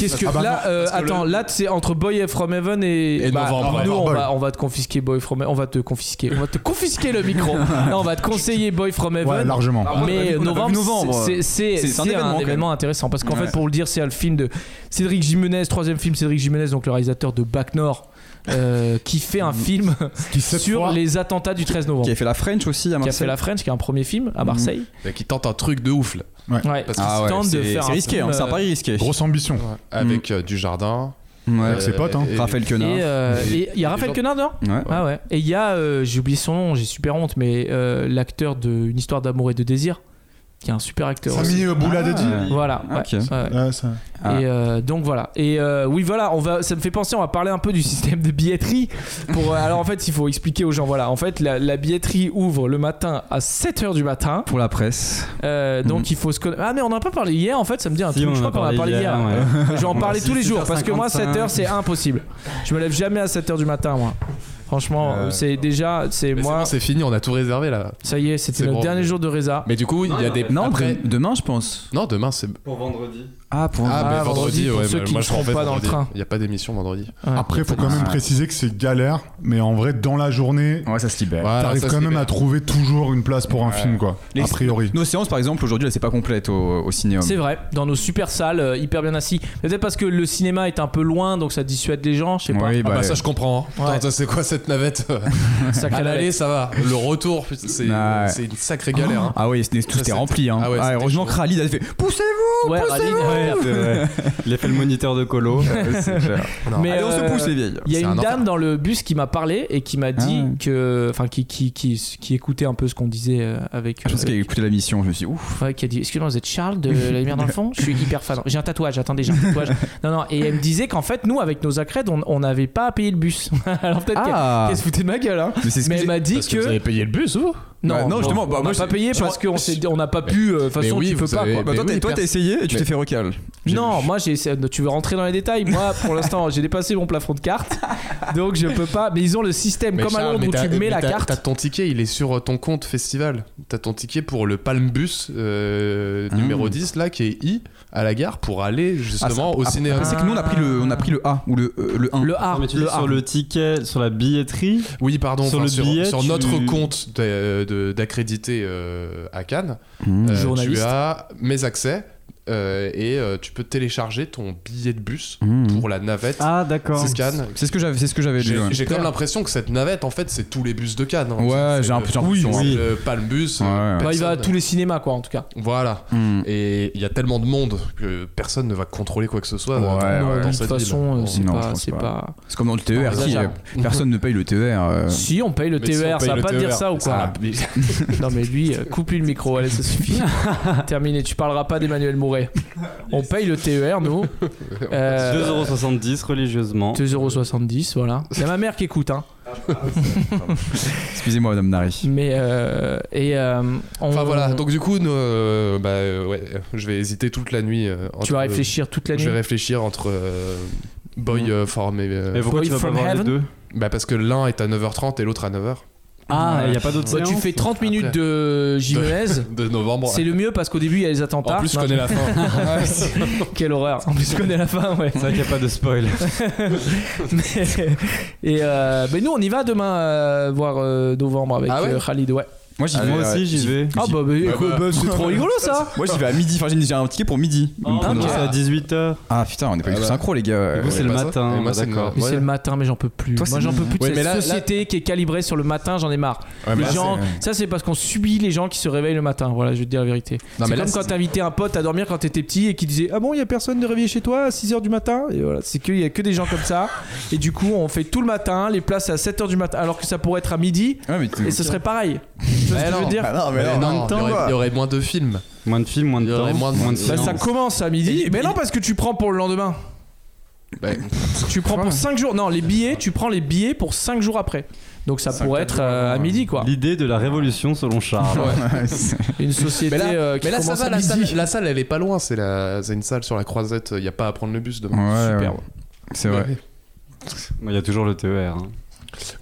Speaker 3: Qu'est-ce que
Speaker 5: Ah bah non,
Speaker 3: là euh,
Speaker 5: parce que
Speaker 3: Attends,
Speaker 5: le-
Speaker 3: là c'est entre Boy from Heaven et, bah,
Speaker 5: Et Novembre,
Speaker 3: nous on
Speaker 10: Novembre.
Speaker 3: va, on va te confisquer Boy from Heaven, on va te confisquer, on va te confisquer le micro. Non, on va te conseiller Boy from Heaven.
Speaker 10: Ouais, largement.
Speaker 4: Ah, moi, on a
Speaker 3: mais
Speaker 4: vu- on a
Speaker 3: novembre,
Speaker 4: vu novembre.
Speaker 3: c'est-
Speaker 5: euh.
Speaker 3: c'est
Speaker 4: C'est-
Speaker 3: c'est-
Speaker 4: c'est un
Speaker 3: c'est
Speaker 4: événement,
Speaker 3: un
Speaker 4: quand
Speaker 3: événement intéressant parce qu'en
Speaker 4: Ouais.
Speaker 3: fait, pour le dire, c'est le film de Cédric Jimenez, troisième film Cédric Jimenez, donc le réalisateur de Bac Nord, euh, qui fait un film
Speaker 10: Qui, cette
Speaker 3: sur
Speaker 10: fois,
Speaker 3: les attentats du 13 novembre.
Speaker 4: Qui a fait la French aussi à
Speaker 3: Qui a
Speaker 4: Marseille. Ah
Speaker 3: fait La French, qui est un premier film à Marseille.
Speaker 5: Bah, qui tente un truc de ouf là,
Speaker 3: Ouais,
Speaker 5: Parce
Speaker 3: qui
Speaker 4: Ah Mhm. ouais,
Speaker 3: tente de
Speaker 4: c'est
Speaker 3: faire
Speaker 4: c'est
Speaker 3: un
Speaker 4: risqué,
Speaker 3: film,
Speaker 4: hein, c'est un
Speaker 3: euh,
Speaker 4: pari risqué.
Speaker 10: Grosse ambition.
Speaker 5: avec euh, du jardin. Euh,
Speaker 4: Ouais.
Speaker 10: Avec ses potes, hein.
Speaker 5: et-
Speaker 4: Raphaël
Speaker 3: Et
Speaker 4: Quenard.
Speaker 3: euh,
Speaker 5: Et-
Speaker 3: et il y a Raphaël
Speaker 5: gens-
Speaker 3: Quenard dedans
Speaker 4: Ouais.
Speaker 3: Ah ouais. Et il y a, euh, j'ai oublié son nom, j'ai super honte, mais euh, l'acteur de Une histoire d'amour et de désir, qui est un super acteur. aussi.
Speaker 10: Sami Boula Dadi
Speaker 3: Voilà. ouais,
Speaker 4: Ok.
Speaker 3: ouais.
Speaker 10: Ouais, ça-
Speaker 4: Ah.
Speaker 3: Et euh, donc voilà. Et euh, oui, voilà, on va, ça me fait penser, on va parler un peu du système de billetterie. Pour, euh, alors en fait, il faut expliquer aux gens, voilà, en fait, la, la billetterie ouvre le matin à 7h du matin.
Speaker 4: Pour la presse.
Speaker 3: Euh, donc il faut se conna- Ah, mais on n'en a pas parlé hier, en fait, ça me dit un
Speaker 6: Si,
Speaker 3: truc,
Speaker 6: on
Speaker 3: je
Speaker 6: en
Speaker 3: crois
Speaker 6: a
Speaker 3: qu'on en a parlé
Speaker 6: parlé
Speaker 3: hier.
Speaker 6: hier,
Speaker 3: J'en parlais
Speaker 6: Ouais,
Speaker 3: tous les jours,
Speaker 6: 6h55.
Speaker 3: parce que moi, 7h, c'est impossible. Je me lève jamais à 7h du matin, moi. Franchement,
Speaker 4: Euh,
Speaker 3: c'est déjà, c'est
Speaker 5: Mais c'est
Speaker 3: moi,
Speaker 5: bon, c'est fini, on a tout réservé là.
Speaker 3: ça y est, c'était
Speaker 5: C'est
Speaker 3: notre
Speaker 5: bon.
Speaker 3: dernier jour de Reza.
Speaker 5: Mais du coup, il y a des
Speaker 4: Non,
Speaker 5: après-
Speaker 4: de- demain, je pense.
Speaker 5: Non, demain c'est
Speaker 6: Pour vendredi.
Speaker 4: Ah, pour
Speaker 5: Ah, mais
Speaker 3: Ah, vendredi,
Speaker 5: vendredi,
Speaker 3: pour
Speaker 5: ouais,
Speaker 3: ceux
Speaker 5: bah,
Speaker 3: qui
Speaker 5: moi
Speaker 3: ne
Speaker 5: je rentre
Speaker 3: seront pas dans le train.
Speaker 5: Il n'y a pas d'émission vendredi.
Speaker 10: Après, faut quand même
Speaker 5: Ah.
Speaker 4: Ouais.
Speaker 10: préciser que c'est galère, mais en vrai, dans la journée,
Speaker 4: Ouais, ça se libère.
Speaker 5: Voilà,
Speaker 10: t'arrives
Speaker 5: ça,
Speaker 10: quand
Speaker 5: c'est
Speaker 10: même
Speaker 5: bien.
Speaker 10: à trouver toujours une place pour un
Speaker 4: Ouais.
Speaker 10: film, quoi.
Speaker 4: Les-
Speaker 10: A priori.
Speaker 4: Nos séances, par exemple, aujourd'hui, elles c'est pas complète au, au cinéum.
Speaker 3: C'est vrai, dans nos super salles, euh, hyper bien assis. Peut-être parce que le cinéma est un peu loin, donc ça dissuade les gens, je sais pas.
Speaker 4: Oui,
Speaker 5: Ah
Speaker 4: bah,
Speaker 5: bah ça je comprends. hein.
Speaker 3: Ouais.
Speaker 5: Attends, c'est quoi cette navette
Speaker 3: Sacré
Speaker 5: À l'aller
Speaker 3: Alex.
Speaker 5: ça va. Le retour putain, c'est
Speaker 4: Ouais.
Speaker 5: c'est une sacrée galère. hein.
Speaker 4: Ah oui, c'était-
Speaker 5: Ça,
Speaker 4: tout était
Speaker 5: c'était-
Speaker 4: rempli. Hein.
Speaker 5: Ah ouais, c'était
Speaker 4: heureusement
Speaker 5: chaud.
Speaker 4: que Khalid a fait Poussez-vous
Speaker 3: Ouais,
Speaker 4: Poussez-vous
Speaker 3: Rallye, ouais.
Speaker 6: Il a fait le moniteur de colo.
Speaker 3: Mais
Speaker 4: Allez, on
Speaker 3: euh,
Speaker 4: se pousse, les vieilles.
Speaker 3: Il y a
Speaker 5: C'est
Speaker 3: une
Speaker 5: un
Speaker 3: dame
Speaker 5: enfer.
Speaker 3: dans le bus qui m'a parlé et qui m'a dit
Speaker 4: Ah.
Speaker 3: que. Enfin, qui, qui, qui, qui écoutait un peu ce qu'on disait euh, avec.
Speaker 4: Ah, Je pense
Speaker 3: euh,
Speaker 4: qu'il a écouté la mission. Je me suis dit, ouf.
Speaker 3: Ouais, qui a dit Excusez-moi, vous êtes Charles de La Lumière dans le fond Je suis hyper fan. J'ai un tatouage, attendez, j'ai un tatouage. Non, non, et elle me disait qu'en fait, nous, avec nos accrèdes, on on n'avait pas à payer le bus. Alors peut-être
Speaker 4: Ah.
Speaker 3: qui se foutait de ma gueule. hein.
Speaker 4: Mais c'est ce
Speaker 3: Mais
Speaker 4: que
Speaker 3: elle m'a dit
Speaker 13: Parce que
Speaker 3: que.
Speaker 13: vous avez payé le bus, vous
Speaker 3: Non,
Speaker 4: Bah, non,
Speaker 3: on-
Speaker 4: justement, bah,
Speaker 3: on
Speaker 4: moi,
Speaker 3: n'a
Speaker 4: je-
Speaker 3: pas payé
Speaker 4: je-
Speaker 3: parce qu'on s'est dit- on n'a pas pu. euh, De toute façon, tu peux pas. quoi.
Speaker 4: Bah, toi, t'as- toi, t'as essayé et tu t'es fait recal.
Speaker 3: Non, moi j'ai essayé- tu veux rentrer dans les détails. Moi pour l'instant j'ai dépassé mon plafond de carte, donc je peux pas. Mais ils ont le système
Speaker 13: Mais
Speaker 3: comme à
Speaker 13: Charles,
Speaker 3: Londres
Speaker 13: mais
Speaker 3: où
Speaker 13: t'as-
Speaker 3: tu mets
Speaker 13: mais
Speaker 3: la
Speaker 13: t'as-
Speaker 3: carte.
Speaker 5: T'as ton ticket, il est sur euh, ton compte festival. T'as ton ticket pour le Palm Bus euh, numéro 10, là, qui est I, à la gare, pour aller justement
Speaker 4: Ah, ça-
Speaker 5: au
Speaker 4: ah,
Speaker 5: cinéma.
Speaker 4: ah, c'est que nous, on a pris le- on a pris le A ou le, euh, le 1.
Speaker 3: Ah, Le A.
Speaker 6: Non, mais tu dis sur le ticket, sur la billetterie.
Speaker 5: Oui, pardon,
Speaker 6: Sur
Speaker 5: enfin,
Speaker 6: le
Speaker 5: sur,
Speaker 6: billet,
Speaker 5: sur
Speaker 6: tu-
Speaker 5: notre compte d'a- de- d'accrédité euh, à Cannes, euh,
Speaker 3: Journaliste. Bah,
Speaker 5: tu as mes accès euh, et euh, tu peux télécharger ton billet de bus
Speaker 4: Mmh.
Speaker 5: pour la navette.
Speaker 6: Ah, d'accord.
Speaker 5: C'est Cannes.
Speaker 4: C'est ce que j'avais, c'est ce que j'avais lu.
Speaker 5: J'ai
Speaker 4: ouais.
Speaker 5: j'ai quand même l'impression que cette navette, en fait, c'est tous les bus de Cannes. hein.
Speaker 4: Ouais,
Speaker 5: C'est
Speaker 4: j'ai un
Speaker 5: le-
Speaker 4: peu- j'ai l'impression,
Speaker 5: c'est
Speaker 4: hein.
Speaker 5: le Palmbus.
Speaker 4: Ouais,
Speaker 5: euh,
Speaker 4: ouais.
Speaker 3: Bah, il va à
Speaker 5: personne.
Speaker 3: tous les cinémas quoi en tout cas.
Speaker 5: Voilà.
Speaker 4: Mm.
Speaker 5: Et il y a tellement de monde que personne ne va contrôler quoi que ce soit.
Speaker 4: Ouais,
Speaker 5: dans-
Speaker 4: Ah ouais,
Speaker 5: dans
Speaker 3: non, de
Speaker 5: cette
Speaker 3: toute
Speaker 5: ville.
Speaker 3: façon euh, c'est
Speaker 4: Non, je
Speaker 3: pas,
Speaker 4: pense
Speaker 3: c'est
Speaker 4: pas.
Speaker 3: pas.
Speaker 4: C'est comme dans le TER, qui,
Speaker 3: Envisageable.
Speaker 4: euh, personne ne paye le TER. euh.
Speaker 3: Si on paye le
Speaker 13: Mais si on
Speaker 3: TER,
Speaker 13: paye
Speaker 3: ça va
Speaker 13: le
Speaker 3: pas dire
Speaker 13: TER,
Speaker 3: ça ou quoi
Speaker 13: ça-
Speaker 3: Non mais lui, euh, coupe lui le micro, allez, ça suffit. Terminé, tu parleras pas d'Emmanuel Mouret. On paye le TER, nous. Euh,
Speaker 6: 2,70€ religieusement.
Speaker 3: 2,70€, voilà. C'est ma mère qui écoute, hein.
Speaker 4: Excusez-moi, Madame Nari.
Speaker 3: Mais euh, et euh, on-
Speaker 5: Enfin voilà, donc du coup, nous, euh, bah, euh, ouais, euh, je vais hésiter toute la nuit. euh, entre-
Speaker 3: tu vas réfléchir toute la
Speaker 5: Je
Speaker 3: nuit.
Speaker 5: vais réfléchir entre euh, Boy euh, Form et. euh,
Speaker 6: Et pourquoi
Speaker 3: Boy
Speaker 6: tu vas pas
Speaker 3: from
Speaker 6: voir les
Speaker 3: Heaven
Speaker 6: deux
Speaker 5: bah parce que l'un est à 9h30 et l'autre à 9h
Speaker 6: Ah, il n'y a pas d'autre
Speaker 3: Bah,
Speaker 6: séance
Speaker 3: tu fais 30 minutes
Speaker 5: Après.
Speaker 3: de Jiménez.
Speaker 5: de novembre.
Speaker 3: C'est le mieux parce qu'au début il y a les attentats.
Speaker 5: En plus, je
Speaker 3: Non, Ah,
Speaker 5: connais la fin.
Speaker 3: Quelle horreur. En plus, je connais la fin, ouais.
Speaker 6: C'est vrai qu'il n'y a pas de spoil.
Speaker 3: Mais- et euh, mais nous, on y va demain euh, voir euh, novembre avec
Speaker 5: Ah ouais
Speaker 3: euh, Khalid, ouais.
Speaker 4: Moi, j'y vais.
Speaker 6: Moi
Speaker 4: ouais,
Speaker 6: aussi, j'y vais.
Speaker 3: Ah bah, bah, écoute,
Speaker 5: bah.
Speaker 3: bah, c'est trop rigolo ça.
Speaker 4: Moi, j'y vais à midi. Enfin, j'ai j'ai un ticket pour midi.
Speaker 6: Oh,
Speaker 4: Ah,
Speaker 6: c'est à 18h.
Speaker 4: Ah putain, on n'est pas du
Speaker 5: Ah
Speaker 4: tout
Speaker 5: bah.
Speaker 4: synchro, les gars.
Speaker 6: vous,
Speaker 4: Ouais.
Speaker 6: c'est le
Speaker 5: pas ça.
Speaker 6: matin,
Speaker 5: Et
Speaker 6: bah,
Speaker 5: c'est
Speaker 6: d'accord.
Speaker 5: une-
Speaker 3: Mais
Speaker 5: ouais.
Speaker 3: c'est le matin, mais j'en peux plus.
Speaker 4: Toi,
Speaker 3: Moi,
Speaker 4: c'est-
Speaker 3: j'en peux plus de
Speaker 5: Ouais, mais
Speaker 3: cette
Speaker 5: là- là-
Speaker 3: société qui est calibrée sur le matin, j'en ai marre.
Speaker 4: Ouais, mais
Speaker 3: les
Speaker 4: là,
Speaker 3: gens,
Speaker 4: c'est-
Speaker 3: ça c'est parce qu'on subit les gens qui se réveillent le matin. Voilà, je vais te dire la vérité.
Speaker 5: Non,
Speaker 3: C'est
Speaker 5: mais là,
Speaker 3: comme quand t'invitais un pote à dormir quand t'étais petit et qui disait ah bon il y a personne de réveillé chez toi à 6h du matin et voilà c'est qu'il y a que des gens comme ça et du coup on fait tout le matin les places à 7h du matin alors que ça pourrait être à midi
Speaker 4: Ouais, mais t'es-
Speaker 3: et ce serait pareil. Tu vois ce que je veux
Speaker 5: Bah,
Speaker 3: dire
Speaker 4: Ah, non, mais
Speaker 5: Mais
Speaker 4: non.
Speaker 5: non, il y aurait-
Speaker 4: quoi.
Speaker 5: il y aurait moins de films.
Speaker 6: Moins de films, moins de
Speaker 5: Il y aurait
Speaker 6: temps,
Speaker 5: moins de-
Speaker 6: moins de
Speaker 5: Bah,
Speaker 3: Bah,
Speaker 6: séances.
Speaker 3: ça commence à midi. Mais non, parce que tu prends pour le lendemain.
Speaker 5: Bah,
Speaker 3: Tu prends
Speaker 4: Ouais.
Speaker 3: pour 5 jours. Non, les billets, tu prends les billets pour 5 jours après. Donc ça
Speaker 4: Cinq,
Speaker 3: pourrait
Speaker 4: quatre
Speaker 3: être euh,
Speaker 4: jours,
Speaker 3: à
Speaker 4: ouais.
Speaker 3: midi, quoi.
Speaker 6: L'idée de la révolution selon Charles.
Speaker 4: Ouais, c'est-
Speaker 3: Une société
Speaker 5: Mais là,
Speaker 3: euh, qui
Speaker 5: mais là, ça
Speaker 3: commence
Speaker 5: va,
Speaker 3: à
Speaker 5: la
Speaker 3: midi.
Speaker 5: salle, la salle, elle est pas loin. C'est la, c'est une salle sur la croisette. Il y a pas à prendre le bus demain.
Speaker 4: Ouais,
Speaker 3: Super.
Speaker 4: ouais. C'est vrai.
Speaker 6: Il y a toujours le TER. hein.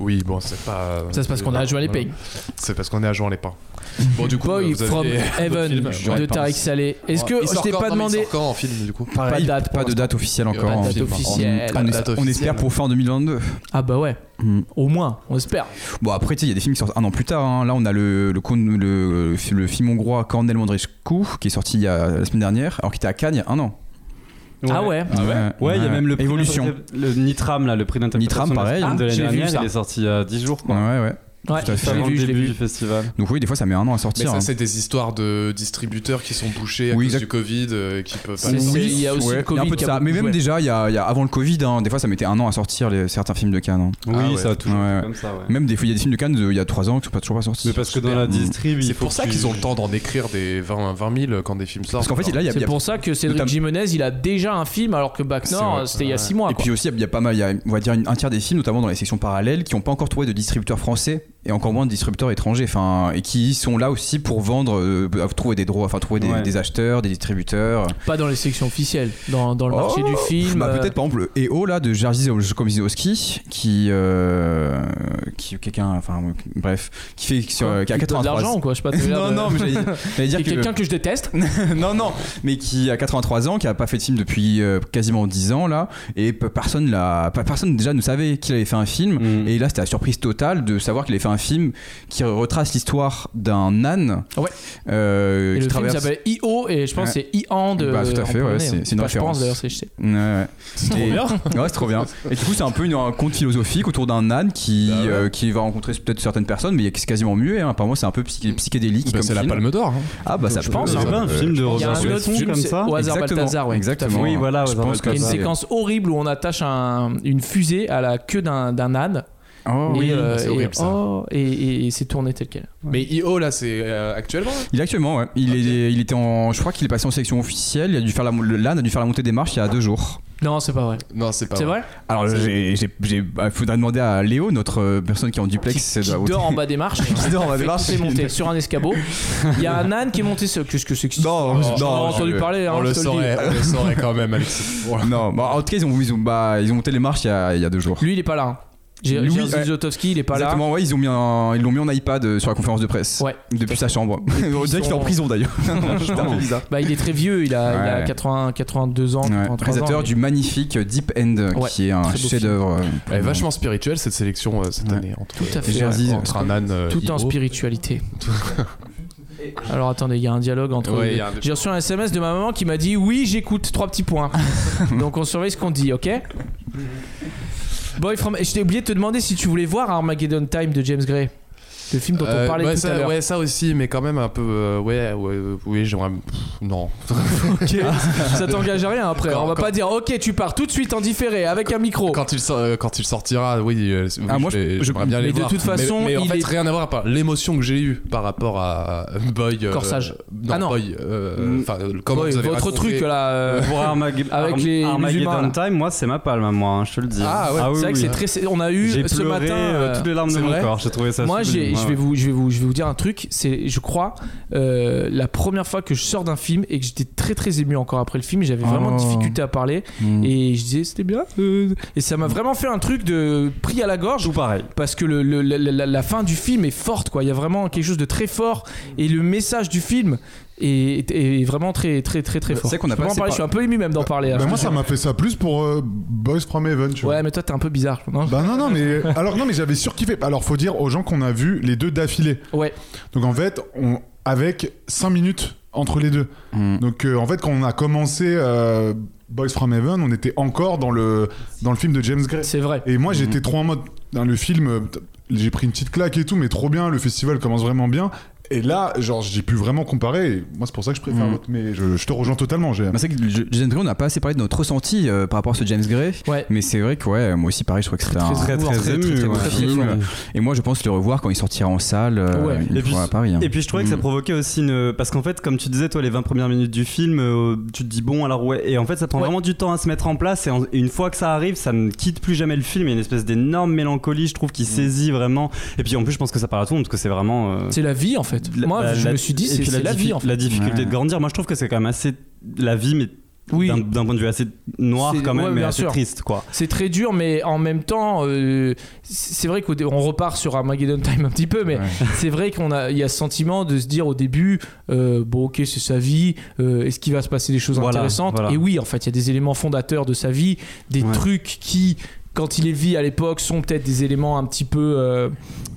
Speaker 5: Oui, bon, c'est pas.
Speaker 3: Ça, c'est euh, parce qu'on a à jouer les
Speaker 5: Voilà.
Speaker 3: pays.
Speaker 5: C'est parce qu'on est à jouer les pains. Bon, du coup,
Speaker 3: Boy
Speaker 5: vous avez
Speaker 3: from
Speaker 5: d'autres
Speaker 3: Heaven
Speaker 5: films
Speaker 3: de Tariq Salé. Est-ce que
Speaker 5: Il
Speaker 3: je
Speaker 5: sort
Speaker 3: t'ai
Speaker 5: quand-
Speaker 3: pas
Speaker 5: non, mais il
Speaker 3: demandé
Speaker 5: sort quand en film du coup
Speaker 3: Pas de date.
Speaker 4: Pas de date officielle
Speaker 5: Pas de
Speaker 4: encore.
Speaker 5: date
Speaker 4: en-
Speaker 3: date
Speaker 5: film, hein.
Speaker 3: officielle.
Speaker 4: On,
Speaker 5: Pas de
Speaker 4: espère-
Speaker 5: date
Speaker 4: on espère
Speaker 5: officielle.
Speaker 4: pour fin 2022.
Speaker 3: Ah bah ouais.
Speaker 4: Mm.
Speaker 3: Au moins, on espère.
Speaker 4: Bon après tu sais il y a des films qui sortent un an plus tard. hein. Là on a le, le, con- le, le film hongrois Cornel Mondrescu qui est sorti il y a, la semaine dernière alors qu'il était à Cannes il y a un an.
Speaker 3: Ah ouais.
Speaker 6: Ouais, il y a même le prix
Speaker 4: Évolution.
Speaker 6: d'interpré- Le Nitram, là, le prix d'interprétation.
Speaker 4: Nitram,
Speaker 6: de
Speaker 4: pareil.
Speaker 6: Stan de
Speaker 3: Ah,
Speaker 6: l'année
Speaker 3: j'ai vu
Speaker 6: dernière,
Speaker 3: ça.
Speaker 6: il est sorti il y a 10 jours,
Speaker 4: Ouais
Speaker 6: quoi.
Speaker 4: ouais.
Speaker 3: Ouais,
Speaker 4: Tout à fait.
Speaker 3: je l'ai
Speaker 6: Avant
Speaker 3: vu,
Speaker 6: le
Speaker 3: je l'ai
Speaker 6: début
Speaker 3: vu.
Speaker 6: du festival.
Speaker 4: Donc oui des fois ça met un an à
Speaker 5: Mais
Speaker 4: sortir.
Speaker 5: ça,
Speaker 4: hein.
Speaker 5: c'est des histoires de distributeurs qui sont bouchés à
Speaker 4: Oui,
Speaker 5: cause
Speaker 4: exact.
Speaker 5: du Covid, euh, qui peuvent pas.
Speaker 3: C'est-
Speaker 5: les sortir.
Speaker 3: c'est- il y a aussi
Speaker 4: Ouais,
Speaker 3: le
Speaker 4: il y a
Speaker 3: Covid
Speaker 4: un peu de
Speaker 3: qui a
Speaker 4: ça.
Speaker 3: beaucoup
Speaker 4: Mais même
Speaker 3: joué.
Speaker 4: déjà il y, a, il y a avant le Covid hein, des fois ça mettait un an à sortir les, certains films de Cannes. hein.
Speaker 6: Oui,
Speaker 5: ouais.
Speaker 6: ça a toujours
Speaker 4: Ouais.
Speaker 6: été comme ça, ouais.
Speaker 4: Même des fois il y a des films de Cannes de- il y a 3 ans qui sont pas toujours pas sortis.
Speaker 6: Mais parce que dans la distrib, il
Speaker 5: C'est
Speaker 6: faut
Speaker 5: pour ça
Speaker 6: que tu-
Speaker 5: qu'ils ont le temps d'en écrire des 20, 20 000 quand des films sortent.
Speaker 4: Parce qu'en fait là il y a, il y
Speaker 3: C'est
Speaker 4: a-
Speaker 3: pour ça que Cédric
Speaker 4: Notam-
Speaker 3: Jimenez, il a déjà un film alors que Bac
Speaker 4: C'est vrai.
Speaker 3: Nord, c'était il y a 6 mois.
Speaker 4: Et
Speaker 3: quoi.
Speaker 4: puis aussi, il y a pas mal, il y a, on va dire, une- un tiers des films, notamment dans les sections parallèles, qui n'ont pas encore trouvé de distributeurs français et encore moins de distributeurs étrangers. Enfin, et qui sont là aussi pour vendre, euh, à trouver des droits, enfin, trouver des,
Speaker 6: Ouais.
Speaker 4: des acheteurs, des distributeurs.
Speaker 3: Pas dans les sections officielles, dans, dans le marché
Speaker 4: Oh,
Speaker 3: du film.
Speaker 4: Bah,
Speaker 3: euh,
Speaker 4: peut-être par exemple le EO là de Jerzy Komizowski qui euh, qui quelqu'un enfin bref qui fait sur,
Speaker 3: quoi,
Speaker 4: qui a
Speaker 3: qui te donne
Speaker 4: 83
Speaker 3: de l'argent ou quoi, je sais pas. t'as l'air
Speaker 4: non
Speaker 3: de-
Speaker 4: non mais j'allais- j'allais dire
Speaker 3: Et
Speaker 4: que
Speaker 3: quelqu'un que je déteste.
Speaker 4: non, non, mais qui a 83 ans, qui a pas fait de film depuis euh, quasiment 10 ans là, et pe- personne l'a, pas- personne déjà ne savait qu'il avait fait un film.
Speaker 6: Mm.
Speaker 4: Et là, c'était la surprise totale de savoir qu'il avait fait un film qui retrace l'histoire d'un âne.
Speaker 3: Ouais.
Speaker 4: euh,
Speaker 3: Et
Speaker 4: qui
Speaker 3: le film
Speaker 4: traverse-
Speaker 3: s'appelle I.O. et je pense que c'est I.A.N. de.
Speaker 4: Bah, tout à
Speaker 3: en
Speaker 4: fait, ouais,
Speaker 3: polonais,
Speaker 4: c'est-
Speaker 3: hein.
Speaker 4: c'est une
Speaker 3: Bah, Je pense
Speaker 4: référence.
Speaker 3: d'ailleurs, c'est- je sais.
Speaker 4: Ouais, ouais. Et-
Speaker 13: bien.
Speaker 4: Ouais, c'est trop bien. Et du coup, c'est un peu une, un conte philosophique autour d'un âne qui, euh, qui va rencontrer peut-être certaines personnes, mais qui est quasiment muet. Hein. Apparemment, c'est un peu psy- psychédélique.
Speaker 5: Bah,
Speaker 4: comme
Speaker 5: c'est la
Speaker 4: film.
Speaker 5: Palme d'Or. hein.
Speaker 4: Ah, bah ça
Speaker 3: Je
Speaker 4: peut-
Speaker 3: pense,
Speaker 6: C'est
Speaker 3: hein.
Speaker 4: euh,
Speaker 6: pas un film de
Speaker 3: Il y a
Speaker 6: Robert
Speaker 3: un autre
Speaker 6: Bresson
Speaker 3: film
Speaker 6: comme
Speaker 3: c'est
Speaker 6: ça
Speaker 3: Au hasard
Speaker 4: Exactement.
Speaker 3: Balthazar, ouais.
Speaker 4: Exactement.
Speaker 6: Oui, voilà, au
Speaker 4: Je
Speaker 6: hasard
Speaker 4: pense que
Speaker 3: Il y a une
Speaker 4: c'est-
Speaker 3: séquence horrible où on attache un- une fusée à la queue d'un d'un âne.
Speaker 4: Oh,
Speaker 3: et,
Speaker 5: oui,
Speaker 3: euh,
Speaker 5: c'est
Speaker 3: et-
Speaker 5: horrible, ça.
Speaker 3: oh, et- et- et c'est tourné tel quel.
Speaker 5: Mais IO, là, c'est euh, actuellement là
Speaker 4: Il est actuellement, ouais. Il, est, il était en. Je crois qu'il est passé en sélection officielle. Il a dû faire la, le LAN a dû faire la montée des marches il y a deux jours.
Speaker 3: Non, c'est pas vrai.
Speaker 5: Non, c'est pas
Speaker 3: C'est vrai
Speaker 4: Alors, j'ai. j'ai- j'ai- bah, faudra demander à Léo, notre euh, personne qui est en duplex. euh, de
Speaker 3: qui
Speaker 4: la haute-
Speaker 3: dort en bas des marches.
Speaker 4: Qui dort en bas des
Speaker 3: Fait
Speaker 4: marches.
Speaker 3: monter, monter sur un escabeau. Il y a un âne qui est monté. sur- Qu'est-ce que c'est que ça
Speaker 4: Non, non,
Speaker 3: j'en ai Oh, entendu
Speaker 4: je-
Speaker 3: parler. hein,
Speaker 5: On le
Speaker 3: je te dis.
Speaker 5: saurait, on le saurait quand même, Alexis.
Speaker 4: Non, bah, en tout cas, ils ont, ils ont- bah, ils ont monté les marches il y a, il y a deux jours.
Speaker 3: Lui, il est pas là. hein. J'ai
Speaker 4: Lui,
Speaker 3: Jerzy
Speaker 4: ouais.
Speaker 3: Zlotowski, il est pas là.
Speaker 4: Exactement, ouais, ils ont mis un- ils l'ont mis en iPad euh, sur la conférence de presse.
Speaker 3: Ouais.
Speaker 4: Depuis sa chambre. On dirait qu'il est en
Speaker 3: son-
Speaker 4: prison d'ailleurs. C'est un peu bizarre.
Speaker 3: Bah, il est très vieux, il a, il a
Speaker 4: Ouais.
Speaker 3: 80, 82 ans,
Speaker 4: Ouais,
Speaker 3: 83
Speaker 4: réalisateur
Speaker 3: ans.
Speaker 4: du magnifique euh, Deep End,
Speaker 3: Ouais,
Speaker 4: qui est un
Speaker 3: très beau film.
Speaker 4: chef-d'œuvre. euh,
Speaker 5: Elle est vachement spirituelle cette sélection euh, cette année entre,
Speaker 3: Tout à fait,
Speaker 5: Jerzy,
Speaker 4: ouais.
Speaker 5: entre un âne euh,
Speaker 3: Tout en
Speaker 5: Io.
Speaker 3: spiritualité. Alors attendez, il y a un dialogue entre.
Speaker 5: Ouais,
Speaker 3: les
Speaker 5: il y
Speaker 3: deux.
Speaker 5: a un-
Speaker 3: J'ai reçu un SMS de ma maman qui m'a dit Oui, j'écoute, trois petits points. Donc on surveille ce qu'on dit, ok Boy from. Et je t'ai oublié de te demander si tu voulais voir Armageddon Time de James Gray, le film dont
Speaker 5: Euh,
Speaker 3: on parlait
Speaker 5: ouais,
Speaker 3: tout
Speaker 5: ça,
Speaker 3: à l'heure.
Speaker 5: ouais, ça aussi, mais quand même un peu. euh, ouais, ouais, euh, oui, j'aimerais. pff, Non.
Speaker 3: Ok. ça t'engage à rien après.
Speaker 5: Quand-
Speaker 3: on va
Speaker 5: quand-
Speaker 3: pas dire Ok, tu pars tout de suite en différé avec un micro.
Speaker 5: Quand il, sort- euh, quand il sortira, oui, euh, oui,
Speaker 4: Ah, moi,
Speaker 5: je vais-
Speaker 4: je-
Speaker 5: j'aimerais bien
Speaker 3: mais
Speaker 5: les
Speaker 3: de
Speaker 5: voir.
Speaker 3: toute façon,
Speaker 5: mais, mais en
Speaker 3: il
Speaker 5: fait,
Speaker 3: est-
Speaker 5: rien à voir à part l'émotion que j'ai eue par rapport à euh, Boy. euh,
Speaker 3: Corsage.
Speaker 5: Non,
Speaker 3: Ah, non.
Speaker 5: Boy. euh, Enfin, euh, comment
Speaker 3: Ouais,
Speaker 5: vous avez
Speaker 3: votre
Speaker 5: raconté-
Speaker 3: truc là. euh,
Speaker 6: Pour Armag-
Speaker 3: Avec
Speaker 6: Arm-
Speaker 3: les musulmans, là.
Speaker 6: Armageddon Time, moi, c'est ma palme à moi, hein, je te le dis.
Speaker 5: Ah ouais,
Speaker 3: c'est
Speaker 6: oui,
Speaker 3: vrai que
Speaker 6: oui.
Speaker 3: c'est très. c'est- On a eu
Speaker 6: J'ai
Speaker 3: ce
Speaker 6: pleuré
Speaker 3: matin.
Speaker 6: euh,
Speaker 3: euh,
Speaker 6: toutes les larmes de
Speaker 5: c'est
Speaker 6: mon
Speaker 5: vrai
Speaker 6: corps, j'ai trouvé ça
Speaker 3: Moi, j'ai-
Speaker 6: sublime,
Speaker 3: je
Speaker 6: ouais,
Speaker 3: vais
Speaker 6: ouais.
Speaker 3: vous, je vais vous, je vais vous dire un truc. C'est, je crois, euh, la première fois que je sors d'un film et que j'étais très très ému encore après le film. J'avais vraiment de
Speaker 4: Oh.
Speaker 3: difficulté à parler
Speaker 4: Mm.
Speaker 3: et je disais c'était bien. euh, et ça m'a vraiment fait un truc de pris à la gorge
Speaker 6: Tout pareil.
Speaker 3: parce que le- le- la, la- la fin du film est forte quoi. Il y a vraiment quelque chose de très fort et le message du film est, est vraiment très très très très
Speaker 4: C'est
Speaker 3: fort.
Speaker 4: vrai qu'on a
Speaker 3: Je peux
Speaker 4: pas
Speaker 3: pas en
Speaker 4: assez
Speaker 3: parler.
Speaker 4: par-
Speaker 3: Je suis un peu ému même d'en parler. là.
Speaker 10: Bah, moi, ça m'a fait ça plus pour euh, Boys from Heaven, tu vois.
Speaker 3: Ouais, mais toi t'es un peu bizarre. non
Speaker 10: Bah non, non, mais alors non, mais j'avais surkiffé. Alors faut dire aux gens qu'on a vu les deux d'affilée.
Speaker 3: ouais.
Speaker 10: Donc en fait, on avec 5 minutes entre les deux.
Speaker 4: Mm.
Speaker 10: Donc euh, en fait, quand on a commencé euh, Boys from Heaven, on était encore dans le dans le film de James Gray.
Speaker 3: C'est vrai.
Speaker 10: Et moi,
Speaker 3: Mhm.
Speaker 10: j'étais trop en mode dans le film. euh, J'ai pris une petite claque et tout, mais trop bien. Le festival commence vraiment bien. Et là, genre, j'ai pu vraiment comparer. Et moi, c'est pour ça que je
Speaker 3: Mhm.
Speaker 10: préfère
Speaker 4: Mm.
Speaker 10: l'autre. Mais je, je te rejoins totalement. J'ai...
Speaker 4: Bah, c'est vrai que je- James Gray, on n'a pas assez parlé de notre ressenti euh, par rapport à ce James Gray.
Speaker 3: Ouais.
Speaker 4: Mais c'est vrai que ouais, moi aussi, pareil, je crois que c'était un
Speaker 6: Très, très,
Speaker 4: très,
Speaker 6: ému,
Speaker 4: très beau
Speaker 6: ouais.
Speaker 4: film. Et moi, je pense le revoir quand il sortira en salle euh,
Speaker 3: Ouais.
Speaker 4: une
Speaker 6: Et puis-
Speaker 4: fois à Paris. hein.
Speaker 6: Et puis je trouvais que ça
Speaker 4: Mm.
Speaker 6: provoquait aussi une. Parce qu'en fait, comme tu disais, toi, les 20 premières minutes du film, euh, tu te dis bon, alors ouais. Et en fait, ça prend
Speaker 3: Ouais.
Speaker 6: vraiment du temps à se mettre en place. Et, en- et une fois que ça arrive, ça ne quitte plus jamais le film. Il y a une espèce d'énorme mélancolie, je
Speaker 3: Mm.
Speaker 6: trouve, qui saisit vraiment. Et puis en plus, je pense que ça parle à tout le monde, parce que c'est vraiment. euh,
Speaker 3: C'est la vie en fait.
Speaker 6: la-
Speaker 3: Moi,
Speaker 6: la-
Speaker 3: je
Speaker 6: la-
Speaker 3: me suis dit
Speaker 6: et
Speaker 3: c'est
Speaker 6: puis
Speaker 3: c'est la
Speaker 6: diffi-
Speaker 3: vie en fait.
Speaker 6: La difficulté
Speaker 4: Ouais.
Speaker 6: de grandir, moi, je trouve que c'est quand même assez. La vie, mais.
Speaker 3: Oui.
Speaker 6: D'un d'un point de vue assez noir
Speaker 3: C'est-
Speaker 6: quand même,
Speaker 3: ouais,
Speaker 6: mais
Speaker 3: bien
Speaker 6: assez
Speaker 3: sûr.
Speaker 6: triste quoi.
Speaker 3: C'est très dur, mais en même temps, euh, c'est c'est vrai qu'on repart sur Armageddon Time un petit peu, mais
Speaker 4: Ouais.
Speaker 3: c'est vrai qu'on a, il y a ce sentiment de se dire au début, euh, bon ok, c'est sa vie, euh, est-ce qu'il va se passer des choses
Speaker 6: Voilà,
Speaker 3: intéressantes
Speaker 6: voilà.
Speaker 3: Et oui, en fait, il y a des éléments fondateurs de sa vie, des
Speaker 6: Ouais.
Speaker 3: trucs qui quand il les vit à l'époque, sont peut-être des éléments un petit peu euh,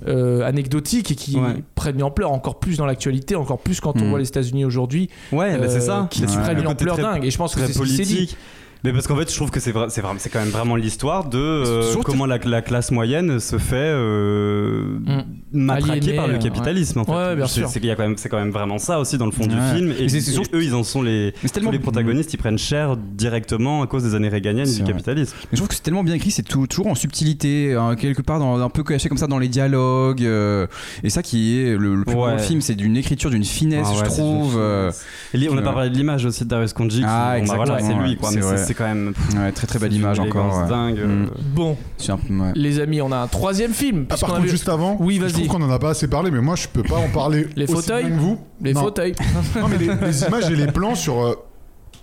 Speaker 3: euh, anecdotiques et qui
Speaker 6: Ouais.
Speaker 3: prennent une ampleur encore plus dans l'actualité, encore plus quand on
Speaker 4: Mm.
Speaker 3: voit les États-Unis aujourd'hui,
Speaker 6: Ouais, bah,
Speaker 3: euh,
Speaker 6: c'est ça.
Speaker 3: qui
Speaker 6: C'est
Speaker 3: prennent
Speaker 6: le
Speaker 3: une
Speaker 6: côté
Speaker 3: ampleur
Speaker 6: très-
Speaker 3: dingue. Et je pense que
Speaker 6: très
Speaker 3: c'est ce qui s'est dit.
Speaker 6: politique. Mais parce qu'en fait, je trouve que c'est vrai, c'est vrai- c'est quand même vraiment l'histoire de euh,
Speaker 4: C'est toujours-
Speaker 6: comment la, la classe moyenne se fait euh,
Speaker 3: Mm.
Speaker 6: matraquer
Speaker 3: Aliénée,
Speaker 6: par le
Speaker 3: euh,
Speaker 6: capitalisme. En fait.
Speaker 3: ouais. Ouais, ouais, bien
Speaker 6: C'est-
Speaker 3: sûr.
Speaker 6: C'est qu'il y a quand même, c'est quand même vraiment ça aussi dans le fond
Speaker 4: Ouais.
Speaker 6: du film. Et,
Speaker 4: Mais c'est- c'est
Speaker 6: et
Speaker 4: surtout-
Speaker 6: eux, ils en sont les,
Speaker 4: Mais c'est tellement-
Speaker 6: tous les protagonistes. Ils prennent cher directement à cause des années réganiennes
Speaker 4: C'est
Speaker 6: du
Speaker 4: vrai.
Speaker 6: capitalisme.
Speaker 4: Mais je trouve que c'est tellement bien écrit, c'est tou- toujours en subtilité, hein, quelque part dans, un peu caché comme ça dans les dialogues. euh, et ça qui est le, le plus grand
Speaker 6: Ouais.
Speaker 4: le film, c'est d'une écriture, d'une finesse,
Speaker 6: Ah ouais,
Speaker 4: je
Speaker 6: c'est
Speaker 4: trouve.
Speaker 6: une-
Speaker 4: euh,
Speaker 6: Et li- on n'a
Speaker 4: que-
Speaker 6: pas parlé de l'image aussi de Darius Konji. qui-
Speaker 4: Ah,
Speaker 6: bon, bah voilà, c'est
Speaker 4: exactement,
Speaker 6: lui,
Speaker 4: ouais,
Speaker 6: quoi.
Speaker 4: c'est
Speaker 6: mais c'est-
Speaker 4: vrai.
Speaker 6: c'est quand même. pff,
Speaker 4: ouais, très très belle
Speaker 6: c'est
Speaker 4: image
Speaker 6: une
Speaker 4: encore.
Speaker 6: élégance
Speaker 4: ouais.
Speaker 6: dingue.
Speaker 4: Mm.
Speaker 6: euh,
Speaker 3: Bon,
Speaker 4: C'est un peu- ouais.
Speaker 3: les amis, on a un troisième film.
Speaker 10: Ah,
Speaker 3: parce
Speaker 10: par
Speaker 3: qu'on
Speaker 10: contre,
Speaker 3: avait-
Speaker 10: juste avant,
Speaker 3: Oui,
Speaker 10: je
Speaker 3: vas-y.
Speaker 10: trouve qu'on en a pas assez parlé, mais moi, je peux pas en parler.
Speaker 3: Les
Speaker 10: aussi
Speaker 3: fauteuils
Speaker 10: bien que vous.
Speaker 3: Les
Speaker 10: Non.
Speaker 3: fauteuils.
Speaker 10: Non, mais les, les images et les plans sur. euh,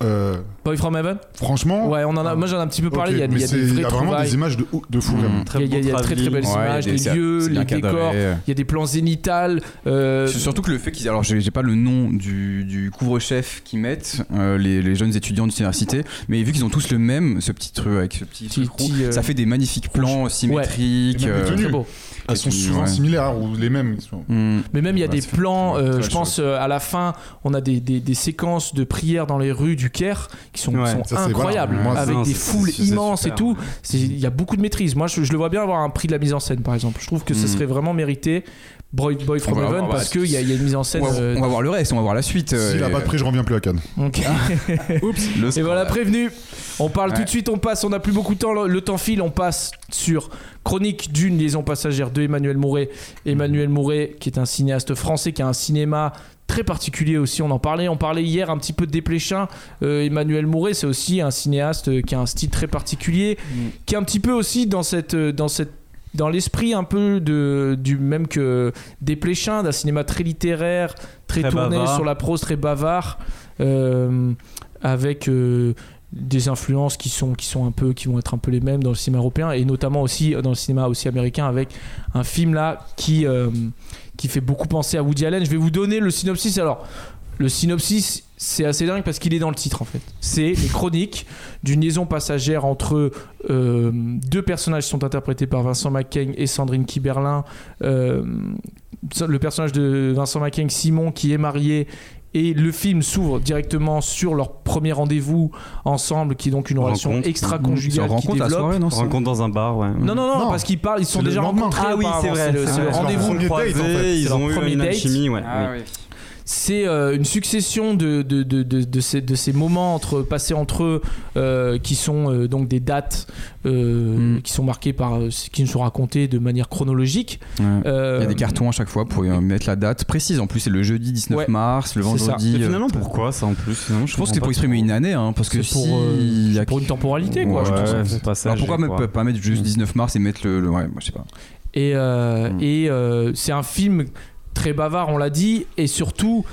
Speaker 10: euh,
Speaker 3: Boy from Heaven
Speaker 10: franchement.
Speaker 3: Ouais, on en a, moi j'en ai un petit peu
Speaker 10: Oh. Ah. ok,
Speaker 3: parlé. Il y a, il
Speaker 10: mais
Speaker 3: y a
Speaker 10: c'est-
Speaker 3: des
Speaker 10: il
Speaker 3: vraies
Speaker 10: y a vraiment
Speaker 3: trouvailles.
Speaker 10: des images de, ou- de fou,
Speaker 4: Mm.
Speaker 10: vraiment.
Speaker 3: Il y a, il y a très
Speaker 6: beau
Speaker 3: très
Speaker 6: travelling.
Speaker 3: belles
Speaker 4: Ouais,
Speaker 3: images,
Speaker 4: il y a-
Speaker 3: des
Speaker 4: c'est-
Speaker 3: lieux,
Speaker 4: c'est bien
Speaker 3: les
Speaker 4: cadré.
Speaker 3: décors, il y a des plans zénithals. euh,
Speaker 4: C'est surtout que le fait qu'ils. Alors, j'ai j'ai pas le nom du, du couvre-chef qu'ils mettent, euh, les, les jeunes étudiants d'université, mais vu qu'ils ont tous le même, ce petit truc avec ce petit,
Speaker 3: Petit-
Speaker 4: truc rond,
Speaker 3: petit, euh,
Speaker 4: ça fait des magnifiques plans symétriques.
Speaker 10: Et même les
Speaker 4: euh,
Speaker 3: très
Speaker 10: tenues.
Speaker 3: beau.
Speaker 10: Elles sont
Speaker 4: Et puis,
Speaker 10: souvent
Speaker 4: ouais.
Speaker 10: similaires ou les mêmes. ils sont-
Speaker 4: hmm.
Speaker 3: Mais même il y a
Speaker 4: Ouais,
Speaker 3: des
Speaker 4: c'est-
Speaker 3: plans,
Speaker 4: c'est
Speaker 3: euh,
Speaker 4: très
Speaker 3: je pense euh, à la fin, on a des, des- des séquences de prières dans les rues du du Caire qui sont,
Speaker 10: Ouais,
Speaker 3: sont
Speaker 10: ça, c'est- voilà.
Speaker 3: incroyables,
Speaker 10: Moi,
Speaker 3: avec
Speaker 10: non,
Speaker 3: des
Speaker 10: c'est-
Speaker 3: foules
Speaker 10: c'est- c'est
Speaker 3: immenses et
Speaker 10: super.
Speaker 3: tout. C'est- Il y a beaucoup de maîtrise. Moi, je, je le vois bien avoir un prix de la mise en scène, par exemple. Je trouve que ce
Speaker 4: Mm.
Speaker 3: serait vraiment mérité. Boy, Boy from
Speaker 4: va-
Speaker 3: Heaven,
Speaker 4: on va-
Speaker 3: parce qu'il y, a il y a une mise en scène.
Speaker 4: on, va,
Speaker 3: euh,
Speaker 4: on va voir le reste, on va voir la suite.
Speaker 10: S'il a
Speaker 4: euh,
Speaker 10: pas de prix, je reviens plus à Cannes.
Speaker 3: Ok. et voilà, prévenu. On parle tout de suite, on passe, on n'a plus beaucoup de temps, le, le temps file, on passe sur Chronique d'une liaison passagère de Emmanuel Mouret. Emmanuel Mouret, qui est un cinéaste français, qui a un cinéma très particulier aussi, on en parlait, on parlait hier un petit peu de Desplechin. Euh, Emmanuel Mouret, c'est aussi un cinéaste euh, qui a un style très particulier, qui est un petit peu aussi dans cette... euh, Dans cette dans l'esprit un peu de, du même que Desplechin, d'un cinéma très littéraire, très,
Speaker 6: Très
Speaker 3: tourné
Speaker 6: bavard.
Speaker 3: sur la prose, très bavard. euh, avec euh, des influences qui sont qui sont un peu qui vont être un peu les mêmes dans le cinéma européen et notamment aussi euh, dans le cinéma aussi américain avec un film là qui euh, qui fait beaucoup penser à Woody Allen. Je vais vous donner le synopsis alors. Le synopsis, c'est assez dingue parce qu'il est dans le titre en fait. C'est les chroniques d'une liaison passagère entre euh, deux personnages qui sont interprétés par Vincent McCain et Sandrine Kiberlin. Euh, le personnage de Vincent McCain, Simon, qui est marié et le film s'ouvre directement sur leur premier rendez-vous ensemble, qui est donc une relation
Speaker 6: Rencontre.
Speaker 3: extra-conjugale
Speaker 6: C'est
Speaker 3: qui
Speaker 6: rencontre à
Speaker 3: développe.
Speaker 6: soirée, non, ça Rencontre dans un bar, ouais.
Speaker 3: Non, non, non,
Speaker 6: Non.
Speaker 3: parce qu'ils parlent, ils sont
Speaker 6: C'est le
Speaker 3: déjà
Speaker 6: lendemain.
Speaker 3: rencontrés.
Speaker 6: Ah oui,
Speaker 3: auparavant,
Speaker 6: c'est vrai,
Speaker 3: le,
Speaker 6: c'est
Speaker 3: c'est le
Speaker 6: vrai.
Speaker 3: rendez-vous.
Speaker 6: Ils se sont croisés,
Speaker 3: C'est
Speaker 6: ils
Speaker 3: leur
Speaker 6: ont eu
Speaker 3: premier
Speaker 6: une
Speaker 3: date.
Speaker 6: alchimie, ouais, Ah oui. oui.
Speaker 3: C'est euh, une succession de, de, de, de, de ces, de ces moments entre, passés entre eux euh, qui sont euh, donc des dates euh,
Speaker 4: Mm.
Speaker 3: qui sont marquées par. euh, qui nous sont racontées de manière chronologique.
Speaker 4: Ouais.
Speaker 3: Euh,
Speaker 4: Il y a des cartons à chaque fois pour euh, mettre la date précise. En plus, c'est le jeudi 19
Speaker 3: Ouais.
Speaker 4: mars, le
Speaker 3: C'est ça.
Speaker 4: vendredi.
Speaker 3: Mais
Speaker 4: euh,
Speaker 3: finalement,
Speaker 6: Pourquoi ça en plus finalement,
Speaker 4: Je pense que
Speaker 6: comprends
Speaker 4: c'est pour
Speaker 6: pas
Speaker 4: exprimer
Speaker 6: trop.
Speaker 4: une année, hein, parce que
Speaker 3: C'est pour,
Speaker 4: si-
Speaker 3: euh,
Speaker 4: il y a-
Speaker 3: pour une temporalité, quoi, je
Speaker 4: Ouais,
Speaker 3: trouve ça.
Speaker 4: c'est-
Speaker 3: c'est pas
Speaker 4: Alors
Speaker 3: sagé,
Speaker 4: pourquoi
Speaker 3: quoi.
Speaker 4: pas, pas mettre juste 19 mars et mettre le, le- ouais, moi, je sais pas.
Speaker 3: Et, euh,
Speaker 4: Mm.
Speaker 3: et, euh, c'est un film très bavard, on l'a dit, et surtout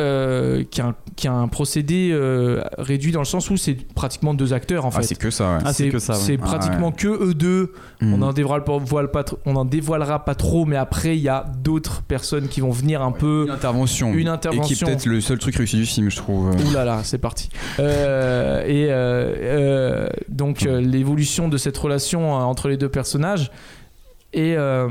Speaker 3: euh, qui, a un, qui a un procédé euh, réduit dans le sens où c'est pratiquement deux acteurs en
Speaker 4: Ah,
Speaker 3: fait.
Speaker 4: c'est que ça, ouais. Ah, c'est
Speaker 3: C'est
Speaker 4: que ça, ouais.
Speaker 3: c'est
Speaker 4: Ah,
Speaker 3: pratiquement
Speaker 4: ouais.
Speaker 3: que eux deux.
Speaker 4: Mm.
Speaker 3: On en dévoilera pas, voile pas tr- on en dévoilera pas trop, mais après il y a d'autres personnes qui vont venir un peu. Une
Speaker 4: intervention.
Speaker 3: Une
Speaker 4: Et qui est
Speaker 3: intervention.
Speaker 4: peut-être le seul truc réussi du film, je trouve.
Speaker 3: Ouh là là, c'est parti. Euh, et euh, euh, donc euh, l'évolution de cette relation euh, entre les deux personnages. Et euh,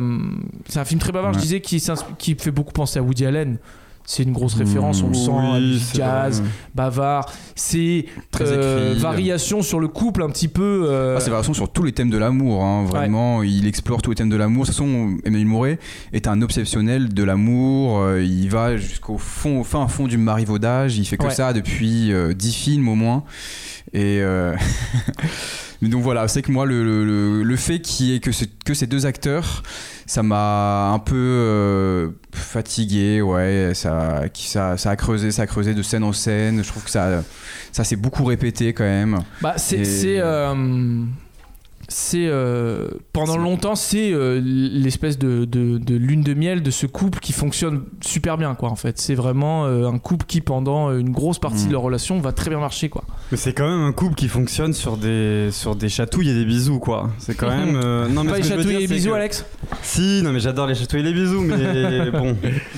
Speaker 3: c'est un film très bavard, je
Speaker 4: Ouais.
Speaker 3: disais, qui, s'ins- qui fait beaucoup penser à Woody Allen. C'est une grosse référence, on le sent,
Speaker 4: Mm. Oui,
Speaker 3: à la musique
Speaker 4: c'est
Speaker 3: jazz,
Speaker 4: vrai.
Speaker 3: bavard. C'est
Speaker 4: Très
Speaker 3: euh,
Speaker 4: écrit.
Speaker 3: variation sur le couple un petit peu. euh,
Speaker 4: Ah, c'est façon sur tous les thèmes de l'amour, hein, vraiment. Il explore tous les thèmes de l'amour. De toute façon, Emmanuel Mouret est un obsessionnel de l'amour. euh, il va jusqu'au fond, au fin fond du marivaudage. Il fait que
Speaker 3: Ouais.
Speaker 4: ça depuis euh, 10 films au moins. Et euh, mais donc voilà, c'est que moi, le, le- le- le fait qui est que, ce- que ces deux acteurs, ça m'a un peu euh, fatigué. Ouais, ça, qui, ça, ça a creusé, ça a creusé de scène en scène. Je trouve que ça, ça s'est beaucoup répété quand même.
Speaker 3: Bah, c'est.
Speaker 4: Et-
Speaker 3: c'est, euh, c'est, euh, pendant longtemps, c'est euh, l'espèce de, de- de lune de miel de ce couple qui fonctionne super bien, quoi. En fait, c'est vraiment euh, un couple qui, pendant euh, une grosse
Speaker 6: Mm.
Speaker 3: partie de leur relation, va très bien marcher, quoi.
Speaker 6: Mais c'est quand même un couple qui fonctionne sur des sur des chatouilles et des bisous quoi. C'est quand même euh, non mais
Speaker 3: Pas
Speaker 6: ce
Speaker 3: les
Speaker 6: que je veux
Speaker 3: chatouilles
Speaker 6: dire,
Speaker 3: et les
Speaker 6: c'est
Speaker 3: bisous,
Speaker 6: que-
Speaker 3: Alex
Speaker 6: Si, non mais j'adore les chatouilles et les bisous mais bon.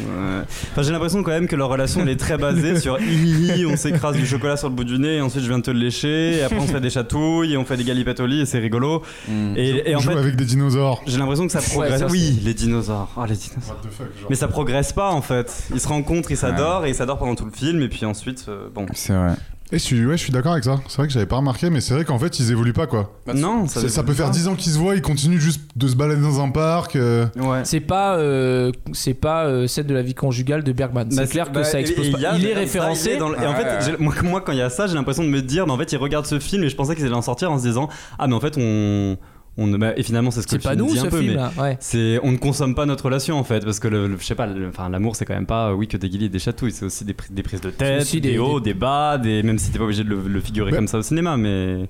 Speaker 6: Euh, Enfin j'ai l'impression quand même que leur relation elle est très basée sur hihi, on s'écrase du chocolat sur le bout du nez et ensuite je viens te le lécher et après on se fait des chatouilles et on fait des galipettes au lit et c'est rigolo. Et, et en
Speaker 10: Joue
Speaker 6: fait
Speaker 10: avec des dinosaures.
Speaker 6: j'ai l'impression que ça progresse.
Speaker 10: ça, c'est-
Speaker 6: oui, les dinosaures. Ah, les dinosaures. mais ça progresse pas en fait. Ils se rencontrent, ils s'adorent et ils s'adorent pendant tout le film et puis ensuite euh, bon.
Speaker 4: C'est vrai.
Speaker 10: Et je suis, Eh, ouais, je suis d'accord avec ça. C'est vrai que j'avais pas remarqué, mais c'est vrai qu'en fait, ils évoluent pas, quoi.
Speaker 6: Bah, non, ça
Speaker 10: ça, ça
Speaker 6: évolue
Speaker 10: peut faire
Speaker 6: pas.
Speaker 10: 10 ans qu'ils se voient, ils continuent juste de se balader dans un parc. euh.
Speaker 3: C'est pas, euh, c'est pas euh, celle de la vie conjugale de Bergman.
Speaker 6: Bah,
Speaker 3: c'est clair que
Speaker 6: bah,
Speaker 3: ça
Speaker 6: et-
Speaker 3: explose.
Speaker 6: et
Speaker 3: pas.
Speaker 6: y a-
Speaker 3: il est
Speaker 6: ça,
Speaker 3: référencé.
Speaker 6: dans le- hein. et en fait, j'ai- moi, moi, quand il y a ça, j'ai l'impression de me dire, mais en fait, ils regardent ce film et je pensais qu'ils allaient en sortir en se disant, ah, mais en fait, on. on ne- bah, et finalement, c'est ce que
Speaker 3: C'est
Speaker 6: le
Speaker 3: pas
Speaker 6: film
Speaker 3: nous,
Speaker 6: dit un
Speaker 3: ce
Speaker 6: peu,
Speaker 3: film-là,
Speaker 6: mais
Speaker 3: ouais.
Speaker 6: c'est on ne consomme pas notre relation en fait, parce que le, le- je sais pas, le- enfin l'amour c'est quand même pas euh, oui que des guillis et des chatouilles, c'est aussi des, pri- des prises de tête,
Speaker 3: aussi
Speaker 6: des,
Speaker 3: des-
Speaker 6: hauts, des bas, des même si t'es pas obligé de le, le figurer
Speaker 3: Bah.
Speaker 6: comme ça au cinéma, mais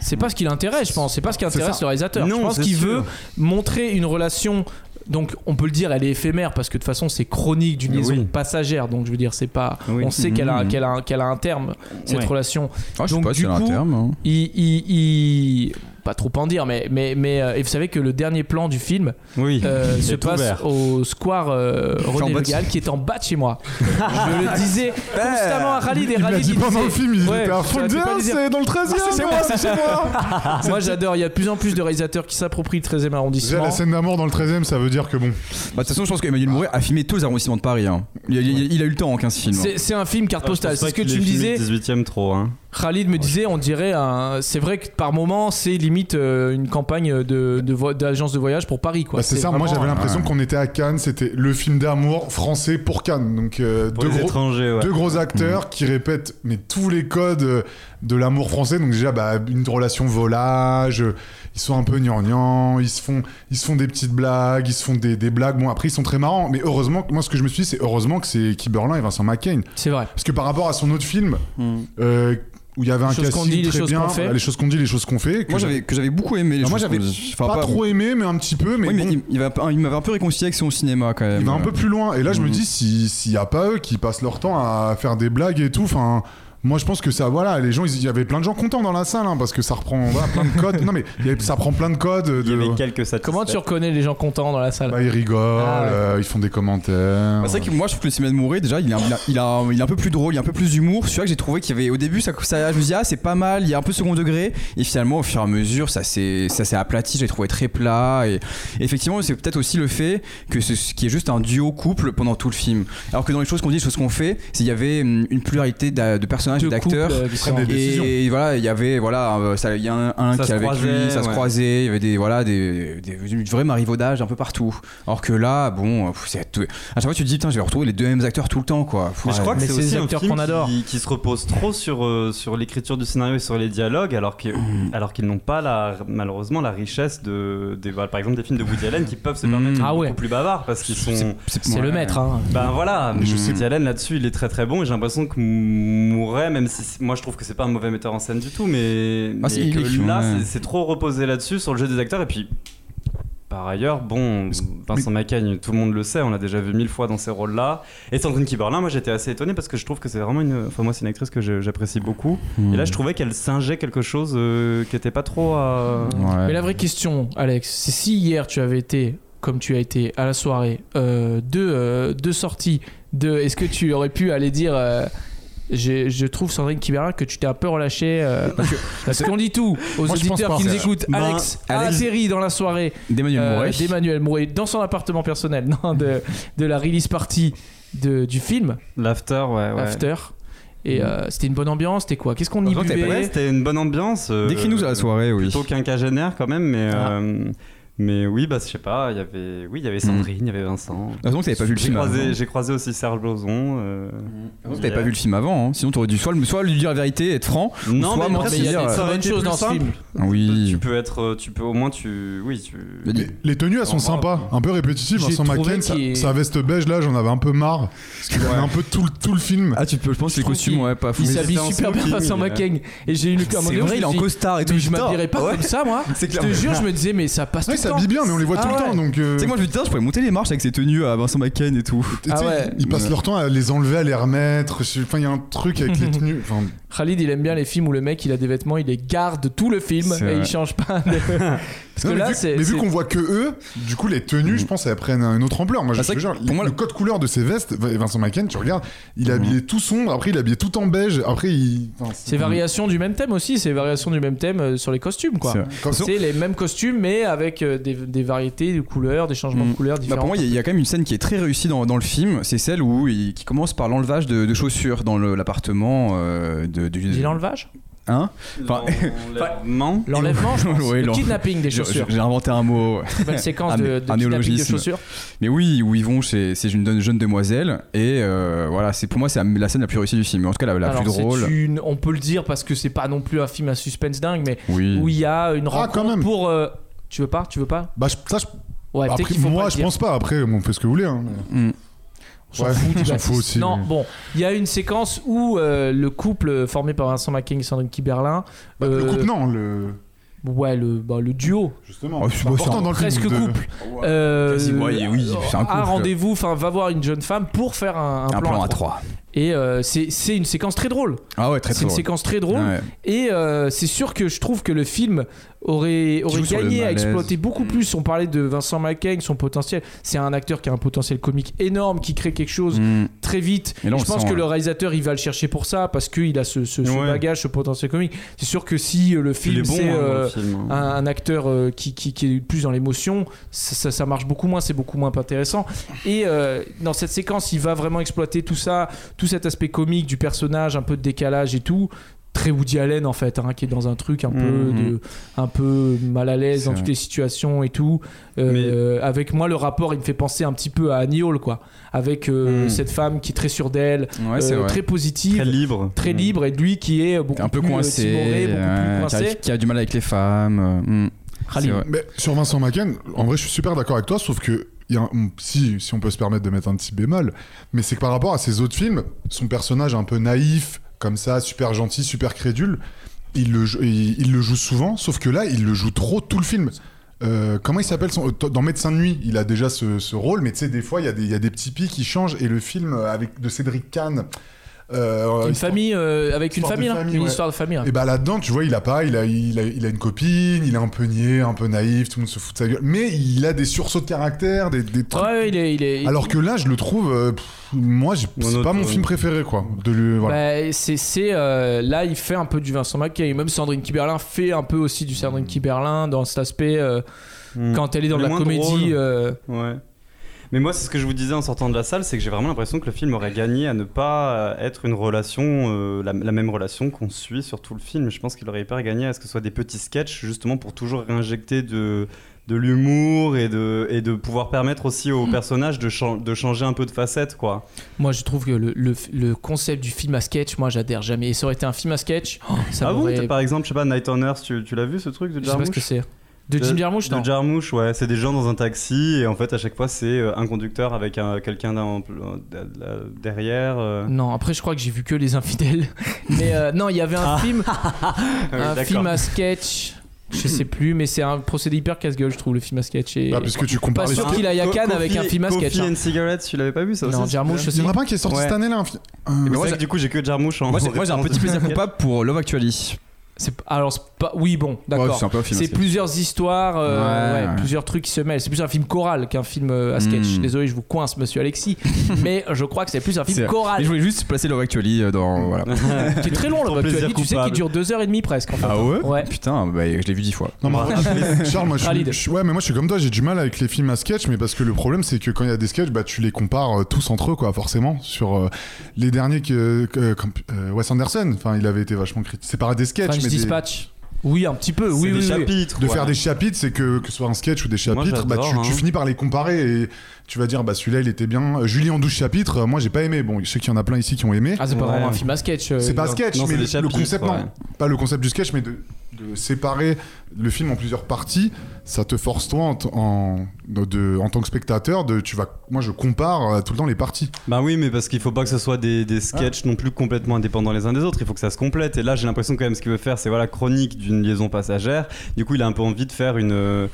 Speaker 3: C'est pas ce qui l'intéresse, je pense. C'est pas ce qui
Speaker 6: C'est
Speaker 3: intéresse
Speaker 6: ça.
Speaker 3: le réalisateur.
Speaker 6: Non,
Speaker 3: je pense
Speaker 6: c'est
Speaker 3: qu'il
Speaker 6: sûr.
Speaker 3: veut montrer une relation. Donc, on peut le dire, elle est éphémère parce que de toute façon, c'est chronique d'une
Speaker 6: Oui.
Speaker 3: liaison passagère. Donc, je veux dire, c'est pas.
Speaker 4: Oui.
Speaker 3: On sait qu'elle a,
Speaker 4: Mhm.
Speaker 3: qu'elle a, un- qu'elle a un terme cette
Speaker 4: Ouais.
Speaker 3: relation.
Speaker 4: Ah, je sais
Speaker 3: donc,
Speaker 4: pas si
Speaker 3: du
Speaker 4: elle a un
Speaker 3: coup,
Speaker 4: terme, hein.
Speaker 3: il, il- il- pas trop en dire, mais mais mais euh, et vous savez que le dernier plan du film
Speaker 6: Oui.
Speaker 3: euh,
Speaker 6: Il
Speaker 3: se
Speaker 6: est
Speaker 3: passe
Speaker 6: ouvert.
Speaker 3: au square euh,
Speaker 6: en
Speaker 3: René
Speaker 6: bas
Speaker 3: Le
Speaker 6: de-
Speaker 3: Gall qui est en bas de chez moi. je le disais constamment à Rally des
Speaker 10: Il l'a
Speaker 3: rallyes.
Speaker 10: dit
Speaker 3: il
Speaker 10: pendant
Speaker 3: disait-
Speaker 10: le film, il était à
Speaker 3: je
Speaker 10: fond,
Speaker 3: t'arrêtais
Speaker 10: bien,
Speaker 3: pas de le dire.
Speaker 10: c'est dans le 13e,
Speaker 3: Ah, c'est moi, c'est chez moi.
Speaker 10: C'est-
Speaker 3: Ah, moi j'adore, il y a de plus en plus de réalisateurs qui s'approprient le 13e
Speaker 10: Déjà,
Speaker 3: arrondissement.
Speaker 10: la scène d'amour dans le 13 e ça veut dire que bon.
Speaker 4: Bah, de toute façon, je pense qu'Emmanuel Mouret a filmé tous les arrondissements de Paris. hein. Il, a, il a- il a eu le temps en 15 films.
Speaker 3: C'est c'est un film carte
Speaker 6: Ah, je pense
Speaker 3: postale,
Speaker 6: pas
Speaker 3: c'est ce que
Speaker 6: qu'il
Speaker 3: tu
Speaker 6: ait
Speaker 3: me
Speaker 6: filmé
Speaker 3: disais.
Speaker 6: le 18 e trop, hein.
Speaker 3: Khalid me disait, on dirait un. C'est vrai que par moment, c'est limite euh, une campagne de, de vo- d'agence de voyage pour Paris, quoi.
Speaker 10: Bah, c'est ça, moi
Speaker 3: vraiment euh,
Speaker 10: j'avais
Speaker 3: un-
Speaker 10: l'impression qu'on était à Cannes, c'était le film d'amour français pour Cannes. Donc euh,
Speaker 6: Pour
Speaker 10: deux,
Speaker 6: les
Speaker 10: gros,
Speaker 6: étrangers, ouais.
Speaker 10: deux
Speaker 3: Mm.
Speaker 10: gros acteurs qui répètent mais tous les codes euh, de l'amour français. Donc déjà bah, une relation volage, euh, ils sont un peu gnangnans, ils se font ils se font des petites blagues, ils se font des, des blagues. Bon après ils sont très marrants, mais heureusement moi ce que je me suis dit c'est heureusement que c'est Kiberlin et Vincent McCain.
Speaker 3: C'est vrai.
Speaker 10: Parce que par rapport à son autre film
Speaker 4: Mm.
Speaker 10: euh, où il y avait un
Speaker 3: Les choses
Speaker 10: casting
Speaker 3: qu'on dit, les
Speaker 10: très
Speaker 3: choses
Speaker 10: bien,
Speaker 3: qu'on fait.
Speaker 10: les choses qu'on dit, les choses qu'on fait.
Speaker 4: Moi, j'avais- que j'avais beaucoup aimé les
Speaker 10: Ah, Moi
Speaker 4: choses qu'on
Speaker 10: j'avais
Speaker 4: dit. Enfin,
Speaker 10: pas
Speaker 4: pas-
Speaker 10: trop aimé, mais un petit peu. Mais
Speaker 4: Oui, mais
Speaker 10: bon.
Speaker 4: il, il va- il m'avait un peu réconcilié avec son cinéma quand même.
Speaker 10: Il va un peu plus loin. Et là, je me
Speaker 3: Mm-hmm.
Speaker 4: Mhm.
Speaker 10: dis, si- s'il n'y a pas eux qui passent leur temps à faire des blagues et tout, enfin. Moi, je pense que ça, voilà, les gens, ils- il y avait plein de gens contents dans la salle, hein, parce que ça reprend voilà, plein de codes. non, mais il y avait- ça prend plein de codes. De...
Speaker 6: quelques
Speaker 3: Comment tu reconnais les gens contents dans la salle
Speaker 10: Bah, ils rigolent,
Speaker 3: Ah, ouais.
Speaker 10: euh, ils font des
Speaker 4: Bah,
Speaker 10: commentaires.
Speaker 4: c'est vrai que moi je trouve que le cinéma de Mouré déjà il est un- il a- il a- il est un peu plus drôle, il a un peu plus d'humour. C'est vrai que j'ai trouvé qu'il y avait au début ça, ça je me dis ah c'est pas mal, il y a un peu second degré et finalement au fur et à mesure ça s'est ça s'est aplati, j'ai trouvé très plat et et effectivement c'est peut-être aussi le fait que ce qui est juste un duo couple pendant tout le film. Alors que dans les choses qu'on dit, les choses qu'on fait, c'est- il y avait hum, une pluralité d'a- de personnages, et
Speaker 3: Deux
Speaker 4: d'acteurs
Speaker 3: couples, euh, qui prennent des décisions.
Speaker 4: et, voilà il y avait voilà euh, ça- il y a un, un
Speaker 6: Ça
Speaker 4: qui
Speaker 6: se
Speaker 4: avait avec lui,
Speaker 6: croisait,
Speaker 4: ça se
Speaker 6: ouais.
Speaker 4: croisait, il y avait des voilà des, des, du vrai marivaudage un peu partout. Alors que là bon euh, pff, c'est tout- à chaque fois tu te dis putain je vais retrouver les deux mêmes acteurs tout le temps quoi.
Speaker 6: Mais je crois que
Speaker 3: Mais
Speaker 6: c'est
Speaker 3: c'est des
Speaker 6: aussi un
Speaker 3: acteurs
Speaker 6: film
Speaker 3: qu'on adore.
Speaker 6: Qui, qui se repose trop sur, euh, sur l'écriture du scénario et sur les dialogues, alors que- alors qu'ils n'ont pas la, malheureusement la richesse de, des, voilà, par exemple des films de Woody Allen qui peuvent se permettre d'être
Speaker 3: Ah ouais.
Speaker 6: beaucoup plus bavards parce qu'ils sont.
Speaker 3: C'est le maître, hein.
Speaker 6: Ben voilà,
Speaker 10: je
Speaker 6: je
Speaker 4: Mm.
Speaker 10: sais-
Speaker 6: Woody Allen là-dessus il est très très bon et j'ai l'impression que Mouret, même si c'est- moi je trouve que c'est pas un mauvais metteur en scène du tout, mais,
Speaker 4: Ah, c'est-
Speaker 6: mais
Speaker 4: il
Speaker 6: que
Speaker 4: est chaud,
Speaker 6: là
Speaker 4: ouais.
Speaker 6: c'est- c'est trop reposé là-dessus sur le jeu des acteurs et puis. Par ailleurs, bon, Vincent Macaigne, tout le monde le sait, on l'a déjà vu mille fois dans ces rôles-là. Et Sandrine Kiberlin, moi j'étais assez étonné parce que je trouve que c'est vraiment une. Enfin, moi c'est une actrice que je- j'apprécie beaucoup.
Speaker 3: hein.
Speaker 4: Hmm.
Speaker 6: Et
Speaker 4: Mm.
Speaker 6: là je trouvais qu'elle singeait quelque chose euh, qui était pas trop à.
Speaker 3: Mais la vraie question, Alex, c'est si hier tu avais été, comme tu as été à la soirée, euh, deux, euh, deux sorties, de, est-ce que tu aurais pu aller dire. euh, j'ai- je trouve Sandrine Kiberlin que tu t'es un peu relâché euh, parce qu'on dit tout aux
Speaker 10: Moi, je pense
Speaker 3: auditeurs
Speaker 10: pas.
Speaker 3: qui nous écoutent.
Speaker 6: Ben,
Speaker 3: Alex,
Speaker 4: Alex-
Speaker 3: Alex dans la soirée
Speaker 4: D'Emmanuel
Speaker 3: euh,
Speaker 4: Mouret.
Speaker 3: d'Emmanuel Mouret dans son appartement personnel non, de, de la release party de, du film
Speaker 6: L'after, ouais, ouais.
Speaker 3: After. Et euh, c'était une bonne ambiance, c'était quoi Qu'est-ce qu'on y
Speaker 4: Par contre, t'avais
Speaker 3: buvait
Speaker 4: pas
Speaker 6: Ouais, c'était une bonne ambiance. euh,
Speaker 4: Décris-nous à la soirée oui.
Speaker 6: Plutôt quinquagénaire quand même, mais.
Speaker 3: Ah.
Speaker 6: euh, mais oui, bah je sais pas, il y avait. Oui, il y avait Sandrine, il y avait Vincent.
Speaker 4: Heureusement que Ah, t'avais Hmm. pas vu le
Speaker 6: J'ai
Speaker 4: film. avant.
Speaker 6: croisé, j'ai croisé aussi Serge Blozon. euh,
Speaker 3: Hmm.
Speaker 4: Heureusement que t'avais pas vu le film avant, hein. sinon t'aurais dû soit, le- soit lui dire la vérité, être franc.
Speaker 6: Non,
Speaker 4: Soit
Speaker 6: mais
Speaker 4: mentir.
Speaker 6: après,
Speaker 3: Mais il y a
Speaker 6: ça
Speaker 3: des
Speaker 6: aurait
Speaker 3: bonnes
Speaker 6: été
Speaker 3: choses
Speaker 6: plus
Speaker 3: dans ce
Speaker 6: simple.
Speaker 3: film.
Speaker 4: Oui.
Speaker 6: Tu peux être. Tu peux au moins, tu. Oui, tu.
Speaker 4: Mais
Speaker 10: Les, les tenues, elles sont
Speaker 6: Au revoir.
Speaker 10: sympas, un peu répétitives. hein,
Speaker 3: J'ai
Speaker 10: Vincent
Speaker 3: trouvé
Speaker 10: McCain, sa,
Speaker 3: qu'il est-
Speaker 10: sa veste beige, là, j'en avais un peu marre. Parce qu'il avait un peu tout, le- tout le film.
Speaker 4: Ah tu peux, je pense que les
Speaker 3: trouve
Speaker 4: costumes
Speaker 3: qu'il-
Speaker 4: ouais pas fou.
Speaker 3: Il
Speaker 4: Mais
Speaker 3: s'habille
Speaker 4: c'était en
Speaker 3: super bien
Speaker 4: smoking. euh.
Speaker 3: Vincent McCain. Et j'ai eu le
Speaker 4: C'est
Speaker 3: commandement.
Speaker 4: vrai, il est en costard et tout.
Speaker 3: Mais je
Speaker 4: putain.
Speaker 3: m'habillerais pas
Speaker 4: Ah Ouais.
Speaker 3: comme ça, moi.
Speaker 4: C'est
Speaker 3: Je
Speaker 4: clair.
Speaker 3: te jure, je me disais, mais ça passe
Speaker 10: Ouais, il
Speaker 3: tout le temps.
Speaker 10: s'habille bien, mais on les voit
Speaker 3: Ah
Speaker 10: tout le
Speaker 3: ouais.
Speaker 10: temps. Donc, euh,
Speaker 4: C'est que moi je me dis putain, je pourrais monter les marches avec ces tenues à Vincent McCain et tout.
Speaker 10: tu sais,
Speaker 3: Ah ouais.
Speaker 10: ils passent leur temps à les enlever, à les remettre. Je- Enfin, il y a un truc avec les tenues. Enfin,
Speaker 3: Khalid, il aime bien les films où le mec, il a des vêtements, il les garde tout le film
Speaker 4: C'est
Speaker 3: et
Speaker 4: vrai.
Speaker 3: il change pas. de- Parce que
Speaker 10: Non, mais
Speaker 3: là,
Speaker 10: vu-
Speaker 3: c'est.
Speaker 10: mais vu
Speaker 3: c'est-
Speaker 10: qu'on voit que eux, du coup, les tenues, je pense, elles prennent une autre ampleur.
Speaker 3: Bah,
Speaker 10: Moi, je
Speaker 4: Ah, c'est
Speaker 10: te
Speaker 4: vrai
Speaker 10: jure,
Speaker 4: que
Speaker 10: le-
Speaker 4: pour moi,
Speaker 10: le
Speaker 4: le-
Speaker 10: code couleur de ses vestes, Vincent McCain, tu regardes, il
Speaker 3: Mhm.
Speaker 10: est habillé tout sombre, après, il est habillé tout en beige, après, il. enfin,
Speaker 3: C'est variations du même thème aussi, c'est variations du même thème euh, sur les costumes, quoi.
Speaker 4: C'est vrai.
Speaker 10: Comme-
Speaker 3: C'est les mêmes costumes, mais avec euh, des, des variétés de couleurs, des changements
Speaker 4: Mm.
Speaker 3: de couleurs
Speaker 4: Bah,
Speaker 3: différents.
Speaker 4: pour moi, il y, a- il y a quand même une scène qui est très réussie dans, dans le film. C'est celle où il qui commence par l'enlevage de, de chaussures dans le- l'appartement euh, de, du.
Speaker 3: Dis l'enlevage
Speaker 4: Hein Enfin-
Speaker 6: L'enlèvement.
Speaker 3: L'enlèvement, je pense.
Speaker 4: Ouais,
Speaker 3: le
Speaker 4: l'en-
Speaker 3: kidnapping des
Speaker 4: Je-
Speaker 3: chaussures.
Speaker 4: J'ai inventé un mot.
Speaker 3: Très Bonne séquence
Speaker 4: Un-
Speaker 3: de, de
Speaker 4: un
Speaker 3: kidnapping de
Speaker 4: néologisme.
Speaker 3: chaussures.
Speaker 4: Mais oui, où ils vont chez, chez une jeune demoiselle. Et euh, voilà, c'est pour moi, c'est la- la scène la plus réussie du film. En tout cas, la, la
Speaker 3: Alors,
Speaker 4: plus
Speaker 3: c'est
Speaker 4: drôle.
Speaker 3: une- on peut le dire parce que c'est pas non plus un film à suspense dingue, mais
Speaker 4: Oui.
Speaker 3: où il y a
Speaker 4: Ah,
Speaker 3: une rencontre
Speaker 10: quand même.
Speaker 3: pour. euh, tu veux pas Tu veux pas
Speaker 10: Bah, je- ça, je-
Speaker 3: Ouais, peut-être
Speaker 10: après,
Speaker 3: qu'il faut
Speaker 10: moi,
Speaker 3: pas le
Speaker 10: je
Speaker 3: dire.
Speaker 10: pense pas. Après, on fait ce que vous voulez. hein.
Speaker 3: On s'en
Speaker 10: Ouais,
Speaker 3: fout, du
Speaker 10: j'en
Speaker 3: Baptiste.
Speaker 10: fous aussi,
Speaker 3: Non,
Speaker 10: mais-
Speaker 3: bon, il y a une séquence où euh, le couple formé par Vincent McCain et Sandrine Kiberlin.
Speaker 10: Bah, Le
Speaker 3: euh,
Speaker 10: couple, non, le.
Speaker 3: Ouais, le, bah, le duo.
Speaker 10: Justement.
Speaker 4: Oh,
Speaker 10: c'est
Speaker 4: bah,
Speaker 10: important
Speaker 4: c'est un
Speaker 10: dans le film
Speaker 3: presque
Speaker 10: de-
Speaker 3: couple. Euh,
Speaker 4: Quasi, ouais, oui, c'est un
Speaker 3: a
Speaker 4: couple.
Speaker 3: rendez-vous, enfin, va voir une jeune femme pour faire un,
Speaker 4: Un, plan,
Speaker 3: trois.
Speaker 4: à trois.
Speaker 3: Et euh, c'est c'est une séquence très drôle.
Speaker 4: Ah ouais, très
Speaker 3: C'est
Speaker 4: très
Speaker 3: une
Speaker 4: drôle.
Speaker 3: séquence très drôle.
Speaker 4: Ouais.
Speaker 3: Et euh, c'est sûr que je trouve que le film aurait, aurait
Speaker 4: joue sur le
Speaker 3: gagné à
Speaker 4: malaise.
Speaker 3: exploiter beaucoup plus. On parlait de Vincent McCain, son potentiel. C'est un acteur qui a un potentiel comique énorme, qui crée quelque chose
Speaker 4: Mm.
Speaker 3: très vite.
Speaker 4: Et là, on
Speaker 3: je
Speaker 4: le
Speaker 3: pense
Speaker 4: sent, hein.
Speaker 3: que
Speaker 4: là.
Speaker 3: le réalisateur, il va le chercher pour ça, parce qu'il a ce, ce- ce
Speaker 6: Ouais.
Speaker 3: bagage, ce potentiel comique. C'est sûr que si euh, le
Speaker 6: Il est
Speaker 3: film,
Speaker 6: bon,
Speaker 3: c'est
Speaker 6: hein, dans
Speaker 3: euh,
Speaker 6: le film. hein.
Speaker 3: un, un acteur euh, qui, qui- qui est plus dans l'émotion, ça, ça- ça marche beaucoup moins, c'est beaucoup moins intéressant. Et euh, dans cette séquence, il va vraiment exploiter tout ça, tout cet aspect comique du personnage, un peu de décalage et tout. très Woody Allen en fait, hein, qui est dans un truc un peu
Speaker 4: Mhm.
Speaker 3: de, un peu mal à l'aise
Speaker 4: C'est
Speaker 3: dans
Speaker 4: vrai.
Speaker 3: toutes les situations et tout. Euh, euh, avec moi, le rapport, il me fait penser un petit peu à Annie Hall, quoi, avec euh,
Speaker 4: Mhm.
Speaker 3: cette femme qui est très sûre d'elle,
Speaker 4: hein.
Speaker 3: euh,
Speaker 4: Ouais, c'est vrai.
Speaker 3: très positive,
Speaker 6: Très libre. Hmm.
Speaker 3: très libre, et lui qui est beaucoup
Speaker 4: un peu
Speaker 3: plus, euh,
Speaker 4: coincé,
Speaker 3: timoré, beaucoup plus
Speaker 4: euh, qui,
Speaker 3: coincé.
Speaker 4: a, qui a du mal avec les femmes. euh, hmm.
Speaker 3: Rallye.
Speaker 4: C'est vrai.
Speaker 10: Mais sur Vincent Macken, en vrai, je suis super d'accord avec toi, sauf que il y a un- si, si on peut se permettre de mettre un petit bémol, mais c'est que par rapport à ses autres films, son personnage un peu naïf, comme ça, super gentil, super crédule, il le, jou- il, il le joue souvent, sauf que là, il le joue trop tout le film. Euh, comment il s'appelle son... euh, Dans Médecin de nuit, il a déjà ce, ce rôle, mais tu sais, des fois, il y, a des- il y a des petits pics qui changent, et le film euh, avec, de Cédric Kahn... euh,
Speaker 3: Une
Speaker 10: histoire-
Speaker 3: famille euh, avec une
Speaker 10: histoire de
Speaker 3: famille, hein,
Speaker 10: famille,
Speaker 3: une
Speaker 10: ouais.
Speaker 3: histoire de famille. hein.
Speaker 10: et bah là-dedans, tu vois, il a pas, il a, il, a, il a une copine, il est un peu niais, un peu naïf, tout le monde se fout de sa gueule. Mais il a des sursauts de caractère, des, des trucs.
Speaker 3: Ouais, il est, il est-
Speaker 10: Alors que là, je le trouve. euh, pff, moi, j'ai-
Speaker 6: Non,
Speaker 10: c'est
Speaker 6: non,
Speaker 10: pas mon
Speaker 6: t'as-
Speaker 10: film préféré, quoi. De lui, voilà.
Speaker 3: Bah, c'est, c'est, euh, là, il fait un peu du Vincent Mackay. Même Sandrine Kiberlin fait un peu aussi du Sandrine Kiberlin dans cet aspect euh,
Speaker 6: Mm.
Speaker 3: quand elle est dans
Speaker 6: Le
Speaker 3: la
Speaker 6: moins
Speaker 3: comédie.
Speaker 6: drôle.
Speaker 3: euh,
Speaker 6: Ouais. Mais moi, c'est ce que je vous disais en sortant de la salle, c'est que j'ai vraiment l'impression que le film aurait gagné à ne pas être une relation, euh, la, la même relation qu'on suit sur tout le film. Je pense qu'il aurait hyper gagné à ce que ce soit des petits sketchs, justement pour toujours réinjecter de, de l'humour et de, et de pouvoir permettre aussi aux
Speaker 3: Hmm.
Speaker 6: personnages de, chan- de changer un peu de facette, quoi.
Speaker 3: moi, je trouve que le, le- le concept du film à sketch, moi, j'adhère jamais. Et ça aurait été un film à sketch. oh, ça
Speaker 6: ah
Speaker 3: m'aurait-
Speaker 6: bon, par exemple, je sais pas, Night on Earth, tu, tu l'as vu ce truc de
Speaker 3: Je sais pas
Speaker 6: Jarmusch
Speaker 3: ce que c'est. De Jim Jarmusch, non
Speaker 6: De Jarmusch, ouais. C'est des gens dans un taxi et en fait, à chaque fois, c'est euh, un conducteur avec un- quelqu'un d'un- d'un- d'un- derrière. euh.
Speaker 3: Non, après, je crois que j'ai vu que Les Infidèles. Mais euh, non, il y avait un film,
Speaker 6: Ah oui,
Speaker 3: un
Speaker 6: d'accord.
Speaker 3: film à sketch. Je sais plus, mais c'est un procédé hyper casse-gueule, je trouve, le film à sketch. Et...
Speaker 10: Bah, parce que tu
Speaker 3: pas
Speaker 10: compares les
Speaker 3: sûr
Speaker 10: films.
Speaker 3: qu'il aille à
Speaker 6: Co-
Speaker 3: Cannes
Speaker 6: Coffee-
Speaker 3: avec un film à sketch.
Speaker 6: Coffee
Speaker 3: hein.
Speaker 6: and Cigarettes, tu l'avais pas vu ça
Speaker 3: Non,
Speaker 6: aussi
Speaker 3: Jarmusch,
Speaker 10: Il y en a
Speaker 3: aussi.
Speaker 10: pas un qui est sorti
Speaker 6: Ouais.
Speaker 10: cette année, là, un film.
Speaker 6: Mais
Speaker 4: ben, moi,
Speaker 6: c'est
Speaker 4: j'ai-
Speaker 6: vrai que du coup, j'ai que hein. Jarmusch en
Speaker 4: Moi, j'ai moi, j'ai un petit plaisir coupable pour Love Actually.
Speaker 3: C'est alors c'est pas oui bon
Speaker 4: Ouais,
Speaker 3: d'accord.
Speaker 4: c'est un peu un film à
Speaker 3: c'est
Speaker 4: sketch.
Speaker 3: plusieurs histoires, euh,
Speaker 4: Ouais,
Speaker 3: ouais,
Speaker 4: ouais.
Speaker 3: plusieurs trucs qui se mêlent. C'est plus un film choral qu'un film euh, à sketch.
Speaker 4: Mm.
Speaker 3: Désolé, je vous coince, monsieur Alexis, mais je crois que c'est plus un
Speaker 4: C'est-
Speaker 3: film
Speaker 4: Et
Speaker 3: choral.
Speaker 4: je voulais juste placer Love Actually euh, dans. Voilà.
Speaker 3: Qui est très long,
Speaker 6: Ton
Speaker 3: le
Speaker 6: plaisir
Speaker 3: Tu sais qu'il
Speaker 6: coupable.
Speaker 3: dure deux heures et demie presque. En fait.
Speaker 4: Ah ouais,
Speaker 3: Ouais.
Speaker 4: Putain, bah, je l'ai vu dix fois.
Speaker 10: Non, mais en vrai, Charles, moi, je suis,
Speaker 3: Valide.
Speaker 10: je suis- ouais, mais moi, je suis comme toi, j'ai du mal avec les films à sketch, mais parce que le problème, c'est que quand il y a des sketchs, bah, tu les compares euh, tous entre eux, quoi, forcément. Sur euh, les derniers que, que- comme, euh, Wes Anderson, enfin, il avait été vachement critiqué. C'est pas des sketchs,
Speaker 3: French
Speaker 10: mais des-
Speaker 3: Dispatch. Oui, un petit peu. Oui, oui,
Speaker 6: des
Speaker 3: oui.
Speaker 6: chapitres.
Speaker 10: de
Speaker 6: ouais.
Speaker 10: faire des chapitres, c'est que que ce soit un sketch ou des chapitres, bah, tu,
Speaker 6: j'adore,
Speaker 10: tu
Speaker 6: hein.
Speaker 10: finis par les comparer et tu vas dire bah celui-là il était bien. Euh, Julie en 12 chapitres, euh, moi j'ai pas aimé. Bon, je sais qu'il y en a plein ici qui ont aimé.
Speaker 3: Ah, c'est pas
Speaker 6: Ouais.
Speaker 3: vraiment un film à sketch. euh,
Speaker 10: c'est pas
Speaker 3: non.
Speaker 10: sketch,
Speaker 6: non, c'est
Speaker 10: mais
Speaker 6: des
Speaker 10: le
Speaker 6: chapitres,
Speaker 10: concept
Speaker 6: ouais.
Speaker 10: non, pas le concept du sketch, mais de, de séparer le film en plusieurs parties, ça te force toi en, t- en- de- de- en tant que spectateur de tu vas. Moi je compare euh, tout le temps les parties.
Speaker 6: Bah oui, mais parce qu'il faut pas que ce soit des, des sketchs non plus complètement indépendants les uns des autres. Il faut que ça se complète. Et là, j'ai l'impression quand même ce qu'il veut faire, c'est voilà chronique d'une liaison passagère. Du coup, il a un peu envie de faire une euh,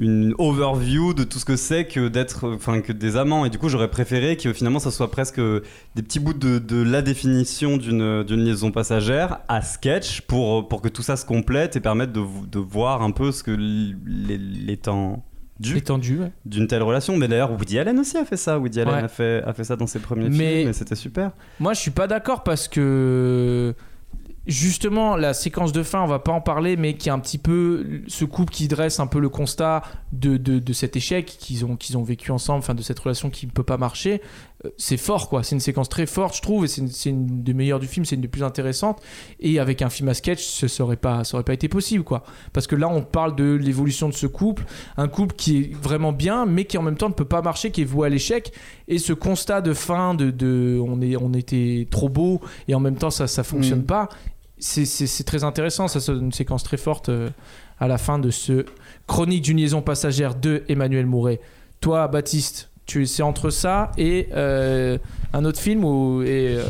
Speaker 6: une overview de tout ce que c'est que d'être, euh, enfin que des amants. Et du coup, j'aurais préféré que finalement, ça soit presque euh, des petits bouts de, de la définition d'une euh, d'une liaison passagère à sketch pour pour que tout ça se complète et permette de, vo- de voir un peu ce que l- les, les temps durs
Speaker 3: Étendu. ouais.
Speaker 6: d'une telle relation. Mais d'ailleurs, Woody Allen aussi a fait ça. Woody Allen
Speaker 3: Ouais.
Speaker 6: a, fait, a fait ça dans ses premiers
Speaker 3: Mais-
Speaker 6: films et c'était super.
Speaker 3: Moi, je suis pas d'accord parce que justement la séquence de fin, on va pas en parler, mais qui est un petit peu ce couple qui dresse un peu le constat de, de, de cet échec qu'ils ont qu'ils ont vécu ensemble, enfin de cette relation qui ne peut pas marcher. Euh, C'est fort, quoi. C'est une séquence très forte, je trouve, et c'est une, c'est une des meilleures du film, c'est une des plus intéressantes. Et avec un film à sketch, ce serait pas, ça aurait pas été possible, quoi. Parce que là, on parle de l'évolution de ce couple, un couple qui est vraiment bien, mais qui en même temps ne peut pas marcher, qui est voué à l'échec. Et ce constat de fin, de, de on, est, on était trop beau, et en même temps ça ça fonctionne pas, c'est- c'est c'est très intéressant. Ça, c'est une séquence très forte euh, à la fin de ce Chronique d'une liaison passagère de Emmanuel Mouret. Toi, Baptiste, tu c'est entre ça et euh, un autre film ou et, euh,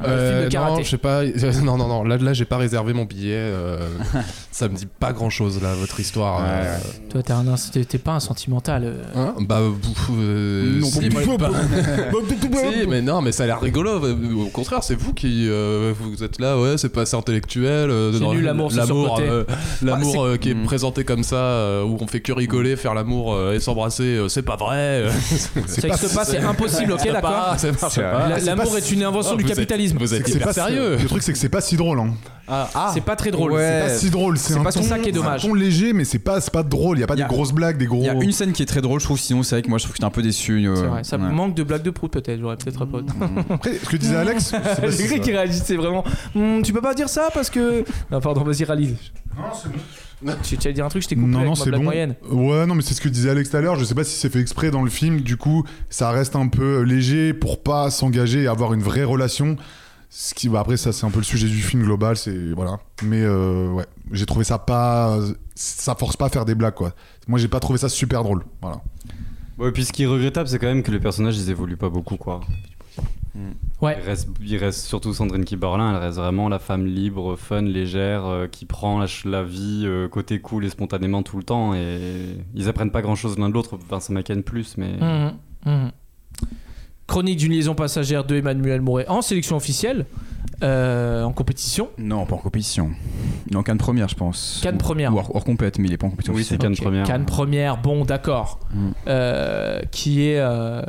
Speaker 3: un film de
Speaker 13: non,
Speaker 3: karaté.
Speaker 13: je sais pas. Non, non, non. Là, là, j'ai pas réservé mon billet. euh, ça me dit pas grand-chose là, votre histoire. euh.
Speaker 3: Toi, t'as un ins- t'es t'es pas un sentimental. euh.
Speaker 13: Hein bah, bouf, euh,
Speaker 3: Non,
Speaker 13: si,
Speaker 3: bouf,
Speaker 13: mais
Speaker 3: bouf,
Speaker 13: pas- Si, mais non, mais ça a l'air rigolo. euh, Au contraire, c'est vous qui euh, vous êtes là. Ouais, c'est pas assez intellectuel. euh,
Speaker 3: C'est
Speaker 13: dans-
Speaker 3: nul, l'amour, c'est
Speaker 13: l'amour,
Speaker 3: surcoté.
Speaker 13: euh, l'amour
Speaker 4: Bah, c'est-
Speaker 13: euh, qui est
Speaker 4: Mm.
Speaker 13: présenté comme ça, euh, où on fait que rigoler, faire l'amour euh, et s'embrasser, euh, c'est pas vrai.
Speaker 3: passe. Ça n'existe pas, c'est impossible, ok, d'accord
Speaker 13: Ça marche
Speaker 3: C'est-
Speaker 13: pas. Ah,
Speaker 3: la- L'amour est, une invention du capitalisme. Ah,
Speaker 13: vous êtes Ah.
Speaker 10: C'est
Speaker 13: hyper
Speaker 10: pas-
Speaker 13: sérieux.
Speaker 10: Le truc, c'est que c'est pas si drôle. Hein.
Speaker 3: c'est pas très drôle.
Speaker 10: C'est pas si drôle. C'est
Speaker 3: C'est
Speaker 10: un
Speaker 3: pas
Speaker 10: ton,
Speaker 3: ça qui est
Speaker 10: un
Speaker 3: dommage.
Speaker 10: ton léger, mais c'est pas, c'est pas drôle. Il y a pas des grosses blagues, des gros.
Speaker 4: Il y a une scène qui est très drôle, je trouve. Sinon, c'est vrai que moi, je trouve que j'étais un peu déçu. euh,
Speaker 3: C'est vrai, ça
Speaker 4: ouais.
Speaker 3: manque de blagues de prout peut-être, j'aurais peut-être pas.
Speaker 10: Après, ce que disait Alex, je sais pas si
Speaker 3: Les
Speaker 10: ça-
Speaker 3: gars qui réagissait vraiment. Hum, tu peux pas dire ça parce que. Non, pardon, vas-y, ralise. Non, c'est bon. Tu allais dire un truc, je t'ai coupé.
Speaker 10: Non,
Speaker 3: avec
Speaker 10: non,
Speaker 3: ma
Speaker 10: c'est
Speaker 3: blague
Speaker 10: bon.
Speaker 3: moyenne.
Speaker 10: Ouais, non, mais c'est ce que disait Alex tout à l'heure. Je sais pas si c'est fait exprès dans le film. Du coup, ça reste un peu léger pour pas s'engager et avoir une vraie relation. Ce qui, bah, après, ça, c'est un peu le sujet du film global. C'est voilà. Mais euh, ouais, j'ai trouvé ça pas. Ça force pas à faire des blagues, quoi. Moi, j'ai pas trouvé ça super drôle. Voilà.
Speaker 5: Oh,
Speaker 6: Ouais, puis ce qui est regrettable, c'est quand même que les personnages, ils évoluent pas beaucoup, quoi.
Speaker 3: Mm. Ouais.
Speaker 6: Il reste, il reste surtout Sandrine Kiberlin, elle reste vraiment la femme libre, fun, légère, euh, qui prend la, ch- la vie euh, côté cool et spontanément tout le temps. Et ils apprennent pas grand chose l'un de l'autre. Vincent McCann plus, mais.
Speaker 3: Mhm, mhm. Chronique d'une liaison passagère de Emmanuel Mouret en sélection officielle, euh, en compétition.
Speaker 4: Non, pas en compétition. Non, Cannes première, je pense.
Speaker 3: Cannes première.
Speaker 4: Ou hors, hors compète, mais il est pas en compétition.
Speaker 6: Oui, c'est Cannes
Speaker 3: Ok,
Speaker 6: première.
Speaker 3: Cannes première, bon, d'accord.
Speaker 4: Mm.
Speaker 3: Euh, qui est euh,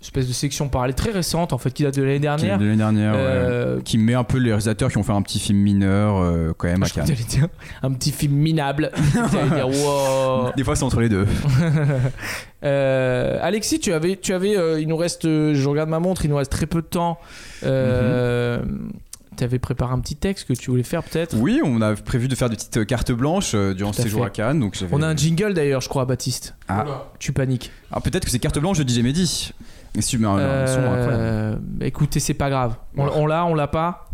Speaker 3: espèce de sélection parallèle très récente, en fait, qui date de l'année
Speaker 4: Qui est
Speaker 3: dernière.
Speaker 4: de l'année dernière, ouais.
Speaker 3: Euh,
Speaker 4: qui met un peu les réalisateurs qui ont fait un petit film mineur euh, quand même à
Speaker 3: Ah, Je crois
Speaker 4: Cannes.
Speaker 3: que t'allais dire un petit film minable. T'allais dire, wow.
Speaker 4: Des fois, c'est entre les deux.
Speaker 3: Euh, Alexis, tu avais, tu avais, euh, il nous reste, euh, je regarde ma montre, il nous reste très peu de temps. Euh,
Speaker 4: Mhm.
Speaker 3: Tu avais préparé un petit texte que tu voulais faire peut-être.
Speaker 4: Oui, on a prévu de faire des petites cartes blanches euh, durant
Speaker 3: Tout à
Speaker 4: ces jours
Speaker 3: fait.
Speaker 4: à Cannes. Donc j'avais-
Speaker 3: On a un jingle d'ailleurs, je crois, Baptiste.
Speaker 4: Ah.
Speaker 3: Tu paniques.
Speaker 4: Alors peut-être que c'est carte blanche de DJ Mehdi. Et si tu mets un- un son incroyable.
Speaker 3: Euh, écoutez, c'est pas grave. On, on l'a, on l'a pas.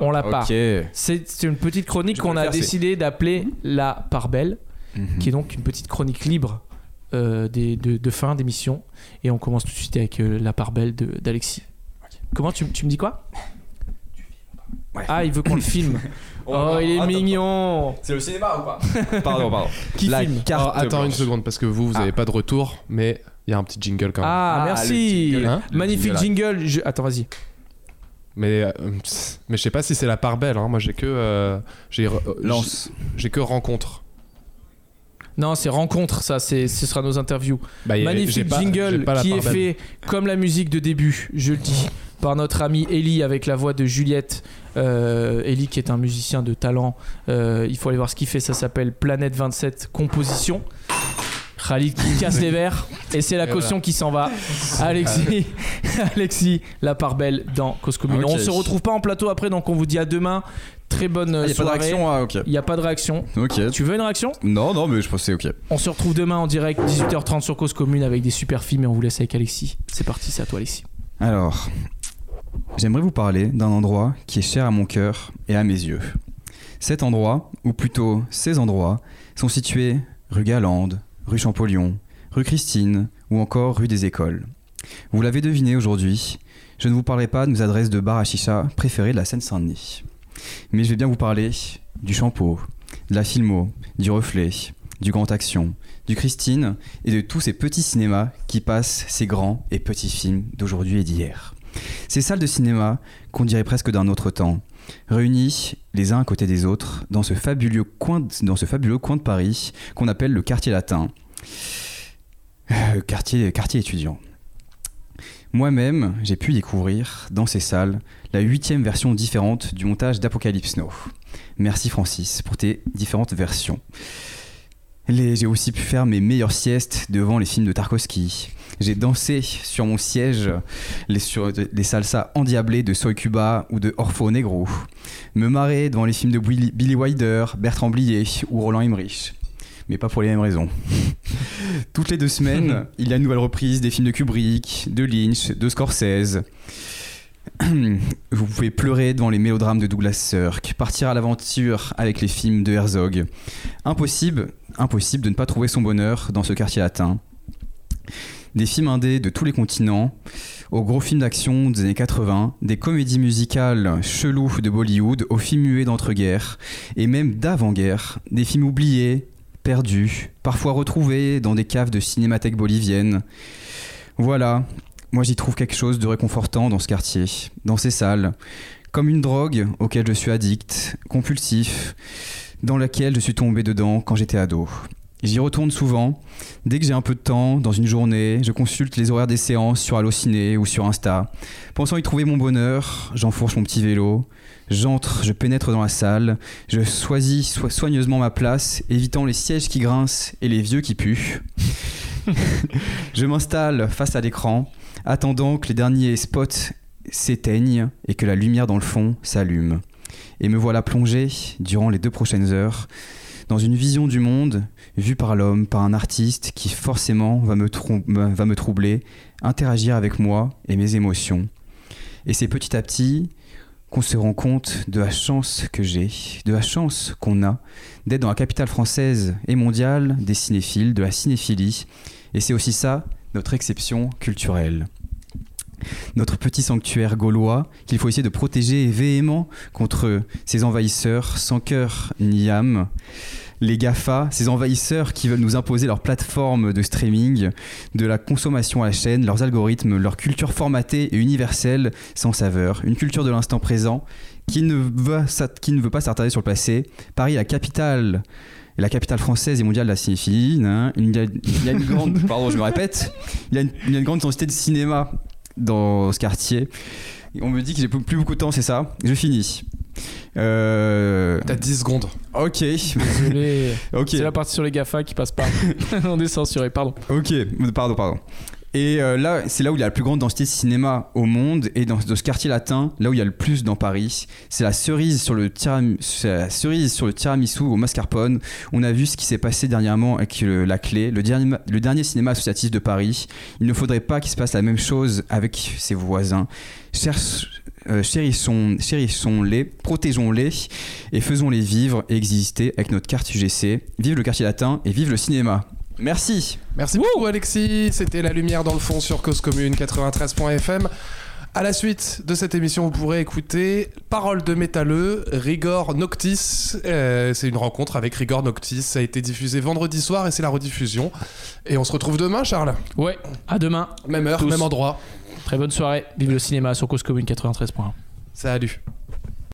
Speaker 3: On l'a pas.
Speaker 4: Ok.
Speaker 3: C'est c'est une petite chronique
Speaker 4: Je peux
Speaker 3: qu'on
Speaker 4: le
Speaker 3: a
Speaker 4: faire, c'est-
Speaker 3: décidé d'appeler la part belle,
Speaker 4: Mhm.
Speaker 3: qui est donc une petite chronique libre euh, des- de, de fin d'émission. Et on commence tout de suite avec euh, la part belle de- d'Alexis. Comment tu, tu me dis quoi Ah, il veut qu'on le filme. oh, il est mignon.
Speaker 4: C'est le cinéma ou pas
Speaker 6: Pardon, pardon.
Speaker 3: Qui
Speaker 6: La
Speaker 3: filme
Speaker 6: carte
Speaker 5: Alors, attends
Speaker 6: blanche.
Speaker 5: une seconde, parce que vous, vous avez pas de retour, mais il y a un petit jingle quand même.
Speaker 3: Ah,
Speaker 4: Ah,
Speaker 3: merci.
Speaker 4: le jingle,
Speaker 5: hein
Speaker 4: le
Speaker 3: Magnifique
Speaker 4: jingle.
Speaker 3: jingle. Je- Attends, vas-y.
Speaker 5: Mais, euh, pss, mais je sais pas si c'est la part belle, hein. moi j'ai que. euh, j'ai, euh,
Speaker 4: Lance.
Speaker 5: j'ai- J'ai que rencontre.
Speaker 3: Non, c'est rencontre, ça. c'est- Ce sera nos interviews.
Speaker 5: Bah, y a- j'ai
Speaker 3: Magnifique
Speaker 5: pas- j'ai
Speaker 3: jingle
Speaker 5: pas la
Speaker 3: qui
Speaker 5: part
Speaker 3: est
Speaker 5: belle.
Speaker 3: fait comme la musique de début, je le dis, par notre amie Ellie avec la voix de Juliette. Euh, Ellie qui est un musicien de talent. Euh, il faut aller voir ce qu'il fait. Ça s'appelle Planète 27 Composition. Khalid qui casse les verres et c'est la
Speaker 5: Et
Speaker 3: caution
Speaker 5: voilà. Ah,
Speaker 3: qui s'en va. Alexis, Alexis, la part belle dans Cause Commune.
Speaker 5: Ah,
Speaker 4: Ok.
Speaker 3: On se retrouve pas en plateau après, donc on vous dit à demain. Très bonne
Speaker 4: Il
Speaker 3: euh,
Speaker 4: n'y a pas de
Speaker 3: soirée.
Speaker 4: réaction Ah, ok.
Speaker 3: Il n'y a pas de réaction.
Speaker 4: Ok.
Speaker 3: Tu veux une réaction
Speaker 4: Non, non, mais je pensais ok.
Speaker 3: on se retrouve demain en direct, 18h30 sur Cause Commune avec des super films et on vous laisse avec Alexis. C'est parti, c'est à toi Alexis.
Speaker 4: Alors, j'aimerais vous parler d'un endroit qui est cher à mon cœur et à mes yeux. Cet endroit, ou plutôt ces endroits, sont situés rue Galande, rue Champollion, rue Christine ou encore rue des Écoles. Vous l'avez deviné aujourd'hui, je ne vous parlerai pas de mes adresses de bar à chicha préférées de la Seine-Saint-Denis. Mais je vais bien vous parler du Champeau, de la Filmo, du Reflet, du Grand Action, du Christine et de tous ces petits cinémas qui passent ces grands et petits films d'aujourd'hui et d'hier. Ces salles de cinéma qu'on dirait presque d'un autre temps, réunies les uns à côté des autres dans ce fabuleux coin de, dans ce fabuleux coin de Paris qu'on appelle le quartier latin, Euh, quartier, quartier étudiant. Moi-même, j'ai pu découvrir dans ces salles la huitième version différente du montage d'Apocalypse Now. Merci Francis pour tes différentes versions. Les- J'ai aussi pu faire mes meilleures siestes devant les films de Tarkovsky. J'ai dansé sur mon siège les, sur, les salsas endiablées de Soy Cuba ou de Orfo Negro. Me marrer devant les films de Billy, Billy Wilder, Bertrand Blier ou Roland Emmerich. Mais pas pour les mêmes raisons. Toutes les deux semaines, il y a une nouvelle reprise des films de Kubrick, de Lynch, de Scorsese. Vous pouvez pleurer devant les mélodrames de Douglas Sirk, partir à l'aventure avec les films de Herzog. Impossible, impossible de ne pas trouver son bonheur dans ce quartier latin. Des films indés de tous les continents, aux gros films d'action des années 80, des comédies musicales cheloues de Bollywood, aux films muets d'entre-guerres, et même d'avant-guerre, des films oubliés, perdus, parfois retrouvés dans des caves de cinémathèques boliviennes. Voilà, moi j'y trouve quelque chose de réconfortant dans ce quartier, dans ces salles, comme une drogue auquel je suis addict, compulsif, dans laquelle je suis tombé dedans quand j'étais ado. J'y retourne souvent. Dès que j'ai un peu de temps, dans une journée, je consulte les horaires des séances sur Allociné ou sur Insta. Pensant y trouver mon bonheur, j'enfourche mon petit vélo. J'entre, je pénètre dans la salle. Je choisis so- soigneusement ma place, évitant les sièges qui grincent et les vieux qui puent. je m'installe face à l'écran, attendant que les derniers spots s'éteignent et que la lumière dans le fond s'allume. Et me voilà plongé, durant les deux prochaines heures, dans une vision du monde vue par l'homme, par un artiste qui forcément va me, trou- va me troubler, interagir avec moi et mes émotions. Et c'est petit à petit qu'on se rend compte de la chance que j'ai, de la chance qu'on a d'être dans la capitale française et mondiale des cinéphiles, de la cinéphilie. Et c'est aussi ça, notre exception culturelle notre petit sanctuaire gaulois qu'il faut essayer de protéger véhément contre ces envahisseurs sans cœur ni âme. Les GAFA, ces envahisseurs qui veulent nous imposer leur plateforme de streaming, de la consommation à la chaîne, leurs algorithmes, leur culture formatée et universelle sans saveur, une culture de l'instant présent qui ne veut, s'at- qui ne veut pas s'attarder sur le passé. Paris, la capitale. La capitale française et mondiale de la cinéphilie, hein, il y a- il y a une grande, pardon, je me répète, il y a une, il y a une grande quantité de cinéma dans ce quartier. Et On me dit que j'ai plus beaucoup de temps, c'est ça Je finis. Euh... T'as 10 secondes. Ok.
Speaker 3: Désolé.
Speaker 4: Ok.
Speaker 3: C'est la partie sur les GAFA qui passe pas. On est censuré, pardon.
Speaker 4: Ok, pardon, pardon. Et euh, là, c'est là où il y a la plus grande densité de cinéma au monde et dans, dans ce quartier latin, là où il y a le plus dans Paris, c'est la cerise sur le tirami- c'est la cerise sur le tiramisu au mascarpone. On a vu ce qui s'est passé dernièrement avec le- la clé, le dernier le dernier cinéma associatif de Paris. Il ne faudrait pas qu'il se passe la même chose avec ses voisins. Cherche euh, chérissons, chérissons-les, protégeons-les et faisons-les vivre et exister avec notre carte UGC. Vive le quartier latin et vive le cinéma. Merci.
Speaker 13: Merci beaucoup Alexis, c'était La Lumière dans le fond sur Cause Commune 93.fm. À la suite de cette émission, vous pourrez écouter Parole de métalleux, Rigor Noctis. Euh, c'est une rencontre avec Rigor Noctis. Ça a été diffusé vendredi soir et c'est la rediffusion. Et on se retrouve demain, Charles.
Speaker 3: Ouais, à demain.
Speaker 13: Même heure,
Speaker 3: Tous.
Speaker 13: même endroit.
Speaker 3: Très bonne soirée. Vive le cinéma sur Cause Commune 93.1.
Speaker 13: Salut.